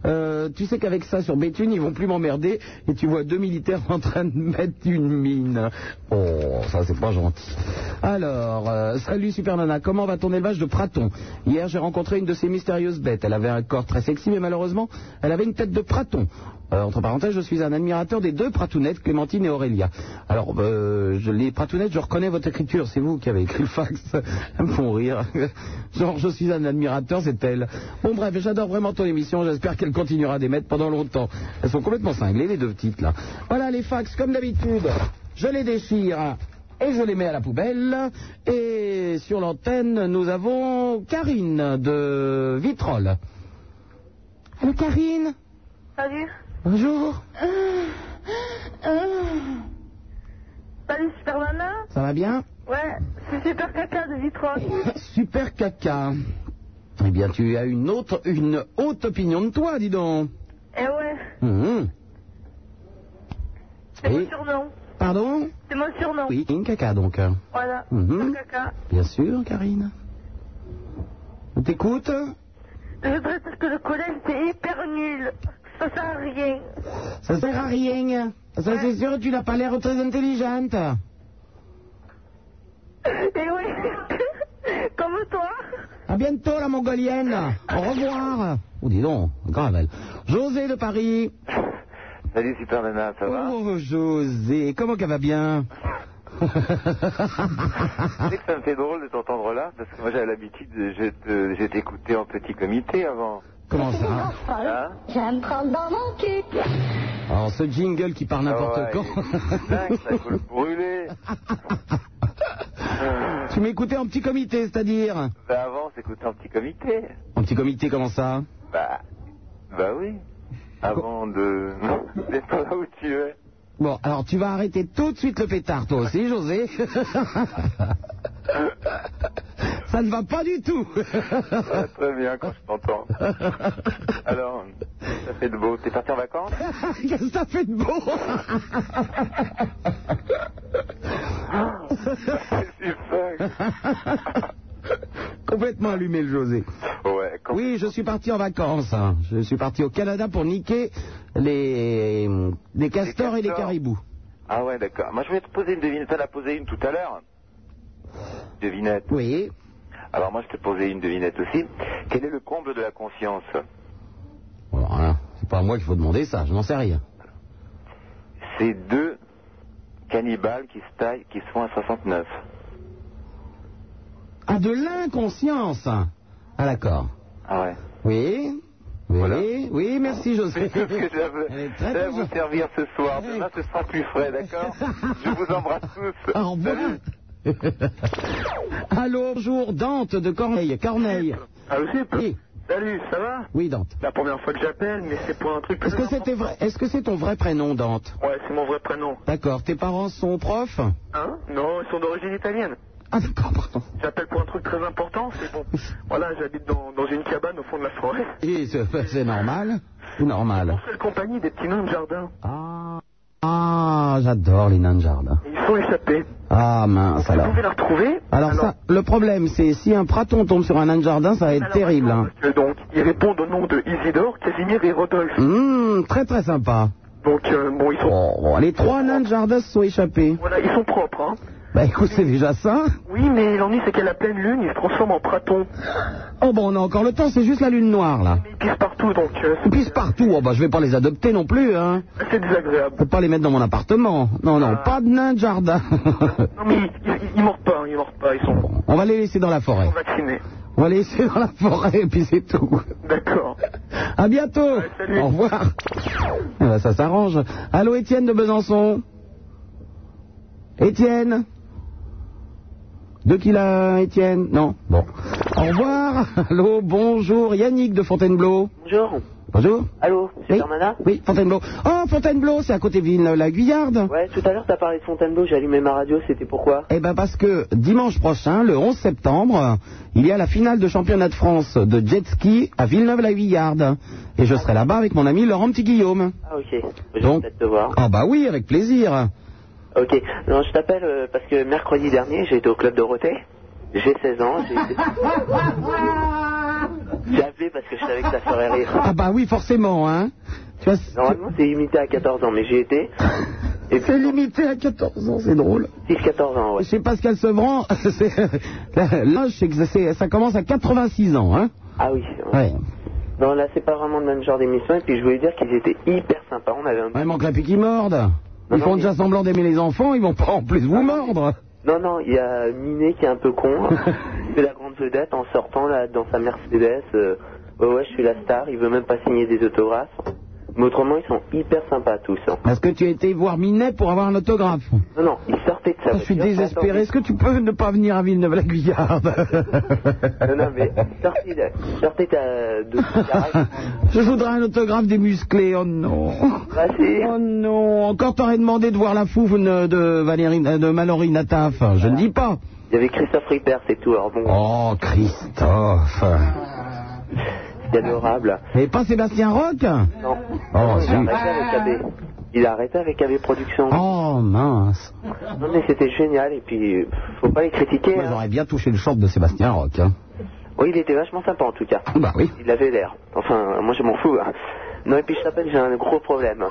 Speaker 2: Euh, tu sais qu'avec ça sur Béthune, ils vont plus m'emmerder et tu vois deux militaires en train de mettre une mine. Oh, ça c'est pas gentil. Alors, euh, salut Super Nana, comment va ton élevage de praton Hier j'ai rencontré une de ces mystérieuses bêtes. Elle avait un corps très sexy mais malheureusement, elle avait une tête de praton. Euh, entre parenthèses, je suis un admirateur des deux Pratounettes, Clémentine et Aurélia. Alors, euh, je- les Pratounettes, je reconnais votre écriture, c'est vous qui avez écrit le fax. Elles me font rire. Genre, je suis un admirateur, c'est elle. Bon, bref, j'adore vraiment ton émission, j'espère qu'elle continuera d'émettre pendant longtemps. Elles sont complètement cinglées, les deux petites, là. Voilà, les fax, comme d'habitude, je les déchire. Et je les mets à la poubelle. Et sur l'antenne, nous avons Karine de Vitrolles. Allô, Karine
Speaker 3: Salut.
Speaker 2: Bonjour.
Speaker 3: Salut Super Nana.
Speaker 2: Ça va bien
Speaker 3: Ouais, c'est Super Caca de Vitrone.
Speaker 2: Super caca. Eh bien, tu as une autre, une haute opinion de toi, dis donc.
Speaker 3: Eh ouais,
Speaker 2: Mhm.
Speaker 3: c'est
Speaker 2: Oui.
Speaker 3: mon surnom.
Speaker 2: Pardon
Speaker 3: C'est mon surnom.
Speaker 2: Oui, une caca donc.
Speaker 3: Voilà,
Speaker 2: Mhm.
Speaker 3: Super Caca.
Speaker 2: Bien sûr, Karine. On t'écoute
Speaker 3: Je voudrais dire que le collège, c'est hyper nul. Ça sert à rien.
Speaker 2: Ça sert à rien. Ça, c'est sûr, tu n'as pas l'air très intelligente.
Speaker 3: Eh ouais, comme toi.
Speaker 2: À bientôt, la mongolienne. Au revoir. Oh, dis donc, grave elle. José de Paris.
Speaker 5: Salut Super Nana, ça va
Speaker 2: Oh, José, comment qu'elle va bien
Speaker 5: Tu sais que ça me fait drôle de t'entendre là, parce que moi j'avais l'habitude, de- je te- je t'écoutais en petit comité avant.
Speaker 2: Comment ça
Speaker 3: J'aime prendre dans mon cul.
Speaker 2: Alors, ce jingle qui part n'importe
Speaker 5: Ah ouais,
Speaker 2: quand.
Speaker 5: dingue, ça faut le brûler.
Speaker 2: tu m'écoutais en petit comité, c'est-à-dire
Speaker 5: Bah avant on s'écoutait en petit comité.
Speaker 2: En petit comité, comment ça
Speaker 5: Bah, bah oui. Avant de... d'être là où tu es.
Speaker 2: Bon, alors tu vas arrêter tout de suite le pétard, toi aussi, José. ça ne va pas du tout.
Speaker 5: Ah, très bien quand je t'entends. Alors, ça fait de beau. T'es parti en vacances
Speaker 2: Qu'est-ce que ça fait de beau Complètement allumé le José. oui, je suis parti en vacances. hein. Je suis parti au Canada pour niquer les, les castors et les
Speaker 5: castors.
Speaker 2: caribous.
Speaker 5: Ah ouais, d'accord. Moi, je voulais te poser une devinette. T'en as posé une tout à l'heure. Devinette.
Speaker 2: Oui.
Speaker 5: Alors moi, je te posais une devinette aussi. Quel est le comble de la conscience
Speaker 2: Alors là, c'est pas à moi qu'il faut demander ça, je n'en sais rien.
Speaker 5: C'est deux cannibales qui se taillent, qui se font à 69.
Speaker 2: Ah, de l'inconscience Ah, d'accord.
Speaker 5: Ah ouais.
Speaker 2: Oui oui, oui, merci José.
Speaker 5: C'est tout ce que j'avais.
Speaker 2: Elle est très,
Speaker 5: Je vais
Speaker 2: très
Speaker 5: vous
Speaker 2: gentille.
Speaker 5: servir ce soir. Demain, ce sera plus frais, d'accord Je vous embrasse tous.
Speaker 2: Au revoir. Allô, bonjour, Dante de Corneille. Corneille.
Speaker 5: Ah,
Speaker 11: Allô, Zip
Speaker 2: Oui.
Speaker 11: Salut, ça va
Speaker 2: Oui, Dante.
Speaker 11: La première fois que j'appelle, mais c'est pour un truc.
Speaker 2: Est-ce que c'était vrai Est-ce que c'est ton vrai prénom, Dante
Speaker 11: Ouais, c'est mon vrai prénom.
Speaker 2: D'accord. Tes parents sont profs
Speaker 11: Hein Non, ils sont d'origine italienne.
Speaker 2: Ah d'accord, pardon.
Speaker 11: J'appelle pour un truc très important, c'est bon. voilà, j'habite dans, dans une cabane au fond de la forêt.
Speaker 2: Oui, c'est ben, c'est normal. C'est normal.
Speaker 11: Seule compagnie des petits nains de jardin.
Speaker 2: Ah, j'adore les nains de jardin.
Speaker 11: Ils sont échappés.
Speaker 2: Ah mince
Speaker 11: Vous
Speaker 2: alors.
Speaker 11: pouvez les retrouver
Speaker 2: Alors ça, le problème c'est si un praton tombe sur un nain de jardin, ça va être terrible. hein.
Speaker 11: Euh, Donc, ils répondent au nom de Isidore, Casimir et Rodolphe.
Speaker 2: Hum, très très sympa.
Speaker 11: Donc, euh, bon, ils sont.
Speaker 2: Bon, les trois nains de jardin se sont échappés.
Speaker 11: Voilà, ils sont propres, hein.
Speaker 2: Bah écoute, c'est déjà ça.
Speaker 11: Oui, mais l'ennui, c'est qu'à la pleine lune, ils se transforment en praton.
Speaker 2: Oh bon, on a encore le temps, c'est juste la lune noire là.
Speaker 11: Ils pissent partout, donc euh,
Speaker 2: Ils pissent partout, oh bah je vais pas les adopter non plus, hein.
Speaker 11: c'est désagréable.
Speaker 2: Faut pas les mettre dans mon appartement. Non, non, pas de nains de jardin.
Speaker 11: Non, mais ils, ils, ils mordent pas, hein, ils mordent pas, ils sont
Speaker 2: on va les laisser dans la forêt.
Speaker 11: vaccinés.
Speaker 2: On va les laisser dans la forêt et puis c'est tout.
Speaker 11: D'accord.
Speaker 2: À bientôt. Au revoir. Ah bah, ça s'arrange. Allô, Étienne de Besançon. Étienne. De qui là, Étienne Non. Bon. Au revoir. Allô, bonjour. Yannick de Fontainebleau.
Speaker 5: Bonjour.
Speaker 2: Bonjour.
Speaker 5: Allô,
Speaker 2: Oui.
Speaker 5: Supermana
Speaker 2: Oui, Fontainebleau. Oh, Fontainebleau, c'est à côté de Villeneuve-la-Guyarde.
Speaker 5: Ouais, Eh, tout à l'heure t'as parlé de Fontainebleau, j'ai allumé ma radio, c'était pourquoi
Speaker 2: Eh ben parce que dimanche prochain, le 11 septembre, euh, il y a la finale de championnat de France de jet ski à Villeneuve-la-Villarde. Et je serai là-bas avec mon ami Laurent Petit-Guillaume.
Speaker 5: Ah ok, je vais
Speaker 2: Donc-
Speaker 5: peut-être te voir.
Speaker 2: Ah bah oui, avec plaisir.
Speaker 5: Ok, non je t'appelle euh, parce que mercredi dernier j'ai été au club Dorothée, j'ai 16 ans, j'ai été- j'ai appelé parce que je savais que ça ferait rire.
Speaker 2: Ah bah oui, forcément, hein. Tu vois, c'est-
Speaker 5: Normalement c'est limité à 14 ans mais j'ai été...
Speaker 2: c'est limité à 14 ans, c'est drôle.
Speaker 5: 6-14 ans, ouais.
Speaker 2: Chez Pascal Sevran, c'est- l'âge, c'est que c'est- ça commence à 86 ans, hein.
Speaker 5: Ah oui.
Speaker 2: Ouais.
Speaker 5: Non là c'est pas vraiment le même genre d'émission et puis je voulais dire qu'ils étaient hyper sympas, on avait un...
Speaker 2: Ouais, Il manque la pique qui mordent. Ils
Speaker 5: Non,
Speaker 2: font
Speaker 5: non,
Speaker 2: déjà semblant d'aimer les enfants, ils vont pas en plus vous mordre.
Speaker 5: Non, non, il y a Minet qui est un peu con. C'est la grande vedette en sortant là, dans sa Mercedes. euh, ouais, ouais, je suis la star, il veut même pas signer des autographes. Mais autrement, ils sont hyper sympas tous. hein.
Speaker 2: Est-ce que tu as été voir Minet pour avoir un autographe
Speaker 5: Non, non, ils sortaient de sa
Speaker 2: Je suis
Speaker 5: voiture,
Speaker 2: désespéré. Est-ce que tu peux ne pas venir à Villeneuve-la-Guyarde
Speaker 5: Non, non, mais ils sortaient de, ils sortaient de, de son garage.
Speaker 2: Je voudrais un autographe des musclés. Oh non. Oh non. Encore t'aurais demandé de voir la foufne de, Valérie, de Mallory Nataf. Je ne dis pas.
Speaker 5: Il y avait Christophe Ripper, c'est tout. Alors bon,
Speaker 2: Oh, Christophe.
Speaker 5: c'est adorable.
Speaker 2: Et pas Sébastien Roch
Speaker 5: Non.
Speaker 2: Oh,
Speaker 5: il a
Speaker 2: zut.
Speaker 5: arrêté avec AB. Il a arrêté avec AB Productions.
Speaker 2: Oh, mince.
Speaker 5: Non, mais c'était génial. Et puis, faut pas les critiquer.
Speaker 2: Moi,
Speaker 5: hein.
Speaker 2: J'aurais bien touché le short de Sébastien Roch. hein.
Speaker 5: Oui, il était vachement sympa en tout cas.
Speaker 2: Bah oui.
Speaker 5: Il avait l'air. Enfin, euh, moi je m'en fous. hein. Non, et puis je t'appelle, j'ai un gros problème.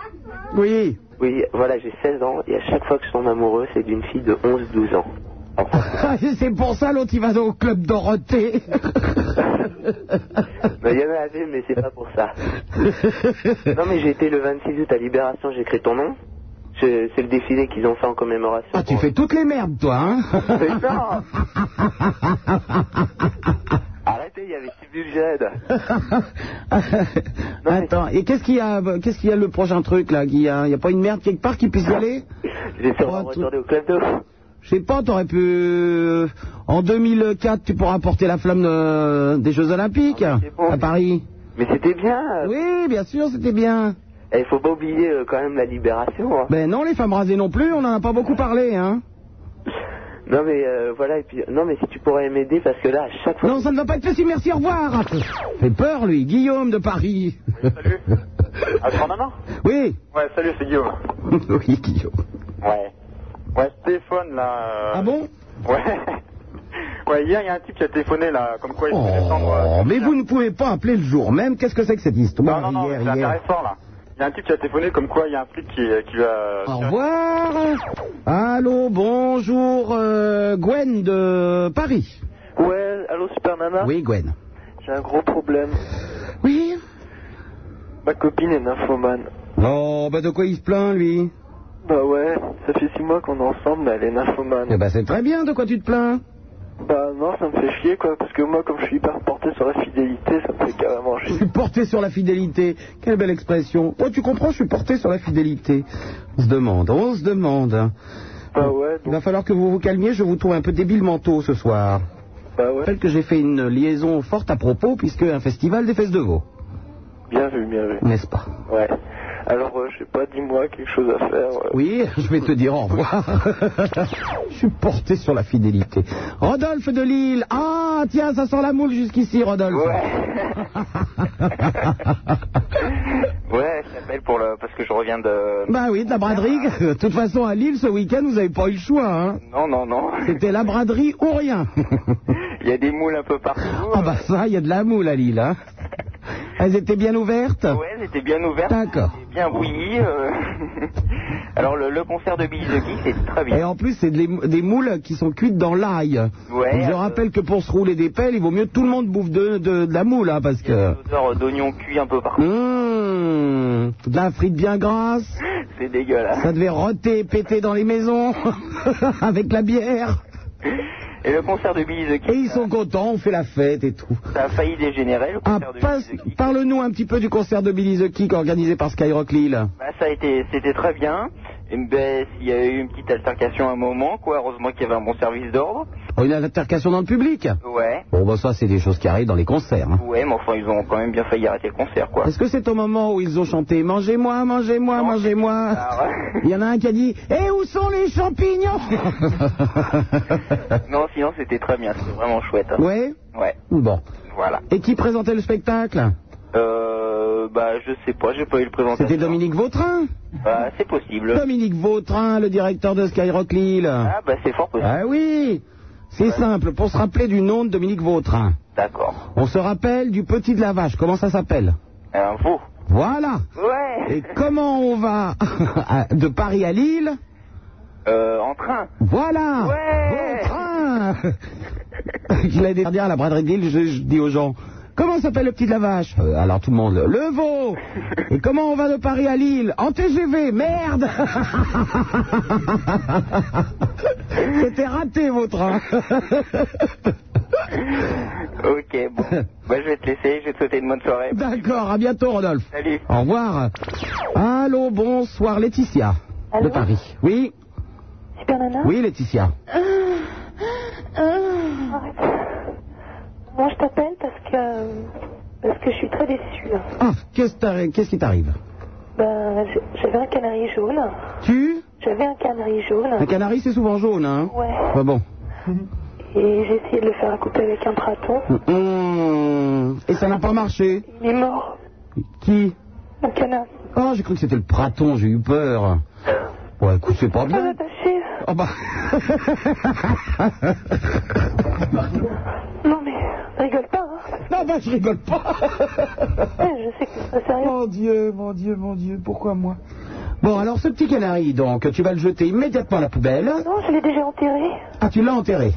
Speaker 2: Oui.
Speaker 5: Oui, voilà, j'ai 16 ans et à chaque fois que je tombe amoureux, c'est d'une fille de 11-12 ans.
Speaker 2: C'est pour ça l'autre il va au club Dorothée.
Speaker 5: Mais il y en avait, mais c'est pas pour ça. non, mais j'ai été le 26 août à Libération, j'ai écrit ton nom. Je- C'est le défilé qu'ils ont fait en commémoration.
Speaker 2: Ah, tu fais toutes les merdes, toi, hein
Speaker 5: Mais non Arrêtez, il y avait Steve Jade.
Speaker 2: Attends, et qu'est-ce qu'il y a euh, Qu'est-ce qu'il y a le prochain truc là Il y a, il y a pas une merde quelque part qui puisse y aller
Speaker 5: J'ai sûrement retourné au club de...
Speaker 2: Je sais pas, t'aurais pu. euh, En 2004, tu pourras porter la flamme de- des Jeux Olympiques à Paris.
Speaker 5: Mais c'était bien.
Speaker 2: Oui, bien sûr, c'était bien.
Speaker 5: Et il faut pas oublier euh, quand même la Libération. hein.
Speaker 2: Ben non, les femmes rasées non plus, on en a pas beaucoup parlé, hein.
Speaker 5: Non mais euh, voilà et puis non mais si tu pourrais m'aider parce que là à chaque fois
Speaker 2: Non, ça ne va pas être possible, merci, au revoir. Fait peur, lui, Guillaume de Paris. Salut.
Speaker 21: À grand maman
Speaker 2: Oui.
Speaker 21: Ouais, salut, c'est Guillaume.
Speaker 2: oui, Guillaume.
Speaker 21: Ouais. Ouais, Stéphane, là. euh,
Speaker 2: Ah bon
Speaker 21: Ouais. Ouais, hier, il y a un type qui a téléphoné, là, comme quoi il se fait descendre. euh,
Speaker 2: Oh, mais vous ne pouvez pas appeler le jour même. Qu'est-ce que c'est que cette histoire
Speaker 21: Non, non, mais
Speaker 2: hier,
Speaker 21: c'est
Speaker 2: hier
Speaker 21: intéressant, là. Il y a un type qui a téléphoné, comme quoi il y a un flic qui, euh, qui va.
Speaker 2: Au revoir. Allô, bonjour, euh, Gwen de Paris.
Speaker 14: Ouais, allô Super Nana
Speaker 2: Oui, Gwen.
Speaker 14: J'ai un gros problème.
Speaker 2: Oui
Speaker 14: Ma copine est nymphomane.
Speaker 2: Oh, bah de quoi il se plaint, lui
Speaker 14: Bah ouais, ça fait six mois qu'on est ensemble, mais elle est nymphomane.
Speaker 2: Eh ben c'est très bien, de quoi tu te plains
Speaker 14: Bah non, ça me fait chier quoi, parce que moi, comme je suis hyper porté sur la fidélité, ça me fait carrément
Speaker 2: Je
Speaker 14: chier.
Speaker 2: suis porté sur la fidélité. Quelle belle expression. Oh, tu comprends, je suis porté sur la fidélité. On se demande, on se demande.
Speaker 14: Bah ouais,
Speaker 2: Il va falloir que vous vous calmiez, je vous trouve un peu débile mentaux ce soir.
Speaker 14: Bah
Speaker 2: Je
Speaker 14: ouais.
Speaker 2: rappelle que j'ai fait une liaison forte à propos, puisque un festival des fesses de veau,
Speaker 14: Bien vu, bien vu.
Speaker 2: n'est-ce pas
Speaker 14: Ouais. Alors, euh, je sais pas, dis-moi quelque chose à faire. euh.
Speaker 2: Oui, je vais te dire au revoir. je suis porté sur la fidélité. Rodolphe de Lille. Ah, tiens, ça sent la moule jusqu'ici, Rodolphe.
Speaker 22: Ouais, je t'appelle pour le... parce que je reviens de...
Speaker 2: bah oui, de la braderie. De toute façon, à Lille, ce week-end, vous n'avez pas eu le choix. Hein.
Speaker 22: Non, non, non.
Speaker 2: C'était la braderie ou rien.
Speaker 22: Il y a des moules un peu partout.
Speaker 2: Ah bah ça, il y a de la moule à Lille. Hein. Elles étaient bien ouvertes
Speaker 5: Euh,
Speaker 22: Ouais, c'était bien ouvert.
Speaker 2: D'accord.
Speaker 22: c'était Bien bouilli. euh. Alors, le, le concert de Billy the Kid, c'est très bien.
Speaker 2: Et en plus, c'est des, des moules qui sont cuites dans l'ail.
Speaker 22: Ouais,
Speaker 2: Donc, je
Speaker 22: euh,
Speaker 2: rappelle que pour se rouler des pelles, il vaut mieux que tout le monde bouffe de, de- de la moule, hein, parce que...
Speaker 22: Odeur d'oignon cuit un peu partout.
Speaker 2: Mmh, de la frite bien grasse,
Speaker 22: C'est dégueulasse.
Speaker 2: ça devait roter, péter dans les maisons, avec la bière.
Speaker 5: Et le concert de Billy the Kid,
Speaker 2: Et ils sont contents, on fait la fête et tout.
Speaker 5: ça a failli dégénérer. Le
Speaker 2: Ah,
Speaker 5: concert de Billy
Speaker 2: passe- parle-nous un petit peu du concert de Billy the Kick organisé par Skyrock Lille.
Speaker 5: Bah, ça a été, c'était très bien. Et ben, il y a eu une petite altercation à un moment, quoi. Heureusement qu'il y avait un bon service d'ordre.
Speaker 2: Oh, une altercation dans le public
Speaker 5: Ouais.
Speaker 2: Bon, bah ça, c'est des choses qui arrivent dans les concerts. hein.
Speaker 5: Ouais, mais enfin, ils ont quand même bien failli arrêter le concert, quoi.
Speaker 2: Est-ce que c'est au moment où ils ont chanté Mangez-moi, mangez-moi, mangez-moi
Speaker 5: Ah
Speaker 2: Il y en a un qui a dit Et où sont les champignons
Speaker 5: non, sinon, c'était très bien. C'était vraiment chouette. hein.
Speaker 2: Ouais
Speaker 5: Ouais.
Speaker 2: Bon.
Speaker 5: Voilà.
Speaker 2: Et qui présentait le spectacle
Speaker 5: Euh, bah, je sais pas, j'ai pas eu le présentation.
Speaker 2: C'était Dominique Vautrin
Speaker 5: Bah, c'est possible.
Speaker 2: Dominique Vautrin, le directeur de Skyrock Lille.
Speaker 5: Ah, bah, c'est fort possible.
Speaker 2: Ah oui C'est simple, pour se rappeler du nom de Dominique Vautrin.
Speaker 5: D'accord.
Speaker 2: On se rappelle du petit de la vache, comment ça s'appelle
Speaker 5: Un faux.
Speaker 2: Voilà
Speaker 5: Ouais.
Speaker 2: Et comment on va de Paris à Lille
Speaker 5: Euh, en train.
Speaker 2: Voilà
Speaker 5: Ouais.
Speaker 2: Vautrin Qui l'année dernière à la braderie de Lille, je, je dis aux gens Comment s'appelle le petit de la vache Euh, Alors tout le monde, le veau Et comment on va de Paris à Lille En TGV, merde C'était raté, Vautrin
Speaker 5: ok, bon. bah, je vais te laisser. Je vais te souhaiter une bonne soirée.
Speaker 2: D'accord, à bientôt Rodolphe.
Speaker 5: Salut.
Speaker 2: Au revoir. Allô, bonsoir Laetitia
Speaker 7: Allô
Speaker 2: de Paris. Oui,
Speaker 7: Super Nana
Speaker 2: oui Laetitia.
Speaker 7: Moi, je t'appelle parce que, parce que je suis très déçue.
Speaker 2: Ah, qu'est-ce t'arri- qu'est-ce qui t'arrive
Speaker 7: Ben, je- j'avais un canari jaune.
Speaker 2: Tu
Speaker 7: J'avais un canari jaune.
Speaker 2: Un canari c'est souvent jaune, hein
Speaker 7: Ouais.
Speaker 2: Bah bon.
Speaker 7: Et j'ai essayé de le faire couper avec un praton.
Speaker 2: Mmh. Et ça n'a pas marché.
Speaker 7: Il est mort.
Speaker 2: Qui
Speaker 7: Mon canard.
Speaker 2: Oh, j'ai cru que c'était le praton, j'ai eu peur. Ouais, écoute, c'est pas
Speaker 7: Ah,
Speaker 2: bien.
Speaker 7: attaché.
Speaker 2: Oh bah.
Speaker 7: Non, mais rigole pas, hein.
Speaker 2: non, bah je rigole pas.
Speaker 7: Ouais, je sais que c'est pas sérieux.
Speaker 2: Mon Dieu, mon Dieu, mon Dieu, pourquoi moi Bon, alors ce petit canari, donc, tu vas le jeter immédiatement à la poubelle.
Speaker 7: Non, je l'ai déjà enterré.
Speaker 2: Ah, tu l'as enterré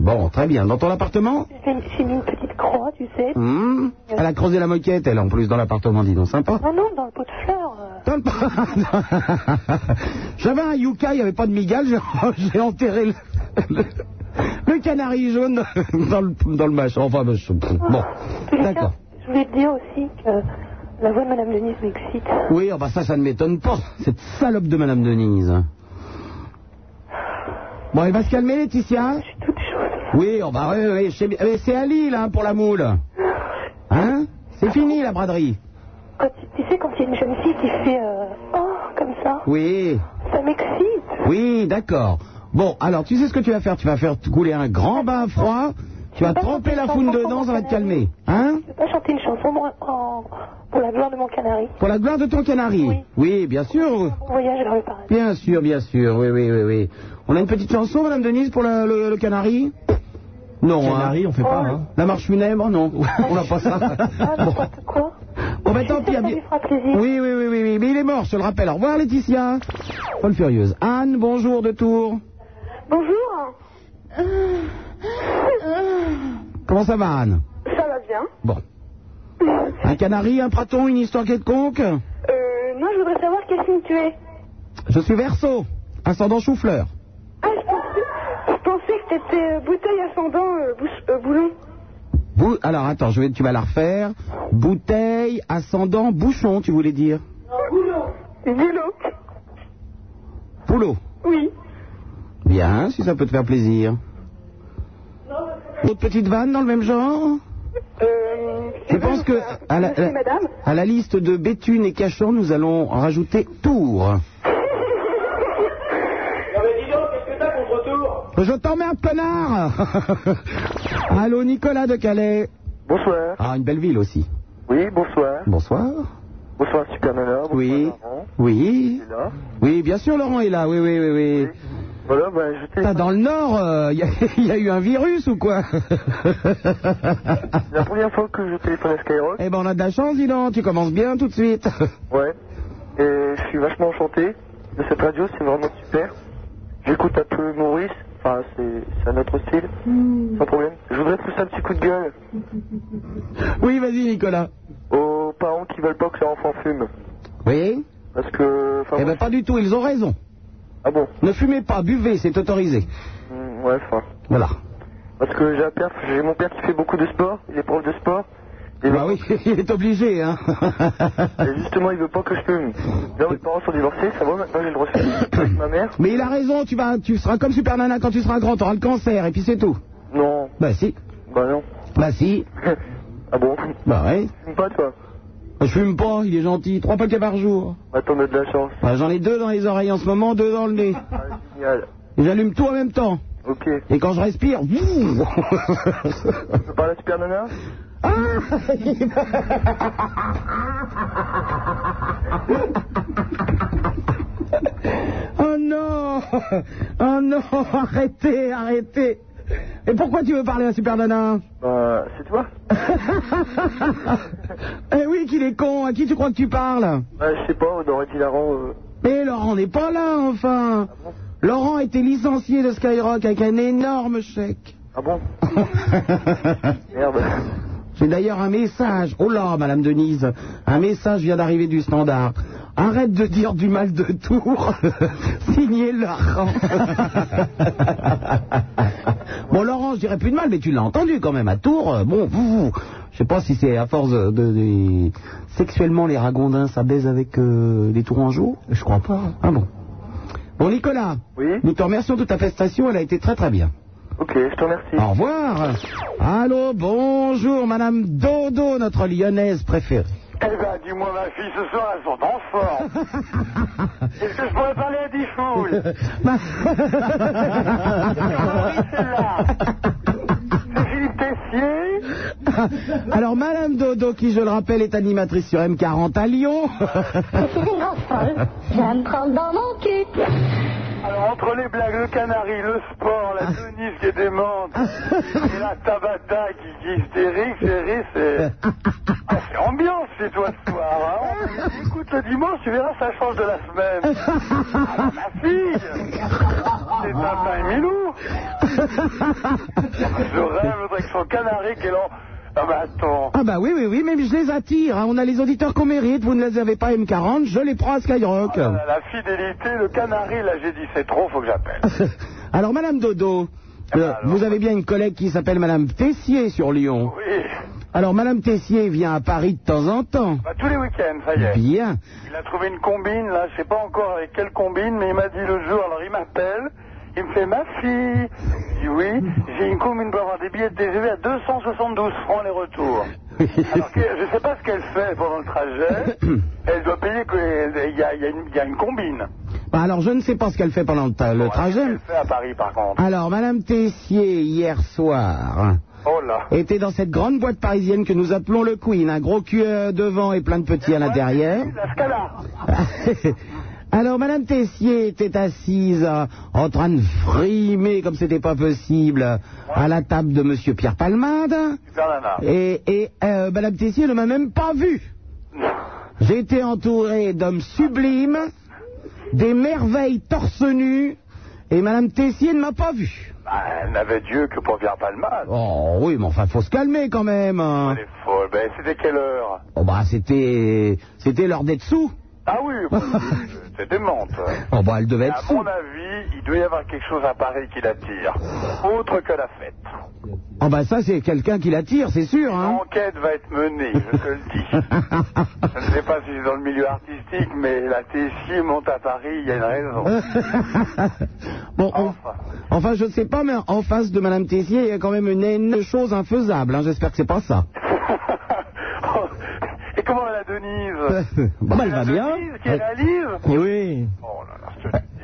Speaker 2: Bon, très bien. Dans ton appartement
Speaker 7: Je l'ai- J'ai mis une petite croix, tu sais.
Speaker 2: Hmm. Elle a creusé la moquette, elle, en plus, dans l'appartement, dis donc, sympa.
Speaker 7: Ah Non, non, dans le pot de fleurs. euh.
Speaker 2: T'as pas- J'avais un yucca, il n'y avait pas de migale, j'ai, j'ai enterré le, le- le canari jaune dans le, dans le machin. Enfin, bah, je- pff, bon,
Speaker 7: tous les cas,
Speaker 2: d'accord.
Speaker 7: Ah. Je voulais te dire aussi que la voix de Madame Denise m'excite.
Speaker 2: Oui, ah bah ça, ça ne m'étonne pas, cette salope de Madame Denise. Bon, elle va se calmer, Laetitia Je suis toute chaude. Oui, on va, oui, oui, je sais bien. Eh, c'est à Lille, hein, pour la moule. Hein C'est fini, la braderie.
Speaker 7: Quand, tu sais, quand il y a une jeune fille qui fait euh, Oh, comme ça,
Speaker 2: Oui.
Speaker 7: ça m'excite.
Speaker 2: Oui, d'accord. Bon, alors tu sais ce que tu vas faire Tu vas faire te couler un grand bain froid, tu vas tremper la foune dedans, ça va te calmer. Hein
Speaker 7: Je peux pas chanter une chanson pour, en- pour la gloire de mon canari.
Speaker 2: Pour la gloire de ton canari Oui, bien sûr.
Speaker 7: Bon voyage vers le paradis.
Speaker 2: Bien sûr, bien sûr, oui, oui, oui, oui. On a une petite chanson, Madame Denise, pour le, le- le canari Non,
Speaker 23: Canari,
Speaker 2: hein.
Speaker 23: on fait pas, hein.
Speaker 2: La marche funèbre, non. on n'a pas ça.
Speaker 3: Ah,
Speaker 2: bon.
Speaker 7: Quoi
Speaker 2: Bon, bah, tant pis, à bien- Oui, oui, oui, oui, oui, mais il est mort, je te le rappelle. Au revoir, Laetitia. Paul Furieuse. Anne, bonjour de Tours.
Speaker 3: Bonjour.
Speaker 2: Comment ça va, Anne
Speaker 3: Ça va bien.
Speaker 2: Bon. Un canari, un praton, une histoire quelconque
Speaker 3: Euh, non, je voudrais savoir quel signe tu es.
Speaker 2: Je suis verso, ascendant chou-fleur.
Speaker 3: Ah, je pensais, je pensais que t'étais euh, bouteille ascendant euh, bouche- euh, boulon.
Speaker 2: Bou- Alors attends, je vais, tu vas la refaire. Bouteille, ascendant, bouchon, tu voulais dire
Speaker 3: Boulon. Boulon.
Speaker 2: Poulot.
Speaker 3: Oui.
Speaker 2: Bien, si ça peut te faire plaisir. Autre petite vanne dans le même genre
Speaker 3: Euh,
Speaker 2: Je pense que à la, euh, la- à la liste de Béthune et Cachan, nous allons rajouter Tours. Je t'emmerde, connard Allô, Nicolas de Calais.
Speaker 11: Bonsoir.
Speaker 2: Ah, une belle ville aussi.
Speaker 11: Oui, bonsoir.
Speaker 2: Bonsoir.
Speaker 11: Bonsoir, Super Nana. Bonsoir,
Speaker 2: Oui.
Speaker 11: Laurent.
Speaker 2: Oui.
Speaker 11: Il est là.
Speaker 2: Oui, bien sûr, Laurent est là. Oui, oui, oui, oui.
Speaker 11: Voilà, ben, je t'ai-
Speaker 2: Putain, dans le Nord, il y, a eu un virus ou quoi
Speaker 11: la première fois que je téléphone à Skyrock.
Speaker 2: Eh ben, on a de la chance, dis donc. Tu commences bien tout de suite.
Speaker 11: Ouais. Et je suis vachement enchanté de cette radio, c'est vraiment super. J'écoute un peu Maurice, enfin, c'est c'est un autre style,
Speaker 2: Hmm.
Speaker 11: sans problème. Je voudrais pousser un petit coup de gueule
Speaker 2: oui, vas-y, Nicolas.
Speaker 11: aux parents qui veulent pas que leur enfant fume.
Speaker 2: Oui
Speaker 11: Parce que. enfin,
Speaker 2: Eh
Speaker 11: moi,
Speaker 2: ben, pas du tout. Ils ont raison.
Speaker 11: Ah bon
Speaker 2: Ne fumez pas, buvez, c'est autorisé.
Speaker 11: Hmm, Ouais, enfin.
Speaker 2: Voilà.
Speaker 24: Parce que j'ai un père, j'ai mon père qui fait beaucoup de sport, il est prof de sport.
Speaker 2: Et bah oui, il est obligé, hein.
Speaker 24: Et justement, il veut pas que je fume. Là, mes parents sont divorcés, ça va, maintenant j'ai le droit de fumer avec ma mère.
Speaker 2: Mais il a raison, tu, vas, tu seras comme Super Nana quand tu seras grand, t'auras le cancer, et puis c'est tout.
Speaker 24: Non,
Speaker 2: Bah si.
Speaker 24: bah non.
Speaker 2: Bah si.
Speaker 24: ah bon
Speaker 2: Bah ouais.
Speaker 24: Tu fumes pas, toi
Speaker 2: Je fume pas, il est gentil. Trois paquets par jour.
Speaker 24: Attends, on a de la chance.
Speaker 2: Bah, J'en ai deux dans les oreilles en ce moment, deux dans le nez.
Speaker 24: Génial.
Speaker 2: Et J'allume tout en même temps.
Speaker 24: Ok.
Speaker 2: Et quand je respire, boum
Speaker 24: Tu parles à Super Nana
Speaker 2: Ah Oh non Oh non Arrêtez, arrêtez Et pourquoi tu veux parler à Super Nana
Speaker 24: Bah, c'est toi
Speaker 2: Eh oui, qu'il est con, à qui tu crois que tu parles
Speaker 24: Bah, je sais pas, on aurait dit Laurent. euh,
Speaker 2: Mais Laurent n'est pas là, enfin Laurent a été licencié de Skyrock avec un énorme chèque.
Speaker 24: Ah bon
Speaker 2: Merde. J'ai d'ailleurs un message. Oh là, Madame Denise, un message vient d'arriver du standard. Arrête de dire du mal de Tours. Signé Laurent. bon, Laurent, je dirais plus de mal, mais tu l'as entendu quand même à Tours. euh, Bon, vous, vous. Je sais pas si c'est à force de, de- de- Sexuellement, les ragondins, ça baise avec euh, les Tourangeaux Je crois pas. Ah bon. Bon, Nicolas, nous te remercions de ta prestation. Elle a été très très bien.
Speaker 24: Ok, je te remercie.
Speaker 2: Au revoir. Allô, bonjour, Madame Dodo, notre lyonnaise préférée.
Speaker 11: Eh ben, dis-moi, ma fille, ce soir, elles sont en forme. Est-ce que je pourrais parler à Diffoul
Speaker 2: Alors, Madame Dodo, qui, je le rappelle, est animatrice sur M40 à Lyon.
Speaker 1: Je vais me prendre dans mon cul.
Speaker 11: Alors, entre les blagues, le canari, le sport, la Denise qui est démente, et la Tabata qui, qui est hystérique, chérie, c'est... Ah, c'est ambiance chez toi ce soir, hein. Écoute, le dimanche, tu verras, ça change de la semaine. Ah, ma fille C'est Tata et Milou Je rêve avec son canari qui est là... Ah bah attends
Speaker 2: Ah bah oui, oui, oui, mais je les attire. hein. On a les auditeurs qu'on mérite. Vous ne les avez pas M40, je les prends à Skyrock.
Speaker 11: Ah, la, la fidélité, le canari, là j'ai dit c'est trop, faut que j'appelle. Ah bah
Speaker 2: Alors, Madame Dodo, euh, vous avez bien une collègue qui s'appelle Madame Tessier sur Lyon.
Speaker 11: Oui.
Speaker 2: Alors, Madame Tessier vient à Paris de temps en temps.
Speaker 11: Bah, tous les week-ends, ça y est.
Speaker 2: Bien.
Speaker 11: Il a trouvé une combine, là, je sais pas encore avec quelle combine, mais il m'a dit le jour, alors il m'appelle, il me fait ma fille. Je dis oui, j'ai une combine pour avoir des billets de TGV à 272 francs les retours. Alors que, je sais pas ce qu'elle fait pendant le trajet, elle doit payer que- il y a, il y a une- il y a une combine.
Speaker 2: Bah, alors, je ne sais pas ce qu'elle fait pendant le, ta- le trajet.
Speaker 11: Elle fait à Paris par contre.
Speaker 2: Alors, Madame Tessier, hier soir,
Speaker 11: Oh là.
Speaker 2: était dans cette grande boîte parisienne que nous appelons le Queen. Un gros cul euh, devant et plein de petits à l'intérieur.
Speaker 11: La Scala.
Speaker 2: Alors, Madame Tessier était assise euh, en train de frimer comme c'était pas possible euh, à la table de Monsieur Pierre Palmade.
Speaker 11: Super nana.
Speaker 2: Et, et euh, Madame Tessier ne m'a même pas vu. J'étais entouré d'hommes sublimes, des merveilles torse nu, et Madame Tessier ne m'a pas vu.
Speaker 11: Bah, elle n'avait Dieu que pour Pierre Palmade.
Speaker 2: Oh oui, mais enfin, faut se calmer quand même. hein.
Speaker 11: Elle est folle. Ben, c'était quelle heure
Speaker 2: Oh bah, c'était, c'était l'heure d'être sous.
Speaker 11: Ah oui, bon, c'est démente.
Speaker 2: Oh bah, elle devait
Speaker 11: à
Speaker 2: être sous.
Speaker 11: mon avis, il doit y avoir quelque chose à Paris qui l'attire, autre que la fête.
Speaker 2: Oh bah, ça, c'est quelqu'un qui l'attire, c'est sûr, hein.
Speaker 11: L'enquête va être menée, je te le dis. Je ne sais pas si c'est dans le milieu artistique, mais la TSI monte à Paris, il y a une raison.
Speaker 2: bon, on- enfin, je ne sais pas, mais en face de Madame Tessier, il y a quand même une, énorme chose infaisable. hein. J'espère que c'est pas ça.
Speaker 11: Et comment va la Denise
Speaker 2: Bah, elle
Speaker 11: La Oh
Speaker 2: va bien.
Speaker 11: Denise qui réalise
Speaker 2: Eh Oui.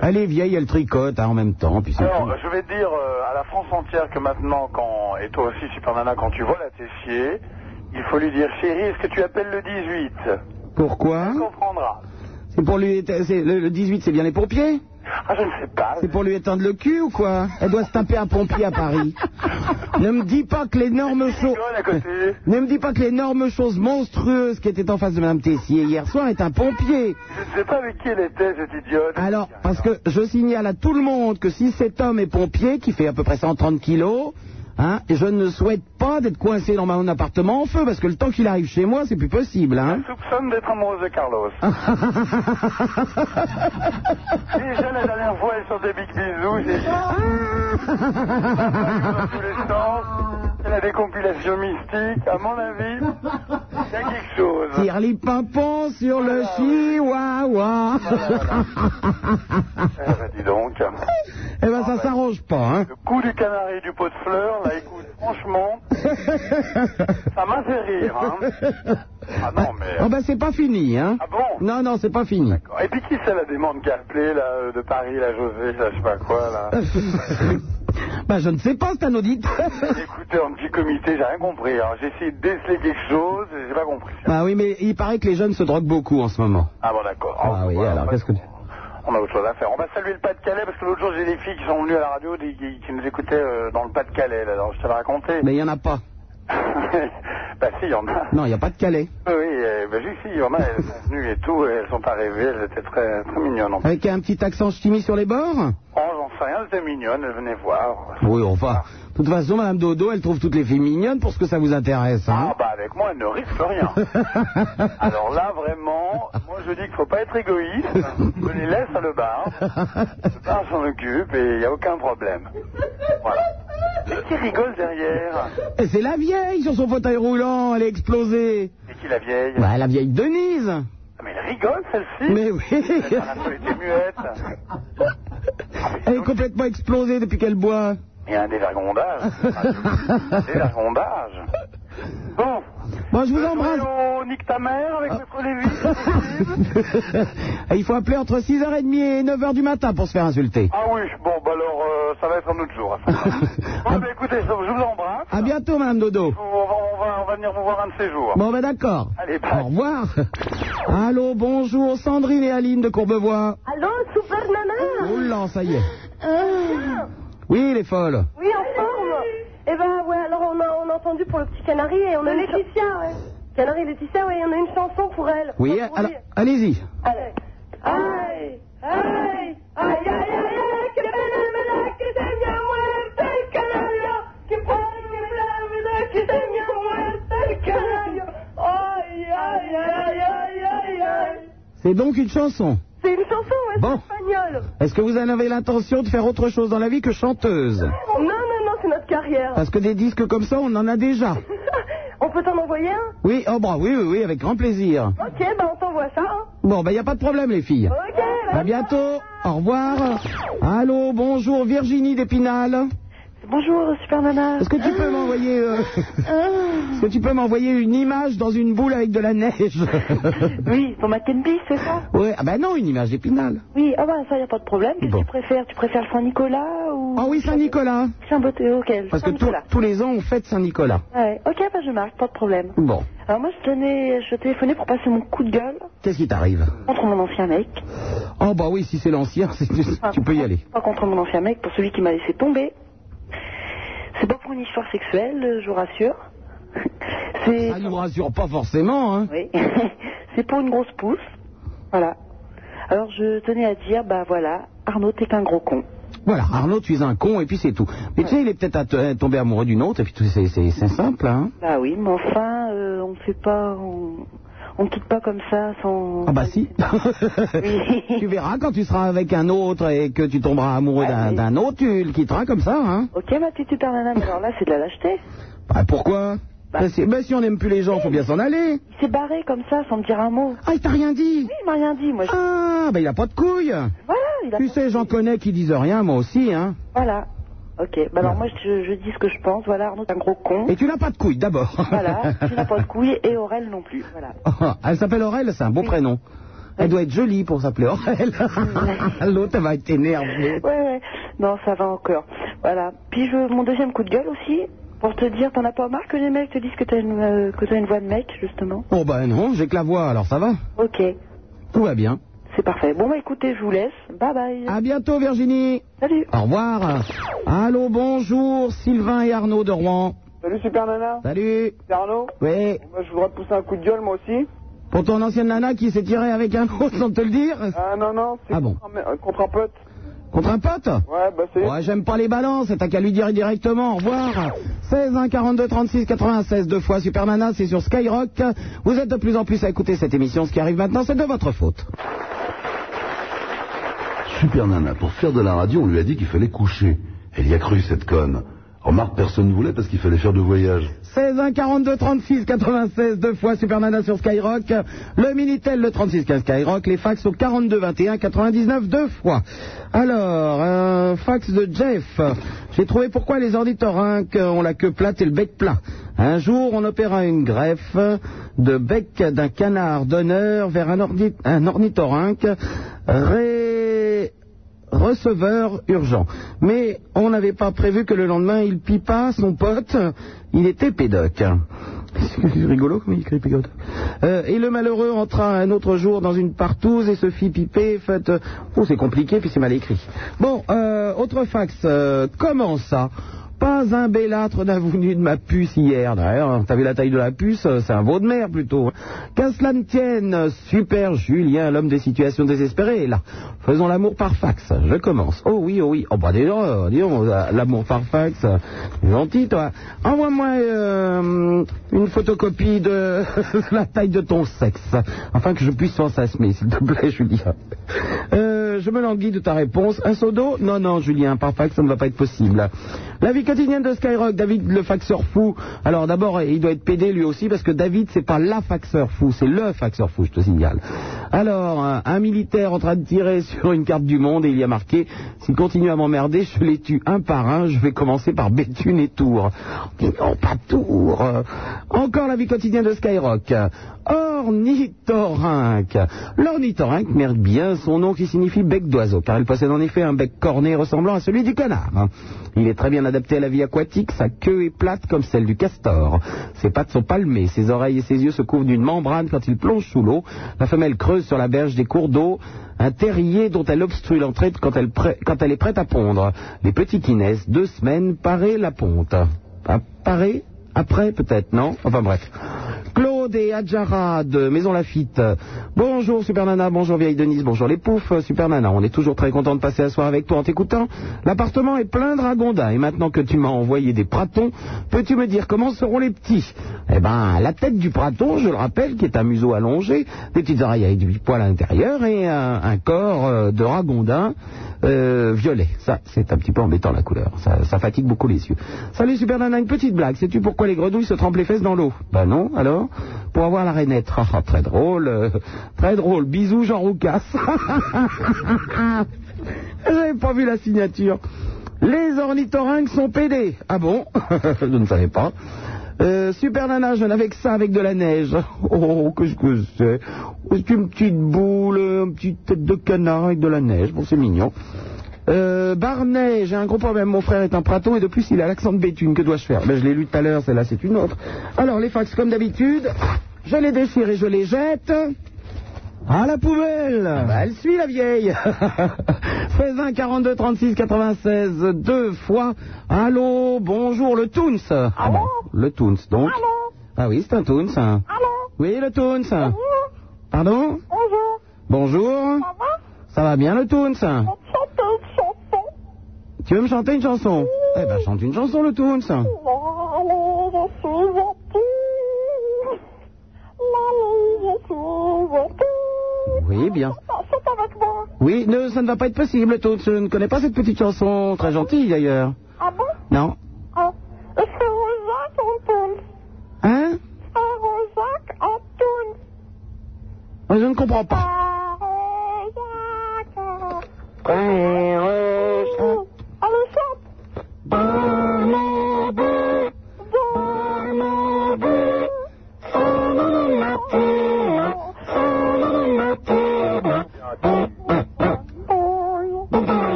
Speaker 2: Elle est vieille, elle tricote hein, en même temps. Puis c'est
Speaker 11: Alors,
Speaker 2: tout.
Speaker 11: je vais te dire euh, à la France entière que maintenant, quand, et toi aussi, Super Nana, quand tu vois la Tessier, il faut lui dire Chérie, est-ce que tu appelles le 18
Speaker 2: Pourquoi
Speaker 11: Elle comprendra.
Speaker 2: C'est pour lui. c'est- Le, le 18, c'est bien les pompiers
Speaker 11: Ah, je ne sais pas.
Speaker 2: C'est pour lui éteindre le cul ou quoi Elle doit se taper un pompier à Paris. ne me dis pas que l'énorme chose.
Speaker 11: à côté.
Speaker 2: Ne me dis pas que l'énorme chose monstrueuse qui était en face de Madame Tessier hier soir est un pompier.
Speaker 11: Je ne sais pas avec qui elle était, cette idiote.
Speaker 2: Alors, parce que je signale à tout le monde que si cet homme est pompier, qui fait à peu près 130 kilos, hein, et je ne souhaite pas d'être coincé dans mon appartement en feu, parce que le temps qu'il arrive chez moi, c'est plus possible. Hein.
Speaker 12: soupçonne d'être amoureuse de Carlos. Déjà la dernière fois, elle chantait Big Bisou, j'ai dans tous les sens. Elle a des compilations mystiques, à mon avis, il y a quelque chose.
Speaker 2: Tire les pimpons sur le
Speaker 11: Ah,
Speaker 2: chihuahua.
Speaker 12: Eh ben, dis donc.
Speaker 2: Eh ben, ça s'arrange pas, hein.
Speaker 12: Le coup du canari et du pot de fleurs, là, écoute, franchement, ça m'a fait rire, hein. Ah non, mais...
Speaker 2: Ah ben, c'est pas fini, hein.
Speaker 12: Ah bon
Speaker 2: Non, non, c'est pas fini.
Speaker 12: Et puis qui c'est la démon qui a appelé, là, euh, de Paris, la José, là, je sais pas quoi, là
Speaker 2: ben, je ne sais pas, c'est un auditeur.
Speaker 12: Écoutez, un petit comité, j'ai rien compris. hein. J'ai essayé de déceler quelque chose, et j'ai pas compris.
Speaker 2: Ben oui, mais il paraît que les jeunes se droguent beaucoup en ce moment.
Speaker 12: Ah bon, d'accord.
Speaker 2: Ah oui,
Speaker 12: Voilà,
Speaker 2: alors,
Speaker 12: on va-
Speaker 2: qu'est-ce que tu...
Speaker 12: On a autre chose à faire. On va saluer le Pas-de-Calais, parce que l'autre jour, j'ai des filles qui sont venues à la radio, des- qui, qui nous écoutaient euh, dans le Pas-de-Calais, là. alors je te l'ai raconté.
Speaker 2: Mais il n'y en a pas.
Speaker 12: bah si, il y en a.
Speaker 2: Non, il n'y a pas de Calais.
Speaker 12: Oui, oui, euh, bah, juste, si, il y en a, elles sont venues et tout, et elles sont arrivées, elles étaient très, très mignonnes. en plus.
Speaker 2: Avec un petit accent ch'timi sur les bords
Speaker 12: Oh, j'en sais rien, elles étaient mignonnes, elles venaient voir.
Speaker 2: Oui, enfin. De toute façon, Madame Dodo, elle trouve toutes les filles mignonnes pour ce que ça vous intéresse, hein.
Speaker 12: Ah bah avec moi, elles ne risquent rien. Alors là, vraiment, moi je dis qu'il faut pas être égoïste, je les laisse à le bar, le bar s'en occupe et il n'y a aucun problème. Voilà. Mais qui rigole derrière
Speaker 2: Et c'est la vieille sur son fauteuil roulant, elle est explosée.
Speaker 12: Et qui la vieille Ah,
Speaker 2: Bah, la vieille Denise.
Speaker 12: Mais elle rigole celle-ci
Speaker 2: Mais oui.
Speaker 12: Elle a un peu été muette.
Speaker 2: Elle est complètement explosée depuis qu'elle boit.
Speaker 12: Il y a un dévergondage. Un dévergondage. Bon.
Speaker 2: Bon, je
Speaker 12: Euh,
Speaker 2: vous embrasse.
Speaker 12: Allô, nique ta mère avec Maître Lévy.
Speaker 2: Et Euh, il faut appeler entre 6h30 et 9h du matin pour se faire insulter.
Speaker 12: Ah oui, bon, bah alors euh, ça va être un autre jour. à ce moment-là. bon, bah, écoutez, je vous embrasse.
Speaker 2: À bientôt, Madame Dodo.
Speaker 12: On va, on va- on va venir vous voir un de ces jours.
Speaker 2: Bon, ben d'accord.
Speaker 12: Allez, bye.
Speaker 2: Au revoir. Allô, bonjour, Sandrine et Aline de Courbevoie.
Speaker 3: Allô, super nana
Speaker 2: Oh là, ça y est.
Speaker 3: Euh,
Speaker 2: Oui, les folles.
Speaker 3: Oui, en forme Eh ben, ouais, alors on a, on a entendu pour le petit canari et on a Laetitia, ouais. Canari Laetitia, ouais, on a une chanson pour elle.
Speaker 2: Oui, alors, allez-y.
Speaker 3: Allez. Aïe, aïe, aïe, aïe, aïe, aïe, que belle mena, que t'es bien muerta el canario. Que belle mena, mena, que t'es bien muerta el canario. Aïe, aïe, aïe, aïe, aïe, aïe.
Speaker 2: C'est donc une chanson.
Speaker 3: C'est une chanson, ouais,
Speaker 2: Bon.
Speaker 3: c'est espagnol.
Speaker 2: Est-ce que vous en avez l'intention de faire autre chose dans la vie que chanteuse
Speaker 3: Non, non, non, c'est notre carrière.
Speaker 2: Parce que des disques comme ça, on en a déjà.
Speaker 3: On peut t'en envoyer un
Speaker 2: Oui, oh bah oui, oui, oui, avec grand plaisir.
Speaker 3: Ok,
Speaker 5: bah,
Speaker 3: ben on t'envoie ça. hein.
Speaker 2: Bon, bah il n'y a pas de problème, les filles.
Speaker 3: Ok, ben.
Speaker 2: À bientôt. Au revoir. Allô, bonjour, Virginie d'Épinal.
Speaker 5: Bonjour, Super Nana. Ah.
Speaker 2: Est-ce que tu peux m'envoyer euh, Est-ce que tu peux m'envoyer une image dans une boule avec de la neige
Speaker 5: Oui, pour ma Kenby, c'est ça
Speaker 2: Oui, ah bah non, une image d'épinal.
Speaker 5: Oui, ah bah ça, y a pas de problème. Qu'est-ce que tu préfères Tu préfères le Saint-Nicolas ou...
Speaker 2: Ah oui, Saint-Nicolas.
Speaker 5: C'est un beau thé, ok.
Speaker 2: Parce que tous-
Speaker 5: Oh, Saint-Nicolas.
Speaker 2: tous les ans, on fête Saint-Nicolas.
Speaker 5: Ouais, ok, bah je marque, pas de problème.
Speaker 2: Bon,
Speaker 5: Alors moi, je, tenais, je téléphonais pour passer mon coup de gueule
Speaker 2: qu'est-ce qui t'arrive
Speaker 5: contre mon ancien mec.
Speaker 2: Oh bah oui, si c'est l'ancien, c'est-
Speaker 5: Ah.
Speaker 2: tu peux y aller.
Speaker 5: Pas contre mon ancien mec, pour celui qui m'a laissé tomber. C'est pas pour une histoire sexuelle, euh, je vous rassure. C'est...
Speaker 2: Ça nous rassure pas forcément, hein
Speaker 5: Oui. c'est pour une grosse pousse. Voilà. Alors je tenais à dire, bah voilà, Arnaud, t'es qu'un gros con.
Speaker 2: Voilà, Arnaud, tu es un con et puis c'est tout. Mais tu sais, il est peut-être à te- euh, tombé amoureux d'une autre et puis tout, c'est- c'est c'est simple, hein
Speaker 5: Bah oui, mais enfin, euh, on fait pas, on, on quitte pas comme ça sans.
Speaker 2: Ah bah si. tu verras quand tu seras avec un autre et que tu tomberas amoureux
Speaker 5: Bah
Speaker 2: d'un d'un autre, tu le quitteras comme ça, hein
Speaker 5: Ok, ma petite super nana, mais alors là, c'est de la lâcheté.
Speaker 2: Bah, pourquoi bah, si, bah, si on n'aime plus les gens, faut bien s'en aller.
Speaker 5: Il s'est barré comme ça, sans me dire un mot.
Speaker 2: Ah, il t'a rien dit
Speaker 5: Oui, il m'a rien dit, moi. je-
Speaker 2: Ah, bah il a pas de couilles.
Speaker 5: Voilà, il a.
Speaker 2: Tu sais, j'en connais qui disent rien, moi aussi, hein.
Speaker 5: Voilà. Ok, bah alors moi, je, je dis ce que je pense. Voilà, Arnaud, t'es un gros con.
Speaker 2: Et tu n'as pas de couilles, d'abord.
Speaker 5: Voilà, tu n'as pas de couilles et Aurel non plus. Voilà.
Speaker 2: Ah, Elle s'appelle Aurel, c'est un beau prénom. Elle doit être jolie pour s'appeler Aurel. L'autre, elle va être énervée.
Speaker 5: Ouais, ouais. Non, ça va encore. Voilà. Puis je, mon deuxième coup de gueule aussi, pour te dire, t'en as pas marre que les mecs te disent que t'as une, euh, que t'as une voix de mec, justement.
Speaker 2: Oh bah non, j'ai que la voix, alors ça va.
Speaker 5: Ok,
Speaker 2: Tout va bien.
Speaker 5: c'est parfait. Bon, bah écoutez, je vous laisse. Bye bye.
Speaker 2: À bientôt, Virginie.
Speaker 5: Salut.
Speaker 2: Au revoir. Allô, bonjour, Sylvain et Arnaud de Rouen.
Speaker 14: Salut Super Nana,
Speaker 2: Salut.
Speaker 14: c'est Arnaud.
Speaker 2: Oui.
Speaker 14: Moi, je voudrais te pousser un coup de gueule, moi aussi.
Speaker 2: Pour ton ancienne nana qui s'est tirée avec un autre, sans te le dire
Speaker 14: Ah non, non, c'est
Speaker 2: Ah bon.
Speaker 14: contre, un, me- euh, contre un pote.
Speaker 2: Contre un pote
Speaker 21: Ouais, bah c'est.
Speaker 2: Ouais, j'aime pas les balances, t'as qu'à lui dire directement, au revoir. 16 1 42 36 96 deux fois Supermana, c'est sur Skyrock. Vous êtes de plus en plus à écouter cette émission, ce qui arrive maintenant, c'est de votre faute.
Speaker 4: Super Nana, pour faire de la radio, on lui a dit qu'il fallait coucher. Elle y a cru, cette conne. Remarque, personne ne voulait parce qu'il fallait faire de voyage.
Speaker 2: 16 1 42 36 96 deux fois Supernana sur Skyrock, le Minitel le 36 15 Skyrock, les fax au 42 21 99 deux fois. Alors, un fax de Jeff. J'ai trouvé pourquoi les auditeurs ont la queue plate et le bec plat. Un jour, on opéra une greffe de bec d'un canard d'honneur vers un, ordi- un ornithorynque. Ré- receveur urgent. Mais on n'avait pas prévu que le lendemain, il pipa son pote. Il était pédoc. C'est rigolo comme il écrit pédoc. Euh, et le malheureux entra un autre jour dans une partouze et se fit piper. Fait, euh, oh, c'est compliqué, puis c'est mal écrit. Bon, euh, autre fax. euh, comment ça pas un bellâtre n'a voulu de ma puce hier. D'ailleurs, hein, t'as vu la taille de la puce, euh, c'est un veau de mer plutôt. Qu'à cela ne tienne, euh, super Julien, l'homme des situations désespérées, est là. Faisons l'amour par fax. Je commence. Oh oui, oh oui. Oh bah déjà, euh, dis donc, euh, l'amour par fax, euh, gentil toi. Envoie-moi euh, une photocopie de la taille de ton sexe, afin que je puisse fantasmer, s'il te plaît, Julien. Euh, je me languis de ta réponse. Un seau d'eau Non, non, Julien, par fax, ça ne va pas être possible. La vie quotidienne de Skyrock, David le faxeur fou. Alors d'abord, il doit être pédé lui aussi, parce que David, c'est pas la faxeur fou, c'est le faxeur fou, je te signale. Alors, un, un militaire en train de tirer sur une carte du monde, et il y a marqué, s'il continue à m'emmerder, je les tue un par un, je vais commencer par Béthune et Tours. Mais non, pas Tours. Euh, Encore la vie quotidienne de Skyrock. Ornithorynque. L'ornithorynque mérite bien son nom qui signifie bec d'oiseau, car il possède en effet un bec corné ressemblant à celui du canard. Il est très bien adapté à la vie aquatique, sa queue est plate comme celle du castor. Ses pattes sont palmées, ses oreilles et ses yeux se couvrent d'une membrane quand il plonge sous l'eau. La femelle creuse sur la berge des cours d'eau un terrier dont elle obstrue l'entrée quand elle, pré- quand elle est prête à pondre. Les petits qui naissent, deux semaines, parer la ponte. Ah, Parer après peut-être, non Enfin bref. Claude et Adjara de Maison Lafitte. Bonjour Super Nana, bonjour vieille Denise, bonjour les poufs, euh, Super Nana. On est toujours très content de passer la soirée avec toi en t'écoutant. L'appartement est plein de ragondins et maintenant que tu m'as envoyé des pratons, peux-tu me dire comment seront les petits Eh ben, la tête du praton, je le rappelle, qui est un museau allongé, des petites oreilles avec du poil à l'intérieur et un, un corps euh, de ragondin euh, violet. Ça, c'est un petit peu embêtant la couleur. Ça, ça fatigue beaucoup les yeux. Salut Super Nana, une petite blague. Sais-tu pourquoi les grenouilles se trempent les fesses dans l'eau Ben non, alors Pour avoir la rainette. Ah, ah, très drôle, euh, très drôle. Bisous Jean Roucas. J'avais pas vu la signature. Les ornithorynques sont pédés. Ah bon Je ne savais pas. Euh, super Nana, je n'avais que ça avec de la neige. Oh, qu'est-ce que c'est C'est une petite boule, une petite tête de canard avec de la neige. Bon, c'est mignon. Euh, Barnet, j'ai un gros problème. Mon frère est un praton et de plus, il a l'accent de Béthune. Que dois-je faire ben, Je l'ai lu tout à l'heure, celle-là, c'est une autre. Alors, les fax, comme d'habitude, je les déchire et je les jette. À la poubelle Bah, Elle suit la vieille 16 1 42 36 96 deux fois. Allô, bonjour, le Toons Ah bon, Le Toons, donc. Ah oui, c'est un Toons. Allô Oui, le Toons. Pardon
Speaker 1: Bonjour.
Speaker 2: Bonjour. Oh,
Speaker 1: Ça va
Speaker 2: Ça va bien, le Toons
Speaker 1: Chante une chanson.
Speaker 2: Tu veux me chanter une chanson Eh ben, chante une chanson, le Toons
Speaker 1: Allez, je suis gentille. Allez, je suis gentille.
Speaker 2: Oui, bien.
Speaker 1: Chante avec moi.
Speaker 2: Oui, ne, ça ne va pas être possible, le Toons. Je ne connais pas cette petite chanson, très gentille d'ailleurs.
Speaker 1: Ah bon
Speaker 2: Non
Speaker 1: Ah, Je suis Rosac Antoine.
Speaker 2: Hein
Speaker 1: Ah, Rosac Antoine.
Speaker 2: Oh, Je ne comprends pas.
Speaker 1: Ah, Rosac. Allez, chante.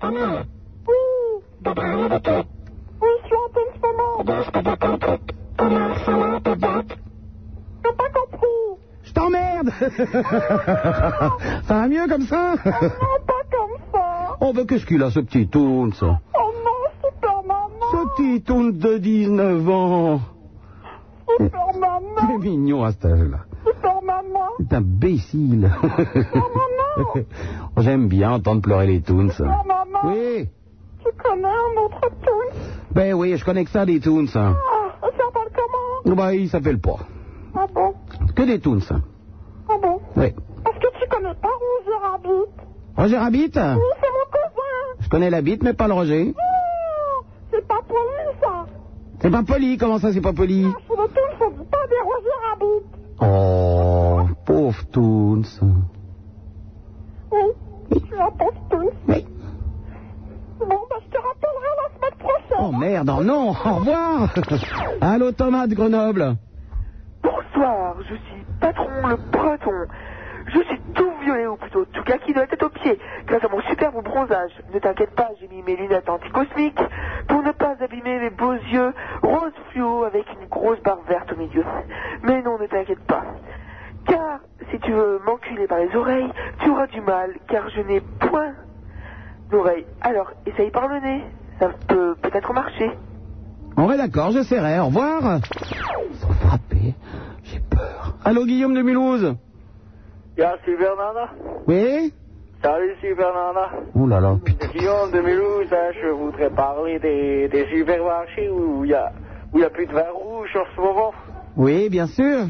Speaker 2: Ah
Speaker 1: Je t'emmerde
Speaker 2: ça va mieux comme ça Non, pas comme ça. Oh, ben qu'est-ce qu'il a, ce petit tourne, ça
Speaker 1: Oh non, super maman.
Speaker 2: Ce petit tourne de 19 ans.
Speaker 1: Super maman.
Speaker 2: C'est mignon à cet âge-là.
Speaker 1: Super maman.
Speaker 2: C'est imbécile. Oh, J'aime bien entendre pleurer les toons.
Speaker 1: Super maman.
Speaker 2: Oui.
Speaker 1: Tu connais un autre toon
Speaker 2: Ben oui, je connais que ça, des toons. hein.
Speaker 1: Ah, ça parle comment
Speaker 2: Ben, ils s'appellent pas.
Speaker 1: Ah bon
Speaker 2: Que des toons. hein.
Speaker 1: Ah bon
Speaker 2: Oui.
Speaker 1: Est-ce que tu connais pas où je habite
Speaker 2: Roger Rabbit hein.
Speaker 1: Oui, c'est mon cousin.
Speaker 2: Je connais la bite, mais pas le Roger.
Speaker 1: Oh, c'est pas pour lui, ça.
Speaker 2: C'est pas poli, comment ça, c'est pas poli
Speaker 1: Sur le toon, ça dit pas des Roger Rabbit.
Speaker 2: Oh, pauvre toons.
Speaker 1: Oui, je suis un pauvre toon.
Speaker 2: Oui.
Speaker 1: Bon, bah, je te rappellerai la semaine prochaine.
Speaker 2: Oh merde, oh non, au revoir Allô Thomas de Grenoble
Speaker 25: Bonsoir, je suis patron le breton. Je suis tout violet, ou plutôt tout kaki de la tête aux pieds, grâce à mon superbe bronzage. Ne t'inquiète pas, j'ai mis mes lunettes anticosmiques pour ne pas abîmer mes beaux yeux rose fluo avec une grosse barre verte au milieu. Mais non, ne t'inquiète pas. Car si tu veux m'enculer par les oreilles, tu auras du mal, car je n'ai point d'oreilles. Alors, essaye par le nez. Ça peut peut-être marcher.
Speaker 2: On est d'accord, j'essaierai, au revoir Ils sont frappés, j'ai peur. Allô Guillaume de Mulhouse
Speaker 16: Y'a Super Nana
Speaker 2: Oui
Speaker 16: Salut Super Nana
Speaker 2: Oh là là, putain.
Speaker 16: C'est Guillaume de Mulhouse, hein, je voudrais parler des, des supermarchés où il y a, où y a plus de vin rouge en ce moment.
Speaker 2: Oui, bien sûr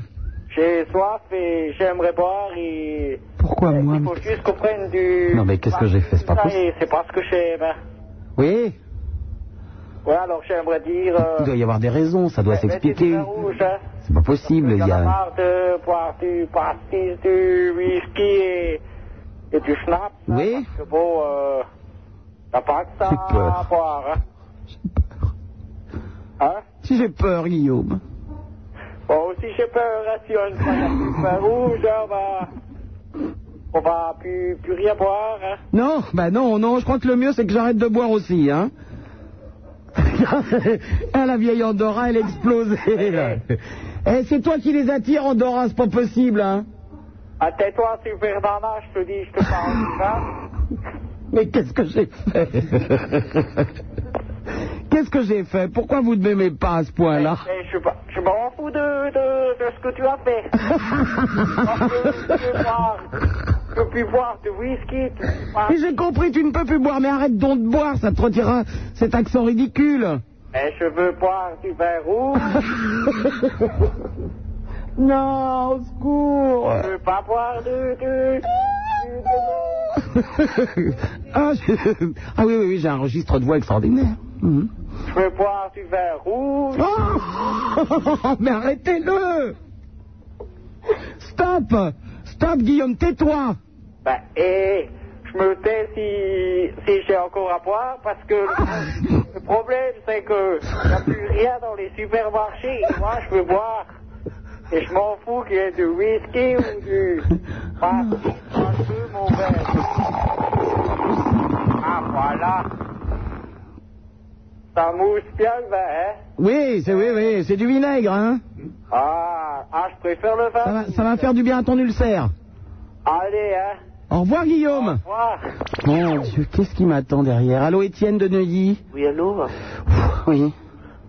Speaker 16: J'ai soif et j'aimerais boire et
Speaker 2: Pourquoi moi
Speaker 16: faut juste qu'on prenne du...
Speaker 2: Non, mais qu'est-ce que j'ai fait, c'est pas
Speaker 16: Ça,
Speaker 2: possible.
Speaker 16: et C'est pas ce que j'aime. hein.
Speaker 2: Oui
Speaker 16: Ouais, alors j'aimerais dire... euh,
Speaker 2: Il doit y avoir des raisons, ça doit
Speaker 16: mettez du
Speaker 2: s'expliquer.
Speaker 16: vin rouge, hein.
Speaker 2: C'est pas possible, il
Speaker 16: Il
Speaker 2: y
Speaker 16: y en a
Speaker 2: a...
Speaker 16: marre de boire du pastis, du whisky et, et du schnaps. Oui. Parce que bon, euh, t'as pas que ça
Speaker 2: peur.
Speaker 16: à boire. Hein.
Speaker 2: Si j'ai peur, Guillaume.
Speaker 16: Bon, aussi j'ai peur, hein, si on ne prend pas rouge, hein, on va, on va plus, plus rien boire. Hein.
Speaker 2: Non, bah non, non, je crois que le mieux c'est que j'arrête de boire aussi, hein. ah, la vieille Andorra, elle est explosée. là. Eh, c'est toi qui les attires, Andorra, c'est pas possible, hein.
Speaker 16: Ah, tais-toi, super nana, je te dis, je te parle du vin.
Speaker 2: Mais qu'est-ce que j'ai fait Qu'est-ce que j'ai fait Pourquoi vous ne m'aimez pas à ce point-là
Speaker 16: Eh, je, m'en- je m'en fous de, de, de ce que tu as fait. Parce que tu peux boire, tu peux plus boire de whisky, tu peux boire
Speaker 2: Et j'ai compris, tu ne peux plus boire, mais arrête donc de boire, ça te retirera cet accent ridicule.
Speaker 16: Mais je veux boire du vin rouge.
Speaker 2: non, au secours.
Speaker 16: Je veux pas boire du... du, du- du-
Speaker 2: ah, je- ah oui, oui, oui, j'ai un registre de voix extraordinaire. Mhm.
Speaker 16: Je veux boire du vin rouge.
Speaker 2: Oh, mais arrêtez-le Stop Stop, Guillaume, tais-toi
Speaker 16: Ben, et je me tais si, si j'ai encore à boire parce que le, le problème c'est que il n'y a plus rien dans les supermarchés. Et moi, je veux boire. Et je m'en fous qu'il y ait du whisky ou du. Ah, moi, je veux mon verre. Ah, voilà. Ça mousse bien le vin, hein.
Speaker 2: Oui, c'est oui, oui, c'est du vinaigre, hein
Speaker 16: Ah, ah, je préfère le vin.
Speaker 2: ça va, ça va faire du bien à ton ulcère.
Speaker 16: Allez, hein.
Speaker 2: Au revoir, Guillaume
Speaker 16: Au revoir.
Speaker 2: Mon Dieu, qu'est-ce qui m'attend derrière Allô, Étienne de Neuilly
Speaker 5: Oui, allô
Speaker 2: Oui.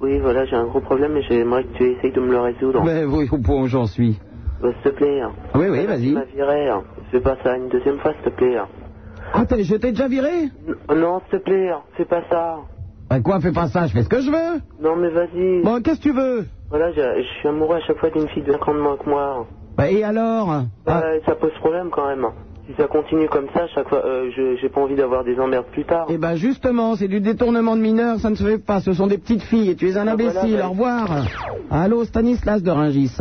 Speaker 5: Oui, voilà, j'ai un gros problème et j'aimerais que tu essayes de me le résoudre.
Speaker 2: Ben oui, au point où j'en suis.
Speaker 5: Euh, S'il te plaît. hein.
Speaker 2: Oui, oui,
Speaker 5: Tu
Speaker 2: vas-y.
Speaker 5: m'as viré. hein. Fais pas ça une deuxième fois, s'il te plaît. hein.
Speaker 2: Ah, t'as- je t'ai déjà viré
Speaker 5: N- non, s'il te plaît, hein. fais pas ça.
Speaker 2: Ben quoi, fais pas ça, je fais ce que je veux
Speaker 5: Non, mais vas-y.
Speaker 2: Bon, qu'est-ce que tu veux
Speaker 5: Voilà, je, je suis amoureux à chaque fois d'une fille de 50 moins que moi.
Speaker 2: Ben et
Speaker 5: Euh,
Speaker 2: alors Ah,
Speaker 5: Ouais, ça pose problème quand même. hein. Si ça continue comme ça, chaque fois, euh, je- j'ai pas envie d'avoir des emmerdes plus tard.
Speaker 2: Eh ben justement, c'est du détournement de mineurs, ça ne se fait pas, ce sont des petites filles et tu es un
Speaker 5: Ah, voilà,
Speaker 2: imbécile,
Speaker 5: ouais.
Speaker 2: au revoir Allô, Stanislas de Ringis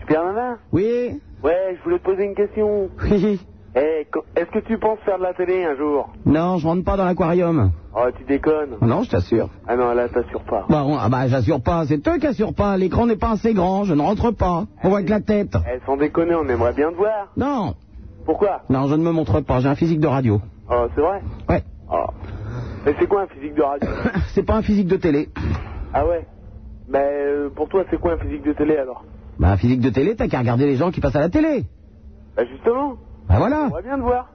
Speaker 25: Super Nana
Speaker 2: Oui
Speaker 25: Ouais, je voulais te poser une question.
Speaker 2: Oui
Speaker 25: Eh, co- est-ce que tu penses faire de la télé un jour
Speaker 2: Non, je rentre pas dans l'aquarium.
Speaker 25: Oh, tu déconnes.
Speaker 2: Non, je t'assure.
Speaker 25: Ah non, là, t'assures pas.
Speaker 2: Bah, on- ah bah j'assure pas, c'est eux qui assurent pas, l'écran n'est pas assez grand, je ne rentre pas, on voit que la tête.
Speaker 25: Eh, sans déconner, on aimerait bien te voir.
Speaker 2: Non
Speaker 25: Pourquoi
Speaker 2: Non, je ne me montre pas, j'ai un physique de radio.
Speaker 25: Oh, c'est vrai
Speaker 2: Ouais.
Speaker 25: Oh. Mais c'est quoi un physique de radio
Speaker 2: C'est pas un physique de télé.
Speaker 25: Ah ouais Mais euh, pour toi, c'est quoi un physique de télé alors
Speaker 2: Bah un physique de télé, t'as qu'à regarder les gens qui passent à la télé.
Speaker 5: Bah justement.
Speaker 2: Ben voilà,
Speaker 5: On va bien te voir.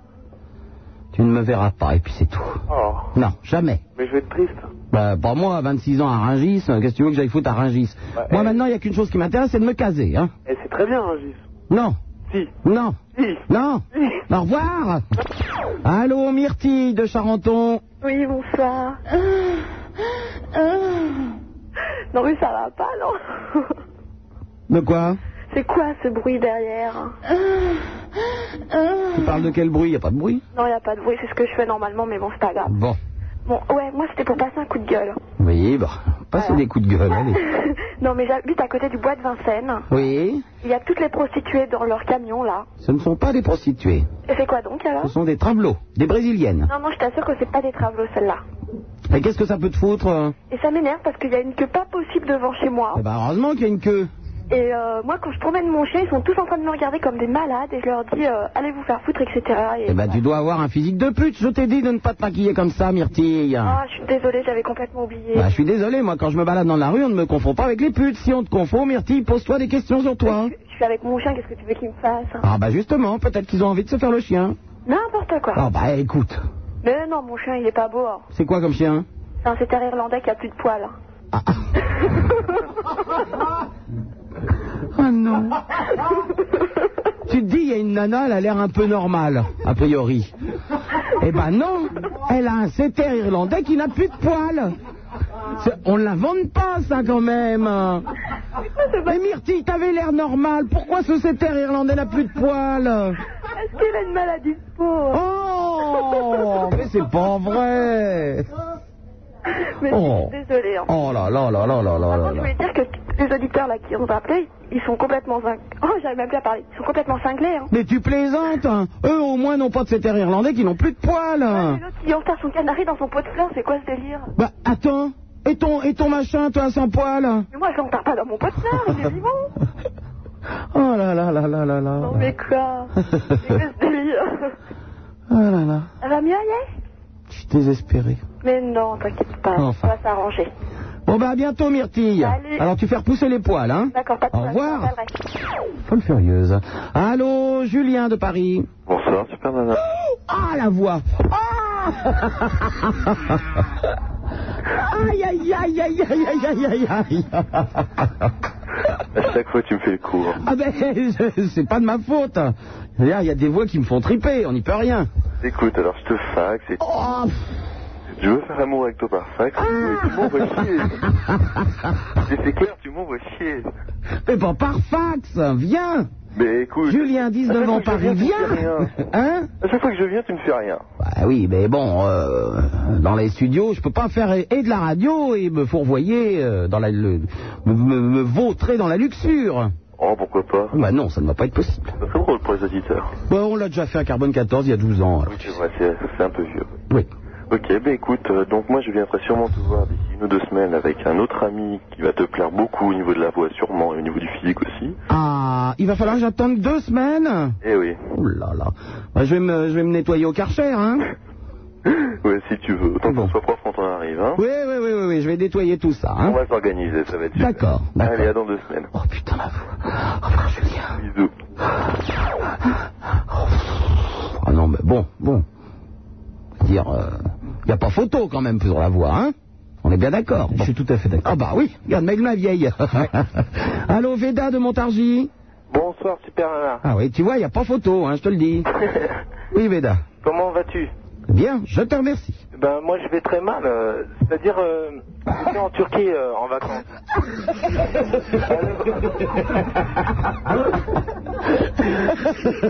Speaker 2: tu ne me verras pas et puis c'est tout.
Speaker 5: Oh,
Speaker 2: Non, jamais.
Speaker 5: mais je vais être triste.
Speaker 2: Bah, pour moi, à 26 ans à Rungis, euh, qu'est-ce que tu veux que j'aille foutre à Rungis
Speaker 5: Bah,
Speaker 2: Moi,
Speaker 5: eh.
Speaker 2: maintenant, il n'y a qu'une chose qui m'intéresse, c'est de me caser. Hein.
Speaker 5: Et c'est très bien, Régis.
Speaker 2: Non.
Speaker 5: Si.
Speaker 2: Non.
Speaker 5: Si.
Speaker 2: Non. Bah, Au revoir. Allô, Myrtille de Charenton.
Speaker 7: Oui, bonsoir. Non, mais ça va pas, non
Speaker 2: De quoi
Speaker 7: C'est quoi ce bruit derrière
Speaker 2: Tu parles de quel bruit Il n'y a pas de bruit.
Speaker 7: Non, il a pas de bruit, c'est ce que je fais normalement, mais bon, c'est pas grave.
Speaker 2: Bon.
Speaker 7: Bon, ouais, moi c'était pour passer un coup de gueule.
Speaker 2: Oui, bah, passez
Speaker 5: Ah.
Speaker 2: des coups de gueule, allez.
Speaker 7: non, mais j'habite à côté du bois de Vincennes.
Speaker 2: Oui,
Speaker 7: Il y a toutes les prostituées dans leur camion, là.
Speaker 2: ce ne sont pas des prostituées.
Speaker 7: Et c'est quoi donc, alors
Speaker 2: Ce sont des tableaux, des brésiliennes.
Speaker 7: Non, non, je t'assure que c'est pas des travaux, celle-là.
Speaker 2: Et qu'est-ce que ça peut te foutre euh
Speaker 7: Et ça m'énerve parce qu'il y a une queue pas possible devant chez moi.
Speaker 2: Eh ben, heureusement qu'il y a une queue.
Speaker 7: Et euh, moi, quand je promène mon chien, ils sont tous en train de me regarder comme des malades et je leur dis euh, allez vous faire foutre, etc. Et...
Speaker 2: Eh ben, tu dois avoir un physique de pute. Je t'ai dit de ne pas te maquiller comme ça, Myrtille.
Speaker 7: Ah, je suis désolée, j'avais complètement oublié.
Speaker 2: Bah, je suis désolé, moi, quand je me balade dans la rue, on ne me confond pas avec les putes. Si on te confond, Myrtille, pose-toi des questions sur toi. hein.
Speaker 7: Je suis avec mon chien, qu'est-ce que tu veux qu'il me fasse hein
Speaker 2: Ah, bah, justement, peut-être qu'ils ont envie de se faire le chien.
Speaker 7: N'importe quoi.
Speaker 2: Ah, bah, écoute,
Speaker 7: Mais non, mon chien, il est pas beau. hein.
Speaker 2: c'est quoi comme chien
Speaker 7: C'est un setter irlandais qui a plus de poils. hein.
Speaker 2: Ah non. tu te dis, il y a une nana, elle a l'air un peu normale, a priori. Eh ben non, elle a un setter irlandais qui n'a plus de poils. C'est- On ne l'invente pas, ça, quand même. Mais Myrtille, t'avais l'air normale. Pourquoi ce setter irlandais n'a plus de poils
Speaker 7: Est-ce qu'il a une maladie de peau
Speaker 2: Oh, mais c'est pas vrai.
Speaker 7: Mais
Speaker 2: Oh.
Speaker 7: je suis désolée. hein.
Speaker 2: Oh là là là là là là là
Speaker 7: Je
Speaker 2: là.
Speaker 7: voulais dire que les auditeurs là qui ont appelé, ils sont complètement zing... Oh, j'arrive même plus à parler. Ils sont complètement cinglés. Hein.
Speaker 2: Mais tu plaisantes. hein. Eux, au moins, n'ont pas de setter irlandais qui n'ont plus de poils. hein.
Speaker 7: L'autre qui enterre son canari dans son pot de fleurs, c'est quoi ce délire
Speaker 2: Bah, attends. Et ton, et ton machin, toi, sans poils
Speaker 7: Mais moi, je l'enterre pas dans mon pot de fleurs, il est vivant.
Speaker 2: Oh là là là là là là.
Speaker 7: Non, mais quoi C'est quoi ce délire
Speaker 2: Oh là là,
Speaker 7: Ça va mieux, Aïe
Speaker 2: je suis désespéré.
Speaker 7: Mais non, t'inquiète pas,
Speaker 2: Enfin.
Speaker 7: ça va s'arranger.
Speaker 2: Bon bah à bientôt Myrtille.
Speaker 7: Salut.
Speaker 2: Alors tu fais repousser les poils, hein
Speaker 7: D'accord, pas de
Speaker 2: Au
Speaker 7: problème.
Speaker 2: revoir.
Speaker 7: je t'appellerai.
Speaker 2: Folle furieuse. Allô, Julien de Paris.
Speaker 14: Bonsoir, super nana.
Speaker 2: Ah la voix. Oh. Ah Aïe aïe aïe aïe aïe aïe aïe aïe aïe.
Speaker 14: À chaque fois, tu me fais le cours.
Speaker 2: Ah ben je- c'est pas de ma faute. D'ailleurs, il y a des voix qui me font triper, on n'y peut rien.
Speaker 14: Écoute, alors je te fax et
Speaker 2: Oh,
Speaker 14: je veux faire amour avec toi par fax. mais tu m'envoies chier. Mais c'est clair, tu m'envoies chier.
Speaker 2: mais pas Eh ben, par fax, viens.
Speaker 14: Mais écoute.
Speaker 2: Julien, 19 ans,
Speaker 14: à chaque fois que Ah,
Speaker 2: Paris,
Speaker 14: je viens, tu me fais
Speaker 2: viens. Hein
Speaker 14: À chaque fois que je viens, tu me fais rien.
Speaker 2: Bah oui, mais bon, euh, dans les studios, je peux pas faire et et de la radio et me fourvoyer euh, dans la, le- me, me- me vautrer dans la luxure.
Speaker 14: Oh, pourquoi pas
Speaker 2: Bah non, ça ne va pas être possible.
Speaker 14: C'est trop drôle pour les auditeurs.
Speaker 2: Bah, on l'a déjà fait à Carbone 14 il y a 12 ans. alors.
Speaker 14: Oui, tu vois, c'est c'est un peu vieux.
Speaker 2: Oui.
Speaker 14: Ok, ben écoute, euh, donc moi je viendrai sûrement te voir d'ici une ou deux semaines avec un autre ami qui va te plaire beaucoup au niveau de la voix sûrement et au niveau du physique aussi.
Speaker 2: Ah, il va falloir que j'attende deux semaines
Speaker 14: Eh oui,
Speaker 2: Oh là là. Bah, je, vais me, je vais me nettoyer au Karcher, hein
Speaker 14: ouais si tu veux, autant qu'on soit propre quand on arrive. Hein.
Speaker 2: oui, oui, oui, oui, oui, je vais nettoyer tout ça,
Speaker 14: On
Speaker 2: hein
Speaker 14: va s'organiser, ça va être super.
Speaker 2: D'accord, d'accord.
Speaker 14: Allez, à dans deux semaines.
Speaker 2: Oh putain, la voix. Au revoir, Julien.
Speaker 14: Bisous.
Speaker 2: Ah non, mais bon, bon. Dire, il n'y a pas photo quand même sur la voix, hein On est bien d'accord. Je suis tout à fait d'accord. Ah bah oui, regarde, même la vieille. Allô, Veda de Montargis
Speaker 5: Bonsoir, super nana.
Speaker 2: Ah oui, tu vois, il n'y a pas photo, hein, je te le dis. Oui, Veda.
Speaker 5: Comment vas-tu
Speaker 2: Bien, je te remercie.
Speaker 5: Ben moi je vais très mal, euh, c'est-à-dire euh, j'étais en Turquie euh, en vacances.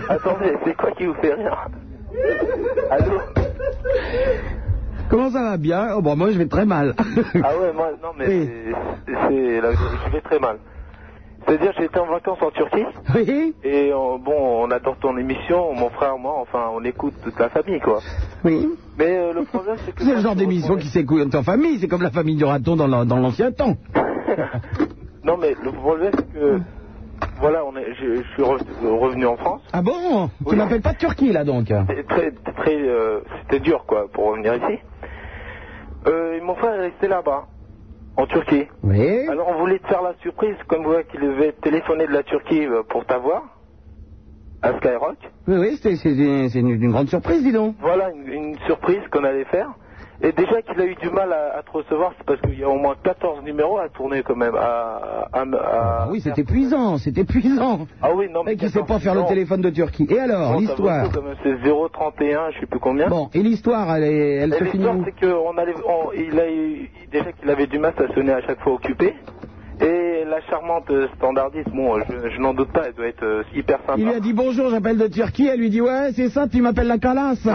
Speaker 14: Attendez, c'est quoi qui vous fait rire Allô
Speaker 2: Comment ça va bien Oh, bon, moi, je vais très mal.
Speaker 14: Ah ouais, moi, non mais
Speaker 2: Oui.
Speaker 14: c'est- c'est la je vais très mal. C'est-à-dire j'étais en vacances en Turquie
Speaker 2: oui
Speaker 14: et euh, bon, on adore ton émission, mon frère, moi, enfin, on écoute toute la famille quoi.
Speaker 2: Oui.
Speaker 14: Mais euh, le problème c'est que...
Speaker 2: C'est le genre d'émission qui s'écoute en famille, c'est comme la famille du raton dans l'an- dans l'ancien temps.
Speaker 14: Non mais le problème c'est que... Voilà, on est, je, je suis re- revenu en France.
Speaker 2: Ah bon Tu m'appelles pas de Turquie, là, donc
Speaker 14: C'était très, très, euh, c'était dur quoi pour revenir ici. Euh, et mon frère est resté là-bas, en Turquie.
Speaker 2: Oui
Speaker 14: Alors on voulait te faire la surprise, comme vous voyez qu'il devait téléphoner de la Turquie euh, pour t'avoir.
Speaker 16: À Skyrock
Speaker 2: Oui, oui, c'est c'est une, c'est une- une grande surprise, dis donc.
Speaker 16: Voilà une, une surprise qu'on allait faire. Et déjà qu'il a eu du mal à, à te recevoir, c'est parce qu'il y a au moins 14 numéros à tourner quand même. À, à- à-
Speaker 2: Ah oui, c'est épuisant, c'est épuisant.
Speaker 16: Ah oui, non, mais.
Speaker 2: Qui sait pas faire le téléphone de Turquie. Et alors, Ah, l'histoire
Speaker 16: C'est 0,31, je sais plus combien.
Speaker 2: Bon, et l'histoire, elle, est- elle
Speaker 16: Et
Speaker 2: se finit
Speaker 16: l'histoire,
Speaker 2: où
Speaker 16: c'est qu'on allait, on- il a eu, déjà qu'il avait du mal, ça sonnait à chaque fois occupé. Et la charmante euh, standardiste, bon, euh, je, je n'en doute pas, elle doit être euh, hyper sympa.
Speaker 2: Il lui a dit bonjour, j'appelle de Turquie. Elle lui dit ouais, c'est ça, tu m'appelles la calasse.
Speaker 16: non,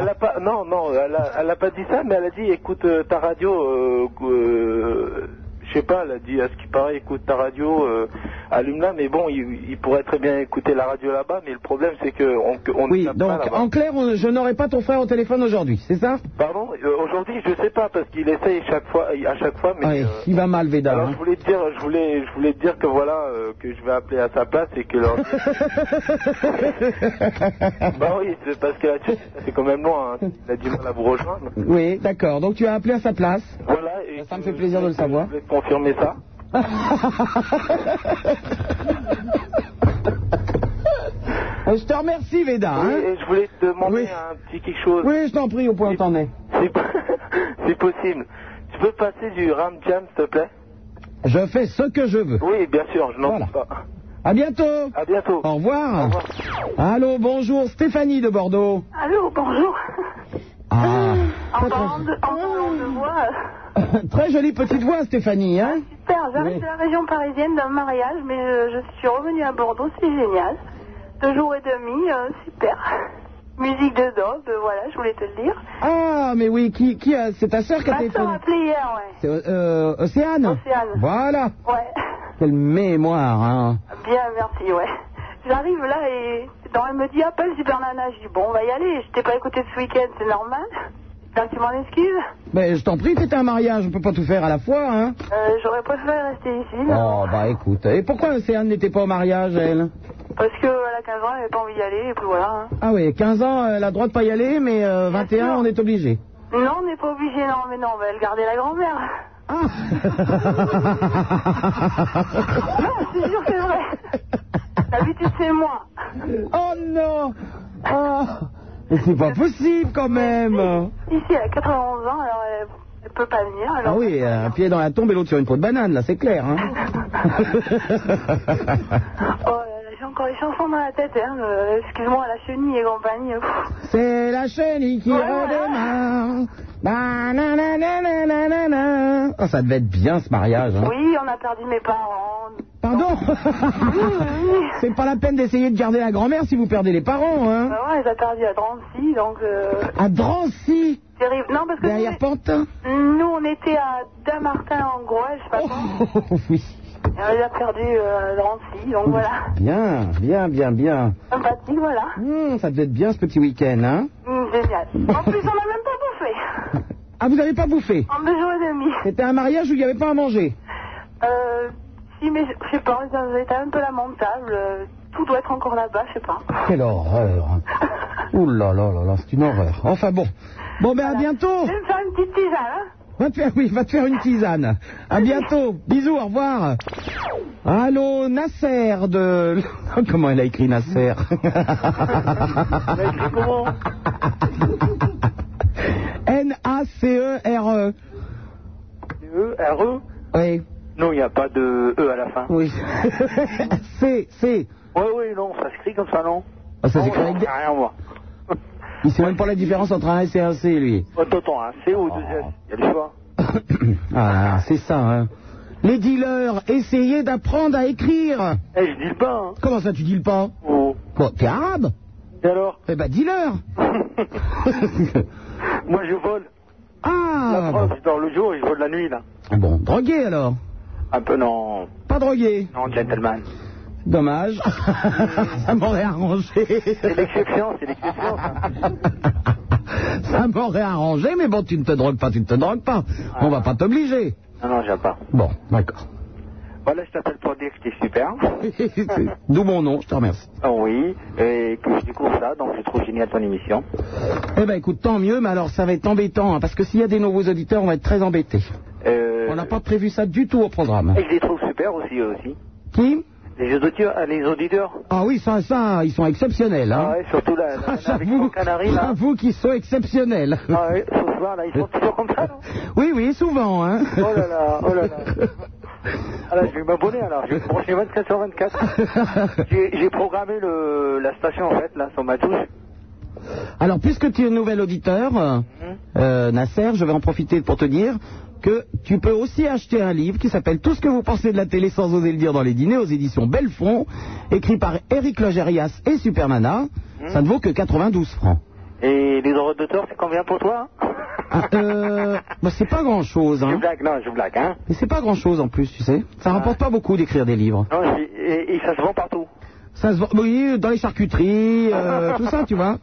Speaker 16: elle a pas, non, non, elle a, elle a pas dit ça, mais elle a dit, écoute euh, ta radio, euh, euh, je sais pas, elle a dit à ce qui paraît, écoute ta radio, euh, allume-la, mais bon, il, il pourrait très bien écouter la radio là-bas, mais le problème c'est que on, on ne
Speaker 2: oui,
Speaker 16: tape pas
Speaker 2: donc
Speaker 16: là-bas.
Speaker 2: en clair, on- je n'aurai pas ton frère au téléphone aujourd'hui, c'est ça
Speaker 16: Pardon, Euh, aujourd'hui je sais pas parce qu'il essaye chaque fois, à chaque fois, mais.
Speaker 2: Ouais,
Speaker 16: euh,
Speaker 2: Ah, il va mal, Véda.
Speaker 16: alors
Speaker 2: hein.
Speaker 16: je voulais te dire, je voulais, je voulais te dire que voilà, euh, que je vais appeler à sa place et que leur. bah oui, c'est parce que là-dessus, c'est quand même loin. hein. Il a du mal à vous rejoindre.
Speaker 2: Oui, d'accord. Donc tu as appelé à sa place.
Speaker 16: Voilà. Et
Speaker 2: Ça me fait plaisir de le savoir.
Speaker 16: Je voulais confirmer ça.
Speaker 2: Euh, Je te remercie, Véda. hein.
Speaker 16: Oui, et je voulais te demander un petit quelque chose.
Speaker 2: Oui, je t'en prie, au point où t'en es.
Speaker 16: C'est po- c'est possible. Tu peux passer du Ram Jam, s'il te plaît
Speaker 2: Je fais ce que je veux.
Speaker 16: Oui, bien sûr, je n'en
Speaker 2: Voilà.
Speaker 16: doute pas.
Speaker 2: À bientôt.
Speaker 16: À bientôt.
Speaker 2: Au revoir. Allô, bonjour, Stéphanie de Bordeaux.
Speaker 26: Allô, bonjour.
Speaker 2: Ah,
Speaker 26: En parlant de, en parlant de voix,
Speaker 2: très jolie petite voix, Stéphanie. Hein
Speaker 7: Super, j'arrive de la région parisienne d'un mariage, mais euh, je suis revenue à Bordeaux, c'est génial. Deux jours et demi, euh, super. Musique de dope, euh, voilà, je voulais te le dire.
Speaker 2: Ah, mais oui, qui, qui a- c'est ta sœur qui a
Speaker 7: Ma soeur a
Speaker 2: téléphoné
Speaker 7: appelé hier, ouais.
Speaker 2: C'est euh, Océane.
Speaker 7: Océane.
Speaker 2: Voilà.
Speaker 7: Ouais,
Speaker 2: Quelle mémoire, hein.
Speaker 7: bien, merci, ouais. J'arrive là et dans, elle me dit appelle Super Nana. Je dis bon, on va y aller, je t'ai pas écouté ce week-end, c'est normal. Donc tu m'en excuses.
Speaker 2: Mais je t'en prie, c'était un mariage, on peut pas tout faire à la fois, hein.
Speaker 7: Euh, J'aurais préféré rester ici, hein, mais
Speaker 2: Oh, bah écoute. Et pourquoi Océane n'était pas au mariage, elle
Speaker 7: parce que à la 15 ans, elle n'avait pas envie d'y aller, et puis voilà. hein.
Speaker 2: Ah oui, 15 ans, elle a le droit de pas y aller, mais euh, 21, on est obligé.
Speaker 7: Non, on n'est pas obligé, non, mais non, on va le garder la grand-mère.
Speaker 2: Ah.
Speaker 7: Non, je te jure, c'est vrai. D'habitude, c'est moi.
Speaker 2: Oh non Ah, Mais c'est pas possible, quand même
Speaker 7: Ici, elle a 91 ans, alors elle, elle peut pas venir. Alors...
Speaker 2: Ah oui, un pied dans la tombe et l'autre sur une peau de banane, là, c'est clair, hein
Speaker 7: Oh là là, j'ai encore les chansons dans la tête, hein. euh, Excuse-moi, la chenille et compagnie. euh, pff.
Speaker 2: C'est la chenille qui redémarre. Banananananana. Oh, ça devait être bien ce mariage. Hein.
Speaker 7: Oui, on a perdu mes parents.
Speaker 2: Pardon C'est pas la peine d'essayer de garder la grand-mère si vous perdez les parents. Hein.
Speaker 7: Maman, elle Bah les a perdus à Drancy, donc. euh,
Speaker 2: À Drancy,
Speaker 7: Terrible. Non, parce que
Speaker 2: derrière Pantin.
Speaker 7: nous, nous, on était à Damartin en Gouel, je sais pas quoi.
Speaker 2: Oh, oui.
Speaker 7: Et on les a perdus euh, à Drancy, donc voilà.
Speaker 2: Bien, bien, bien, bien.
Speaker 7: Sympathique, voilà.
Speaker 2: Hmm, ça devait être bien ce petit week-end. Hein.
Speaker 7: Hum, génial. En plus, on n'a même pas bouffé.
Speaker 2: Ah, vous n'avez pas bouffé
Speaker 7: En deux jours et demi.
Speaker 2: C'était un mariage où il n'y avait pas à manger.
Speaker 7: Euh, si, mais je je sais pas, c'est un état un peu lamentable. euh, Tout doit être encore là-bas, je sais pas.
Speaker 2: Quelle horreur. Ouh là là là là, c'est une horreur. Enfin bon. Bon, ben à bientôt.
Speaker 7: Je vais me faire une petite tisane, hein.
Speaker 2: Va te faire, oui, va te faire une tisane. À bientôt. Bisous, au revoir. Allô, Nasser de. Comment elle a écrit Nasser N-A-C-E-R-E.
Speaker 16: E, R, E
Speaker 2: E. Oui.
Speaker 16: Non, il n'y a pas de E à la fin.
Speaker 2: Oui. C, C.
Speaker 16: Ouais, ouais, non, ça s'écrit comme ça, non
Speaker 2: Ah, ça
Speaker 16: Non,
Speaker 2: s'écrit avec
Speaker 16: j'en
Speaker 2: des-
Speaker 16: sais rien, moi.
Speaker 2: Il sait même pas la différence entre un S et un C, lui.
Speaker 16: Attends, attends,
Speaker 2: hein.
Speaker 16: un C
Speaker 2: Oh.
Speaker 16: ou deux S Il y a le choix.
Speaker 2: Ah, là là, c'est ça, hein. Les dealers, essayez d'apprendre à écrire.
Speaker 16: Eh, je dis pas, hein.
Speaker 2: Comment ça, tu dis le pas
Speaker 16: Oh.
Speaker 2: Bon, t'es arabe
Speaker 16: Et alors
Speaker 2: Eh ben, dealer
Speaker 5: hein.
Speaker 16: Moi, je vole.
Speaker 2: Ah
Speaker 16: Oh, je dors le jour et je vole la nuit, là.
Speaker 2: Bon, drogué alors
Speaker 16: Un peu, non.
Speaker 2: Pas drogué
Speaker 16: Non, gentleman.
Speaker 2: Dommage. ça m'aurait arrangé.
Speaker 16: C'est l'exception, c'est l'exception.
Speaker 2: ça m'aurait arrangé, mais bon, tu ne te drogues pas, tu ne te drogues pas. On va pas t'obliger.
Speaker 16: Non, non, j'aime pas.
Speaker 2: Bon, d'accord.
Speaker 16: Voilà, je t'appelle pour dire que t'es super.
Speaker 2: D'où mon nom, je te remercie.
Speaker 16: Ah oui, et que je découvre ça, donc je trouve génial ton émission.
Speaker 2: Eh ben écoute, tant mieux, mais alors ça va être embêtant, hein, parce que s'il y a des nouveaux auditeurs, on va être très embêtés.
Speaker 16: Euh,
Speaker 2: On n'a pas prévu ça du tout au programme.
Speaker 16: Et je les trouve super aussi, eux aussi.
Speaker 2: Qui
Speaker 5: Les, auditeurs, euh, les auditeurs
Speaker 2: Ah oui, ça, ça, ils sont exceptionnels. Hein.
Speaker 5: Ah ouais, surtout la, la
Speaker 2: Ça,
Speaker 5: nana avec
Speaker 2: j'avoue,
Speaker 5: son canari, là.
Speaker 2: j'avoue qu'ils sont exceptionnels.
Speaker 5: Ah ouais, ce soir, là, ils sont toujours comme ça, non
Speaker 2: Oui, oui, souvent. Hein.
Speaker 5: Oh là là, oh là là. Ah là, je vais m'abonner alors, je vais me brancher 24 sur 24. J'ai j'ai programmé le, la station en fait, là, sur ma touche.
Speaker 2: Alors, puisque tu es un nouvel auditeur, euh, euh, Nasser, je vais en profiter pour te dire que tu peux aussi acheter un livre qui s'appelle Tout ce que vous pensez de la télé sans oser le dire dans les dîners aux éditions Belfond, écrit par Eric Logérias et Supermana. Ça ne vaut que 92 francs.
Speaker 5: Et les euros d'auteur, c'est combien pour toi
Speaker 2: Ah, euh, bah, c'est pas grand chose,
Speaker 5: Je
Speaker 2: hein.
Speaker 5: blague, non, je blague, hein.
Speaker 2: Mais c'est pas grand chose en plus, tu sais. Ça rapporte pas beaucoup d'écrire des livres.
Speaker 5: Non, j'ai- et, et ça se vend partout.
Speaker 2: Ça se vend, oui, dans les charcuteries, euh, tout ça, tu vois.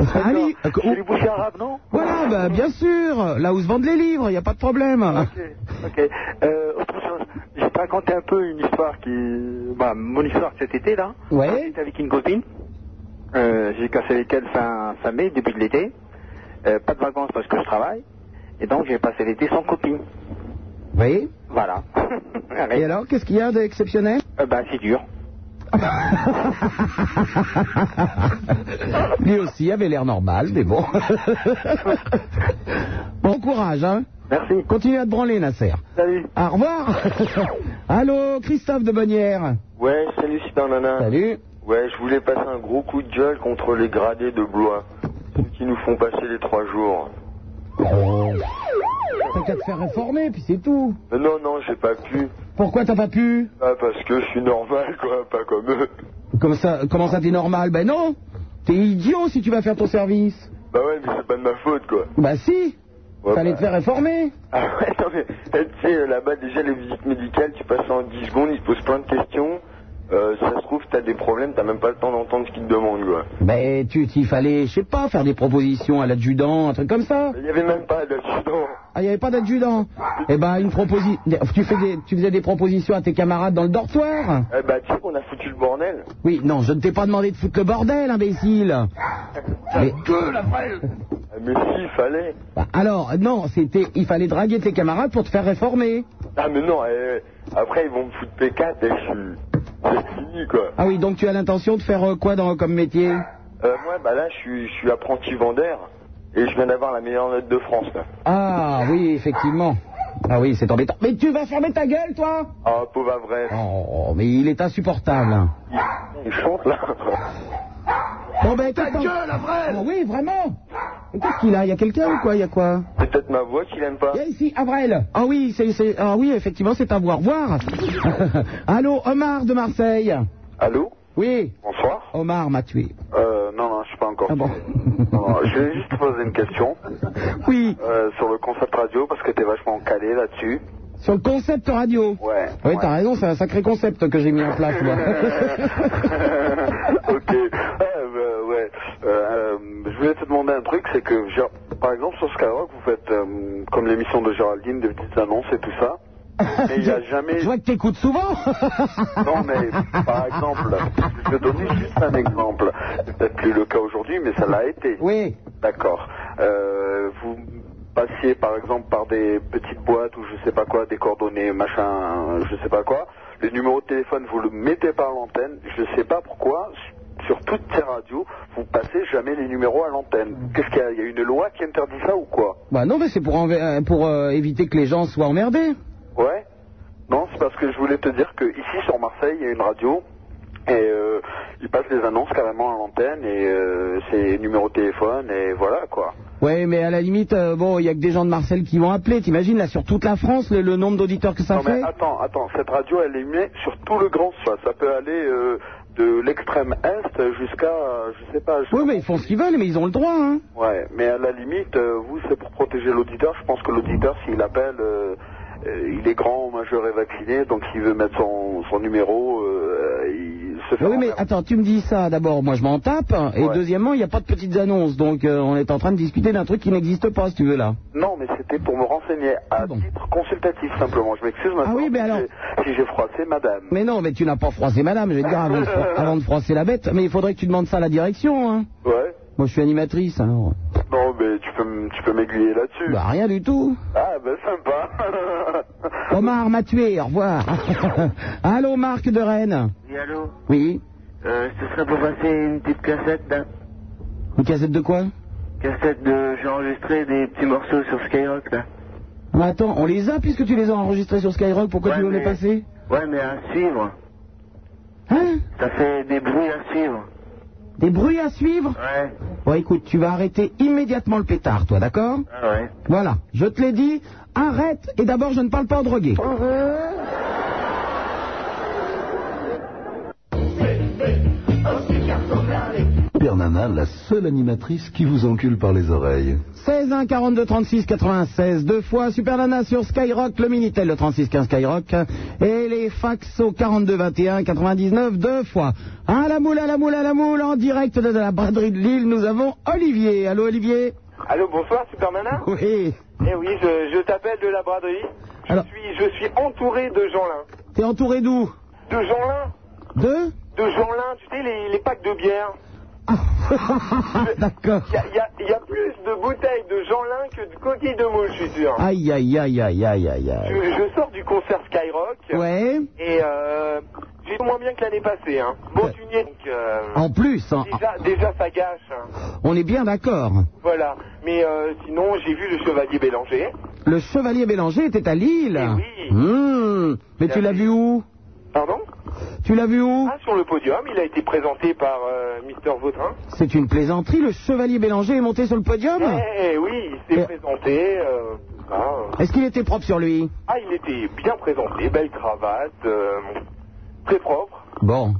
Speaker 2: Un li-
Speaker 5: Chez les bouchers arabes, non
Speaker 2: Voilà, bah, bien sûr, là où se vendent les livres, il n'y a pas de problème.
Speaker 5: Ok. Euh, autre chose, je vais te raconter un peu une histoire qui. Bah, mon histoire cet été, là.
Speaker 2: Ouais.
Speaker 5: J'étais avec une copine. Euh, j'ai cassé les cales fin, fin mai, début de l'été. Euh, pas de vacances parce que je travaille. Et donc, j'ai passé l'été sans copine.
Speaker 2: Vous voyez
Speaker 5: Voilà.
Speaker 2: Et alors, qu'est-ce qu'il y a d'exceptionnel
Speaker 5: Euh, bah, c'est dur.
Speaker 2: Lui aussi avait l'air normal, mais bon. bon courage, hein
Speaker 5: Merci.
Speaker 2: Continue à te branler, Nasser.
Speaker 5: Salut.
Speaker 2: Au revoir. Allô, Christophe de Bonnière.
Speaker 11: Ouais, salut Super Nana.
Speaker 2: Salut.
Speaker 11: Ouais, je voulais passer un gros coup de gueule contre les gradés de Blois, ceux qui nous font passer les trois jours.
Speaker 2: T'as qu'à te faire réformer, puis c'est tout.
Speaker 11: Mais non, non, j'ai pas pu.
Speaker 2: Pourquoi t'as pas pu
Speaker 11: Ah, parce que je suis normal, quoi, pas comme eux.
Speaker 2: Comme ça, Comment ça, t'es normal Ben non T'es idiot si tu vas faire ton service.
Speaker 11: Bah ouais, mais c'est pas de ma faute, quoi.
Speaker 2: Bah si
Speaker 11: Ouais,
Speaker 2: Fallait
Speaker 11: bah.
Speaker 2: te faire réformer.
Speaker 11: Ah ouais, non, mais euh, tu sais, euh, là-bas, déjà, les visites médicales, tu passes en 10 secondes, ils te posent plein de questions. Euh, si ça se trouve, t'as des problèmes, t'as même pas le temps d'entendre ce qu'ils te demandent, quoi.
Speaker 2: Ben tu, il fallait, je sais pas, faire des propositions à l'adjudant, un truc comme ça.
Speaker 11: Il y avait même pas d'adjudant.
Speaker 2: Ah, il n'y avait pas d'adjudant Eh ben, une proposition. Tu, fais des- tu faisais des propositions à tes camarades dans le dortoir
Speaker 11: Eh bah, tu sais qu'on a foutu le bordel.
Speaker 2: Oui, non, je ne t'ai pas demandé de foutre le bordel, imbécile Mais-
Speaker 11: Ah, Mais si, il fallait.
Speaker 2: Bah, Alors, non, c'était. Il fallait draguer tes camarades pour te faire réformer.
Speaker 11: Ah, mais non, eh, après, ils vont me foutre P4 et je suis. C'est fini, quoi.
Speaker 2: Ah oui, donc tu as l'intention de faire euh, quoi dans, comme métier
Speaker 11: Euh, moi, bah là, je suis, je suis apprenti vendeur et je viens d'avoir la meilleure note de France, là.
Speaker 2: Ah oui, effectivement. Ah oui, c'est embêtant. Mais tu vas fermer ta gueule, toi
Speaker 11: Ah, pauvre à vrai.
Speaker 2: Oh, mais il est insupportable.
Speaker 11: Il chante, là.
Speaker 2: Bon, ben, ta
Speaker 11: gueule, Avrel
Speaker 2: Oui, vraiment Mais Qu'est-ce qu'il a Il y a quelqu'un ou quoi Il y a quoi
Speaker 11: C'est peut-être ma voix qu'il aime pas.
Speaker 2: Il y a ici, Avrel. Ah oui, c'est, c'est- ah oui, effectivement, c'est à voir. Voir. Allô, Omar de Marseille.
Speaker 16: Allô
Speaker 2: Oui.
Speaker 16: Bonsoir.
Speaker 2: Omar m'a tué.
Speaker 16: Euh, non, non, je suis pas encore.
Speaker 2: Ah bon
Speaker 16: Non, non, je vais juste te poser une question.
Speaker 2: Oui.
Speaker 16: Euh, sur le concept radio, parce que t'es vachement calé là-dessus.
Speaker 2: Sur le concept radio.
Speaker 16: Ouais.
Speaker 2: Oui, t'as raison, c'est un sacré concept que j'ai mis en place, moi.
Speaker 16: ok. Euh, euh, ouais. Euh, euh, je voulais te demander un truc, c'est que, genre, par exemple, sur Skyrock, vous faites euh, comme l'émission de Géraldine, des petites annonces et tout ça. Mais il n'y a jamais.
Speaker 2: Je vois que t'écoutes souvent.
Speaker 16: Non, mais par exemple, je vais donner juste un exemple. C'est peut-être plus le cas aujourd'hui, mais ça l'a été.
Speaker 2: Oui.
Speaker 16: D'accord. Euh, vous passiez par exemple par des petites boîtes ou je sais pas quoi, des coordonnées, machin, je sais pas quoi. Le numéro de téléphone, vous le mettez par l'antenne. Je sais pas pourquoi. Sur toutes ces radios, vous passez jamais les numéros à l'antenne. Qu'est-ce qu'il y a Il y a une loi qui interdit ça ou quoi
Speaker 2: Bah non, mais c'est pour, enver- euh, pour euh, éviter que les gens soient emmerdés.
Speaker 16: Ouais. Non, c'est parce que je voulais te dire que ici sur Marseille, il y a une radio et euh, ils passent les annonces carrément à l'antenne et euh, c'est numéro de téléphone et voilà quoi.
Speaker 2: Ouais, mais à la limite, euh, bon, il y a que des gens de Marseille qui vont appeler. T'imagines, là, sur toute la France, le, le nombre d'auditeurs que ça
Speaker 16: non
Speaker 2: fait
Speaker 16: mais attends, attends, cette radio elle est mise sur tout le grand Sud. Ça peut aller euh, de l'extrême est jusqu'à, euh, je sais pas.
Speaker 2: Oui, mais ils font ce qu'ils veulent, mais ils ont le droit, hein.
Speaker 16: Ouais, mais à la limite, euh, vous c'est pour protéger l'auditeur. Je pense que l'auditeur s'il appelle. euh, euh, il est grand, majeur et vacciné, donc s'il veut mettre son, son numéro, euh, il se fait.
Speaker 2: Oui, mais
Speaker 16: emmerder.
Speaker 2: attends, tu me dis ça, d'abord, moi je m'en tape, et
Speaker 16: Ouais.
Speaker 2: deuxièmement, il n'y a pas de petites annonces, donc euh, on est en train de discuter d'un truc qui n'existe pas, si tu veux, là.
Speaker 16: Non, mais c'était pour me renseigner à titre consultatif simplement. Je m'excuse maintenant.
Speaker 2: Ah oui, mais
Speaker 16: si
Speaker 2: alors-
Speaker 16: j'ai- Si j'ai froissé madame.
Speaker 2: Mais non, mais tu n'as pas froissé madame, je vais te dire, avant de, fro- avant de froisser la bête, mais il faudrait que tu demandes ça à la direction, hein.
Speaker 16: Ouais.
Speaker 2: Moi je suis animatrice, alors.
Speaker 16: Non, mais tu peux, m- tu peux m'aiguiller là-dessus.
Speaker 2: Bah rien du tout.
Speaker 16: Ah, ben sympa.
Speaker 2: Oh, Omar m'a tué, au revoir. Allô, Marc de Rennes.
Speaker 27: Oui, allô
Speaker 2: Oui.
Speaker 27: Euh, ce serait pour passer une petite cassette, là.
Speaker 2: Une cassette de quoi
Speaker 27: Cassette de. J'ai enregistré des petits morceaux sur Skyrock, là.
Speaker 2: Mais Attends, on les a puisque tu les as enregistrés sur Skyrock, pourquoi tu veux les passer
Speaker 27: Ouais, mais à suivre.
Speaker 2: Hein
Speaker 27: Ça fait des bruits à suivre.
Speaker 2: Des bruits à suivre
Speaker 27: Ouais.
Speaker 2: Bon, écoute, tu vas arrêter immédiatement le pétard, toi, d'accord
Speaker 27: Ah ouais.
Speaker 2: Voilà, je te l'ai dit, arrête, et d'abord, je ne parle pas en drogué.
Speaker 4: Super Nana, la seule animatrice qui vous encule par les oreilles.
Speaker 2: 16 1 42 36 96 deux fois Super Nana sur Skyrock le minitel le 36 15 Skyrock et les fax au 42 21 99 deux fois à la moule à la moule à la moule en direct de la braderie de Lille nous avons Olivier allô Olivier
Speaker 14: Allô, bonsoir, Supermana
Speaker 2: oui
Speaker 14: Eh oui, je, je t'appelle de la braderie. Je,
Speaker 2: Alors-
Speaker 14: suis, je suis entouré de gens là.
Speaker 2: t'es entouré d'où
Speaker 14: De gens là
Speaker 2: de
Speaker 14: De gens là, tu sais, les, les packs de bière.
Speaker 2: d'accord
Speaker 14: Il y a, il y a- il y a plus de bouteilles de Jeanlin que de coquilles de moules, je suis sûr.
Speaker 2: aïe aïe aïe aïe aïe aïe
Speaker 14: Je,
Speaker 2: aïe
Speaker 14: je sors du concert Skyrock.
Speaker 2: Ouais.
Speaker 14: Et euh, j'ai été moins bien que l'année passée. Hein. Bon, tu n'y es. donc, euh,
Speaker 2: en plus en-
Speaker 14: déjà, déjà, ça gâche. hein.
Speaker 2: on est bien d'accord
Speaker 14: Voilà. Mais euh, sinon, j'ai vu le Chevalier Bélanger.
Speaker 2: le chevalier Bélanger était à Lille
Speaker 14: Eh
Speaker 2: Hmm. mais tu l'as vu où
Speaker 14: Pardon Ah,
Speaker 2: tu l'as vu où
Speaker 14: Sur le podium, il a été présenté par euh, Mister Vautrin.
Speaker 2: c'est une plaisanterie le chevalier Bélanger est monté sur le podium
Speaker 14: Eh oui, il s'est présenté. euh, ah, euh.
Speaker 2: Est-ce qu'il était propre sur lui
Speaker 14: Ah, il était bien présenté, belle cravate, euh, très propre.
Speaker 2: Bon.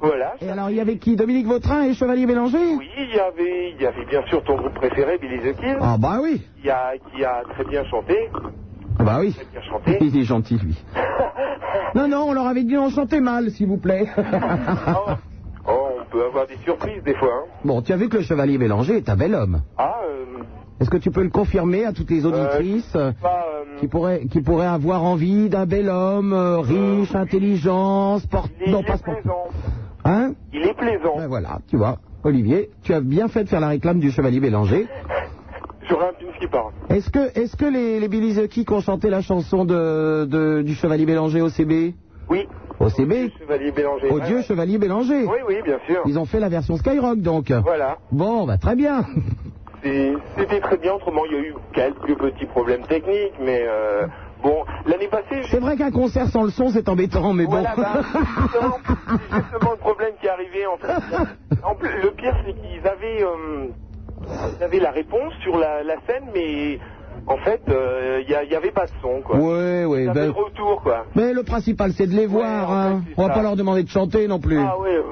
Speaker 14: Voilà.
Speaker 2: Et alors, il y avait qui Dominique Vautrin et Chevalier Bélanger
Speaker 14: Oui, il y avait, il y avait bien sûr ton groupe préféré, Billy the Kid,
Speaker 2: Ah bah oui
Speaker 14: qui a, qui a très bien chanté.
Speaker 2: Ah bah oui
Speaker 14: bien chanté.
Speaker 2: Il est gentil, lui. non, non, on leur avait dit on chantait mal, s'il vous plaît. Ah.
Speaker 14: Oh, on peut avoir des surprises des fois. hein.
Speaker 2: bon, tu as vu que le Chevalier Bélanger est un bel homme.
Speaker 14: Ah, euh,
Speaker 2: Est-ce que tu peux le confirmer à toutes les auditrices euh, qui, pourraient, qui pourraient avoir envie d'un bel homme, euh, riche, intelligent, sportif... Non, pas sportif. Hein
Speaker 14: Il est plaisant.
Speaker 2: Ben voilà, tu vois. Olivier, tu as bien fait de faire la réclame du Chevalier Bélanger.
Speaker 14: j'aurais un film qui parle.
Speaker 2: Est-ce que, est-ce que les, les Billy the Kick ont chanté la chanson de, de- du Chevalier Bélanger OCB
Speaker 14: Oui.
Speaker 2: OCB
Speaker 14: Chevalier Bélanger.
Speaker 2: Odieux Dieu Chevalier Bélanger
Speaker 14: Oui, oui, bien sûr.
Speaker 2: Ils ont fait la version Skyrock donc
Speaker 14: Voilà.
Speaker 2: Bon, bah très bien
Speaker 14: C'est- C'était très bien, autrement il y a eu quelques petits problèmes techniques, mais euh, bon, l'année passée, j'ai
Speaker 2: C'est vrai qu'un concert sans le son c'est embêtant, mais
Speaker 14: Voilà,
Speaker 2: bon.
Speaker 14: bah, justement, c'est justement le problème qui est arrivé. En, fait. En plus, le pire, c'est qu'ils avaient, euh, ils avaient la réponse sur la, la scène, mais en fait, euh, il n'y avait pas de son. Quoi.
Speaker 2: Ouais, ouais,
Speaker 14: Ils avaient
Speaker 2: ben-
Speaker 14: le retour, quoi.
Speaker 2: Mais le principal c'est de les voir, hein. On va pas leur demander de chanter non plus.
Speaker 14: Ah, ouais. euh,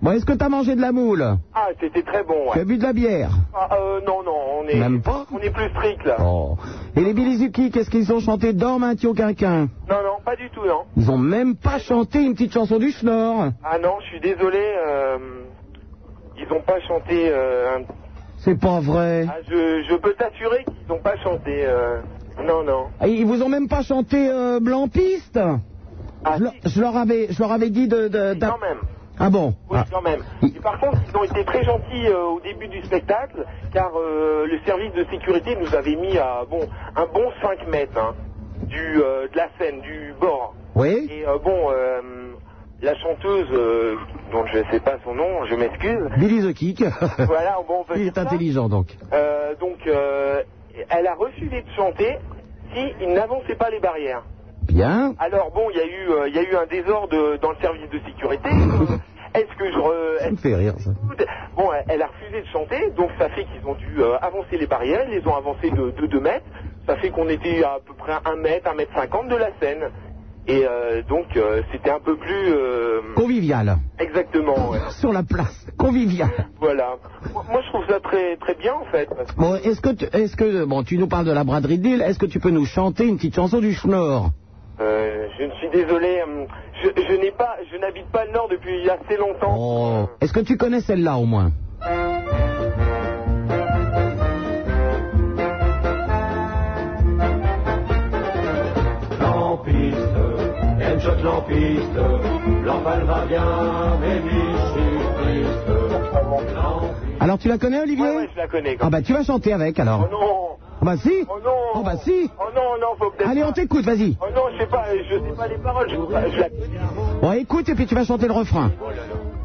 Speaker 2: Bon, est-ce que t'as mangé de la moule
Speaker 14: Ah, c'était très bon,
Speaker 2: Tu
Speaker 14: ouais.
Speaker 2: as bu de la bière
Speaker 14: Ah, euh, non, non, on est,
Speaker 2: Même pas
Speaker 14: on est plus strict, là.
Speaker 2: Oh. Et les Billy the Kick, qu'est-ce qu'ils ont chanté Dorme un tio quinquin
Speaker 14: Non, non, pas du tout, non.
Speaker 2: Ils ont même pas chanté une petite chanson du Schnorr
Speaker 14: Ah non, je suis désolé, euh, ils n'ont pas chanté... euh, un-
Speaker 2: C'est pas vrai
Speaker 14: Ah, je, je peux t'assurer qu'ils n'ont pas chanté... euh, Non, non.
Speaker 2: Ah, Ils vous ont même pas chanté euh, Blanc Piste
Speaker 14: Ah,
Speaker 2: je, leur- je leur avais, je leur avais dit de. de- d'a-
Speaker 14: Quand même.
Speaker 2: Ah bon
Speaker 14: Oui, quand même. Et par contre, ils ont été très gentils euh, au début du spectacle, car euh, le service de sécurité nous avait mis à bon un bon 5 mètres hein, du, euh, de la scène, du bord.
Speaker 2: Oui.
Speaker 14: Et euh, bon, euh, la chanteuse, euh, dont je ne sais pas son nom, je m'excuse.
Speaker 2: Billy the Kick.
Speaker 14: Voilà, bon, on peut
Speaker 2: Il
Speaker 14: dire
Speaker 2: est
Speaker 14: ça.
Speaker 2: intelligent donc.
Speaker 14: Euh, donc, euh, elle a refusé de chanter s'il n'avançait pas les barrières.
Speaker 2: Bien.
Speaker 14: Alors bon, il y a eu, euh, il y a eu un désordre euh, dans le service de sécurité. Euh, Est-ce que je, re-
Speaker 2: Ça me fait rire ça.
Speaker 14: Bon, elle a refusé de chanter, donc ça fait qu'ils ont dû euh, avancer les barrières, ils les ont avancées de 2 mètres, ça fait qu'on était à, peu près à 1 mètre, 1 mètre 50 de la scène. Et euh, donc euh, c'était un peu plus... euh,
Speaker 2: Convivial.
Speaker 14: exactement, ouais.
Speaker 2: Sur la place. Convivial.
Speaker 14: voilà. Moi moi, je trouve ça très, très bien en fait. parce que-
Speaker 2: Bon, est-ce que, tu- est-ce que, bon, tu nous parles de la braderie d'île. Est-ce que tu peux nous chanter une petite chanson du Schnorr
Speaker 14: Euh, je ne suis désolé, hum, je, je n'ai pas, je n'habite pas le Nord depuis assez longtemps.
Speaker 2: Oh. Est-ce que tu connais celle-là au moins
Speaker 28: Lampiste, headshot lampiste, l'emballe va bien, mais je suis triste.
Speaker 2: Alors tu la connais Olivier bah,
Speaker 14: Je la connais.
Speaker 28: Oh
Speaker 14: Oh
Speaker 2: Ah bah tu vas chanter avec alors.
Speaker 14: Non,
Speaker 2: Bah si
Speaker 29: Oh non
Speaker 2: Oh bah si
Speaker 29: Oh non, non, faut peut-être.
Speaker 2: Allez, on t'écoute, vas-y.
Speaker 29: Oh non, je sais pas, je sais pas les paroles, je, je la connais.
Speaker 2: Bon, écoute et puis tu vas chanter le refrain.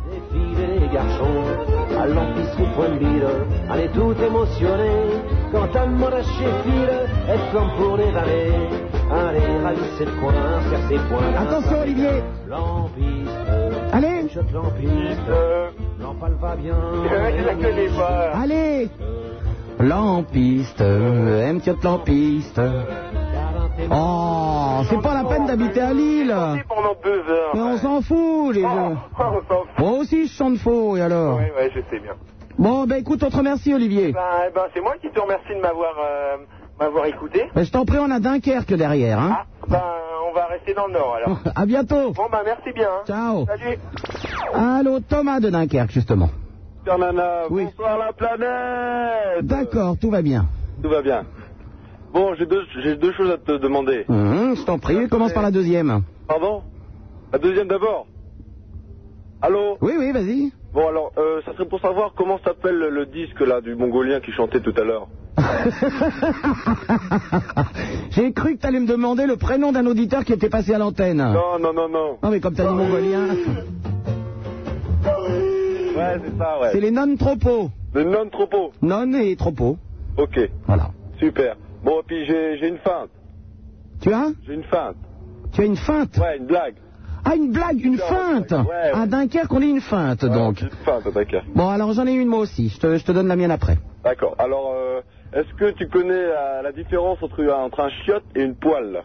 Speaker 30: Défilez Oh les garçons à l'empisserie point de vide. Allez tout émotionner quand un monachet file et flamme pour les vallées. Allez, ravissez le coin, serrez ses poings.
Speaker 2: Attention, Olivier.
Speaker 30: Lampiste.
Speaker 2: Allez.
Speaker 30: Choc lampiste. L'empale va bien.
Speaker 29: Je la connais pas.
Speaker 2: Allez Lampiste, m Lampiste. Oh, c'est pas la peine d'habiter à Lille.
Speaker 29: Pendant deux heures.
Speaker 2: Mais on s'en fout, les gens.
Speaker 29: On s'en fout.
Speaker 2: Moi aussi, je chante faux, et alors
Speaker 29: Ouais, ouais, je sais bien.
Speaker 2: Bon, ben écoute, on te remercie, Olivier.
Speaker 29: Ben, eh ben, c'est moi qui te remercie de m'avoir euh, m'avoir écouté.
Speaker 2: Ben, je t'en prie, on a Dunkerque derrière, hein.
Speaker 29: Ben, on va rester dans le Nord alors.
Speaker 2: À bientôt.
Speaker 29: Bon, ben, merci bien. hein.
Speaker 2: Ciao.
Speaker 29: Salut.
Speaker 2: Allô, Thomas de Dunkerque, justement.
Speaker 14: Super Nana, bonsoir la planète
Speaker 2: D'accord, tout va bien.
Speaker 14: Tout va bien. Bon, j'ai deux, j'ai deux choses à te demander.
Speaker 2: Hum, je t'en prie, commence par la deuxième.
Speaker 14: Pardon La deuxième d'abord. Allô
Speaker 2: Oui, oui, vas-y.
Speaker 14: Bon, alors, euh, ça serait pour savoir comment s'appelle le, le disque là du mongolien qui chantait tout à l'heure.
Speaker 2: J'ai cru que t'allais me demander le prénom d'un auditeur qui était passé à l'antenne.
Speaker 14: Non, non, non, non.
Speaker 2: Non, mais comme t'as dit mongolien,
Speaker 14: Ouais, c'est ça, ouais.
Speaker 2: c'est les non-tropos.
Speaker 14: Le non-tropo.
Speaker 2: Non et tropos.
Speaker 14: Ok,
Speaker 2: Voilà.
Speaker 14: super. Bon, et puis j'ai j'ai une feinte.
Speaker 2: Tu as
Speaker 14: J'ai une feinte.
Speaker 2: Tu as une feinte
Speaker 14: Ouais, une blague.
Speaker 2: Ah, une blague, une feinte
Speaker 14: ouais.
Speaker 2: À Dunkerque, on est une feinte, donc.
Speaker 14: J'ai une feinte, d'accord.
Speaker 2: Bon, alors j'en ai une moi aussi. Je te, je te donne la mienne après.
Speaker 14: D'accord. Alors, euh, est-ce que tu connais euh, la différence entre, entre un chiotte et une poêle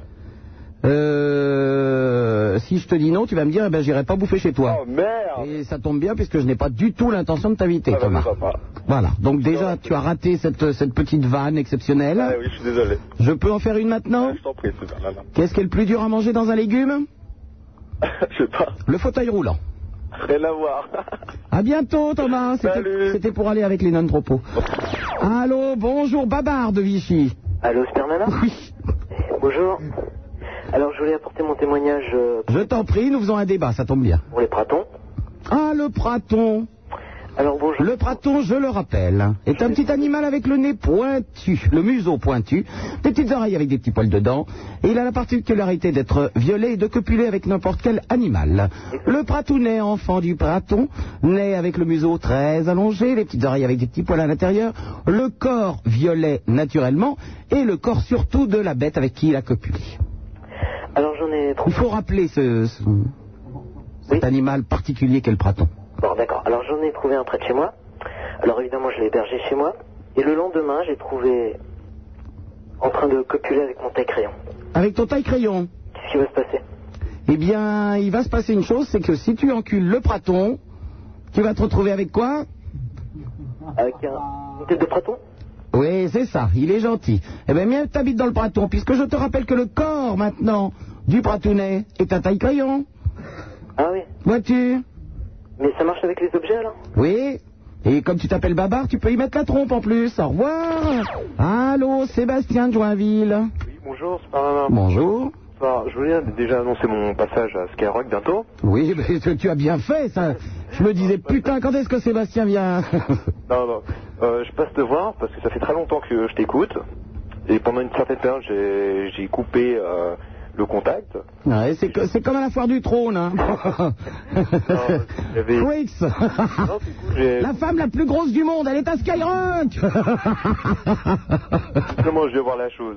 Speaker 2: Euh, si je te dis non, tu vas me dire, eh ben, j'irai pas bouffer chez toi.
Speaker 14: Oh merde
Speaker 2: Et ça tombe bien puisque je n'ai pas du tout l'intention de t'inviter,
Speaker 14: Ah, bah,
Speaker 2: Thomas.
Speaker 14: c'est sympa.
Speaker 2: Voilà. Donc déjà, tu as raté cette, cette petite vanne exceptionnelle.
Speaker 14: Ah oui, je suis désolé.
Speaker 2: Je peux en faire une maintenant
Speaker 14: Ah, je t'en prie, super nana.
Speaker 2: Qu'est-ce qui est le plus dur à manger dans un légume
Speaker 14: je sais pas,
Speaker 2: Le fauteuil roulant.
Speaker 14: rien à voir.
Speaker 2: À bientôt, Thomas. C'était-
Speaker 14: Salut.
Speaker 2: C'était pour aller avec les non-tropos. Allô, bonjour, Babar de Vichy.
Speaker 5: Allô, Supernana
Speaker 2: Oui.
Speaker 5: Bonjour. Alors, je voulais apporter mon témoignage euh,
Speaker 2: Je t'en prie, nous faisons un débat, ça tombe bien.
Speaker 5: pour les pratons.
Speaker 2: Ah, le praton.
Speaker 5: Alors, bonjour.
Speaker 2: Le praton, je le rappelle, est un petit animal avec le nez pointu, le museau pointu, des petites oreilles avec des petits poils dedans, et il a la particularité d'être violet et de copuler avec n'importe quel animal. Le pratounet, enfant du praton, naît avec le museau très allongé, les petites oreilles avec des petits poils à l'intérieur, le corps violet naturellement, et le corps surtout de la bête avec qui il a copulé.
Speaker 5: Alors, j'en ai
Speaker 2: Il
Speaker 5: trouvé.
Speaker 2: faut rappeler ce, ce- cet animal particulier qu'est le praton.
Speaker 5: Bon, d'accord. Alors, j'en ai trouvé un près de chez moi. Alors, évidemment, je l'ai hébergé chez moi. Et le lendemain, j'ai trouvé en train de copuler avec mon taille-crayon.
Speaker 2: Avec ton taille-crayon,
Speaker 5: Qu'est-ce qui va se passer
Speaker 2: Eh bien, il va se passer une chose, c'est que si tu encules le praton, tu vas te retrouver avec quoi
Speaker 5: Avec un- une tête de praton
Speaker 2: Oui, c'est ça, il est gentil. Eh bien, mieux t'habites dans le praton, puisque je te rappelle que le corps, maintenant, du pratounet est un taille-crayon.
Speaker 5: Ah oui.
Speaker 2: Vois-tu
Speaker 5: Mais ça marche avec les objets, alors
Speaker 2: Oui et comme tu t'appelles Babar, tu peux y mettre la trompe en plus. Au revoir. Allô, Sébastien de Joinville.
Speaker 11: Bonjour, c'est pas
Speaker 2: Bonjour.
Speaker 11: Je voulais déjà annoncer mon passage à Skyrock bientôt.
Speaker 2: Oui, ben, tu- tu as bien fait ça. Je me disais, putain, quand est-ce que Sébastien vient
Speaker 11: Non, non. Euh, je passe te voir parce que ça fait très longtemps que je t'écoute. Et pendant une certaine période, j'ai j'ai coupé euh, le contact.
Speaker 2: Ouais, c'est que- c'est comme à la foire du trône. Hein.
Speaker 11: j'avais-
Speaker 2: Quicks.
Speaker 11: Non, du coup, j'ai-
Speaker 2: La femme la plus grosse du monde, elle est à Skyrock
Speaker 11: Comment je vais voir la chose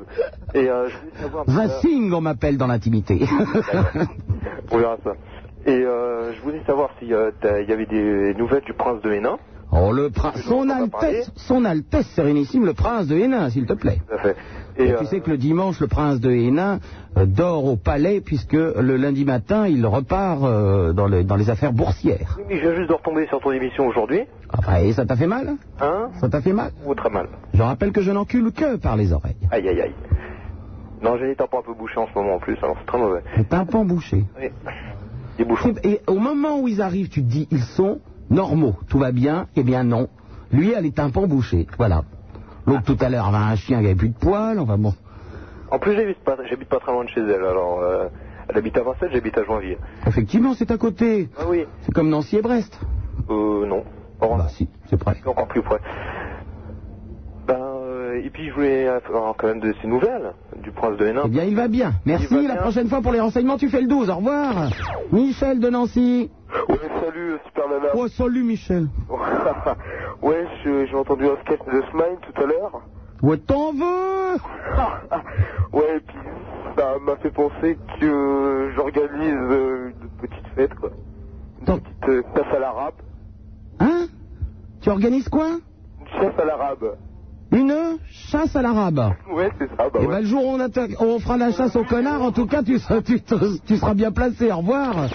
Speaker 11: Et euh, je voulais savoir.
Speaker 2: The Sing, on m'appelle dans l'intimité.
Speaker 11: On verra ça. Et euh, je voulais savoir s'il y avait des nouvelles du prince de Hénin.
Speaker 2: oh, le prince, son
Speaker 11: On en a parlé.
Speaker 2: Altesse, son Altesse Sérénissime, le prince de Hénin, s'il te plaît.
Speaker 11: Tout à fait.
Speaker 2: Et
Speaker 11: euh,
Speaker 2: tu sais que le dimanche, le prince de Hénin euh, dort au palais, puisque le lundi matin, il repart euh, dans, les- dans les affaires boursières.
Speaker 11: oui, mais je viens juste de retomber sur ton émission aujourd'hui.
Speaker 2: Ah, bah, et ça t'a fait mal
Speaker 11: Hein
Speaker 2: Ça t'a fait mal
Speaker 11: Ou très mal.
Speaker 2: Je rappelle que je n'encule que par les oreilles.
Speaker 11: Aïe, aïe, aïe. Non, j'ai les tampons un peu bouchés en ce moment en plus, alors c'est très mauvais.
Speaker 2: C'est un pan bouché.
Speaker 11: Oui. Des bouchons.
Speaker 2: C'est- Et au moment où ils arrivent, tu te dis, ils sont normaux, tout va bien, eh bien non. Lui a les tympans bouchés, voilà. L'autre tout à l'heure avait un chien qui avait plus de poils, enfin bon.
Speaker 11: En plus, j'habite pas, j'habite pas très loin de chez elle, alors euh, elle habite à Vincennes, j'habite à Joinville.
Speaker 2: Effectivement, c'est à côté.
Speaker 11: Ah oui
Speaker 2: C'est comme Nancy et Brest.
Speaker 11: Euh, non. Au revoir.
Speaker 2: Bah si, c'est près.
Speaker 11: encore plus près. Ben, euh,
Speaker 27: et puis je voulais avoir quand même de ces nouvelles du prince de Hénin.
Speaker 2: Eh bien, il va bien. Merci.
Speaker 27: va
Speaker 2: la prochaine fois pour les renseignements, tu fais le 12. Au revoir. Michel de Nancy.
Speaker 14: Ouais, salut, euh, super nana.
Speaker 2: Oh, salut Michel.
Speaker 14: ouais, je- j'ai entendu un sketch de Smile tout à l'heure.
Speaker 2: Ouais, t'en veux
Speaker 14: Ouais, et puis ça m'a fait penser que euh, j'organise euh, une petite fête, quoi. Une petite euh, chasse à l'arabe.
Speaker 2: Hein Tu organises quoi
Speaker 14: Une chasse à l'arabe.
Speaker 2: Une chasse à l'arabe.
Speaker 14: Ouais, c'est ça, bah
Speaker 2: Et
Speaker 14: ouais.
Speaker 2: le jour où on, attaque, on fera la chasse aux connards, en tout cas, tu seras, tu, te- tu seras bien placé. Au revoir.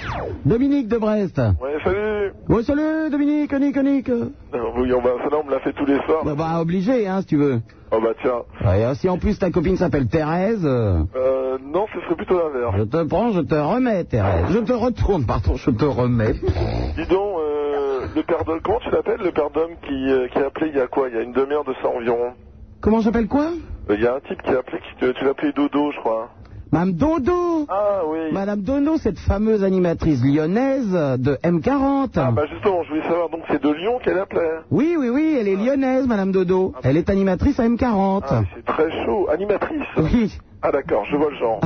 Speaker 2: Dominique de Brest.
Speaker 14: Ouais, salut
Speaker 2: Ouais, salut Dominique, Nick, Nick.
Speaker 14: Alors, Oui, on va, ça, non, on me l'a fait tous les soirs.
Speaker 2: Bah, bah, obligé, hein, si tu veux.
Speaker 14: Oh bah tiens.
Speaker 2: Ouais, euh, si en plus ta copine s'appelle Thérèse, euh,
Speaker 14: Euh, non, ce serait plutôt l'inverse.
Speaker 2: je te prends, je te remets, Thérèse. Je te retourne, pardon, je te remets.
Speaker 14: Dis donc, euh, le père d'homme, comment tu l'appelles, le père d'homme qui, euh, qui a appelé il y a quoi Il y a une demi-heure de ça environ.
Speaker 2: Comment j'appelle quoi
Speaker 14: Euh, Il y a un type qui a appelé, qui te- tu l'appelais Dodo, je crois.
Speaker 2: Madame Dodo
Speaker 14: Ah oui
Speaker 2: Madame Dodo, cette fameuse animatrice lyonnaise de M40.
Speaker 14: Ah bah justement, je voulais savoir, donc c'est de Lyon qu'elle appelait.
Speaker 2: Oui, oui, oui, elle est lyonnaise, Madame Dodo. Elle est animatrice à M40.
Speaker 14: Ah, c'est très chaud. Animatrice
Speaker 2: Oui.
Speaker 14: Ah d'accord, je vois le genre.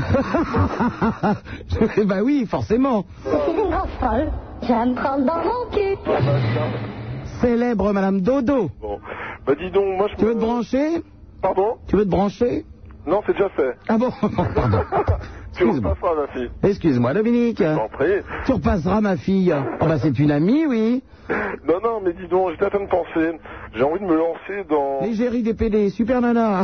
Speaker 2: bah oui, forcément.
Speaker 1: C'est une grosse folle. Je vais me prendre dans mon cul.
Speaker 2: Célèbre Madame Dodo.
Speaker 14: bah, Bon. Bah dis donc, moi je...
Speaker 2: Tu veux te brancher
Speaker 14: Pardon
Speaker 2: Tu veux te brancher
Speaker 14: Non, c'est déjà fait.
Speaker 2: Ah bon Pardon.
Speaker 14: Tu
Speaker 2: Excuse-moi.
Speaker 14: repasseras, ma fille.
Speaker 2: Excuse-moi, Dominique.
Speaker 14: T'en prie.
Speaker 2: Tu repasseras ma fille. Oh, bah, c'est une amie, oui.
Speaker 14: Non, non, mais dis donc, j'étais en train de penser. J'ai envie de me lancer dans...
Speaker 2: L'égérie des PD, super nana.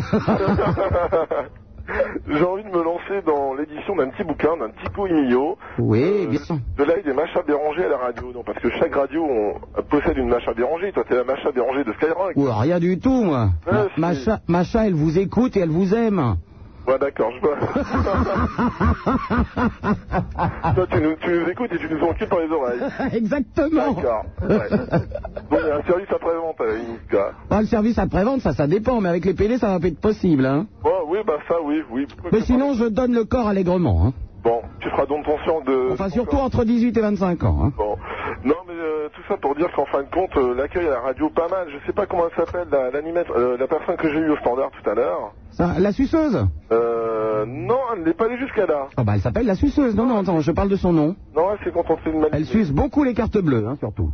Speaker 14: J'ai envie de me lancer dans l'édition d'un petit bouquin, d'un petit Coimillo,
Speaker 2: oui, bien sûr.
Speaker 14: de live des Macha Béranger à la radio. Non, parce que chaque radio on- possède une Macha Béranger. Toi, t'es la Macha Béranger de Skyrock.
Speaker 2: Ou rien du tout, moi.
Speaker 14: Ah,
Speaker 2: Ma-
Speaker 14: si.
Speaker 2: Macha, Macha, elle vous écoute et elle vous aime.
Speaker 14: Ouais, d'accord, je vois. Toi, tu nous, tu nous écoutes et tu nous encules par les oreilles.
Speaker 2: Exactement.
Speaker 14: D'accord. Ouais. Bon, il y a un service après-vente à la limite, quoi.
Speaker 2: Ah, le service après-vente, ça, ça dépend, mais avec les PD, ça va pas être possible. Hein.
Speaker 14: Bon, oui, bah ça, oui, oui.
Speaker 2: Mais sinon, je donne le corps allègrement. Hein.
Speaker 14: Bon, tu feras donc conscient de...
Speaker 2: Enfin, surtout entre 18 et 25 ans. Hein.
Speaker 14: Bon. Non, mais euh, tout ça pour dire qu'en fin de compte, euh, l'accueil à la radio, pas mal. Je sais pas comment elle s'appelle, la, l'animateur- euh, la personne que j'ai eue au standard tout à l'heure.
Speaker 2: Ça, la suceuse
Speaker 14: Euh, non, elle n'est pas allée jusqu'à là.
Speaker 2: Ah bah, elle s'appelle la suceuse. Non, non, attends, je parle de son nom.
Speaker 14: Non, elle s'est contentée de
Speaker 2: Elle
Speaker 14: m'aller.
Speaker 2: suce beaucoup les cartes bleues, hein, surtout.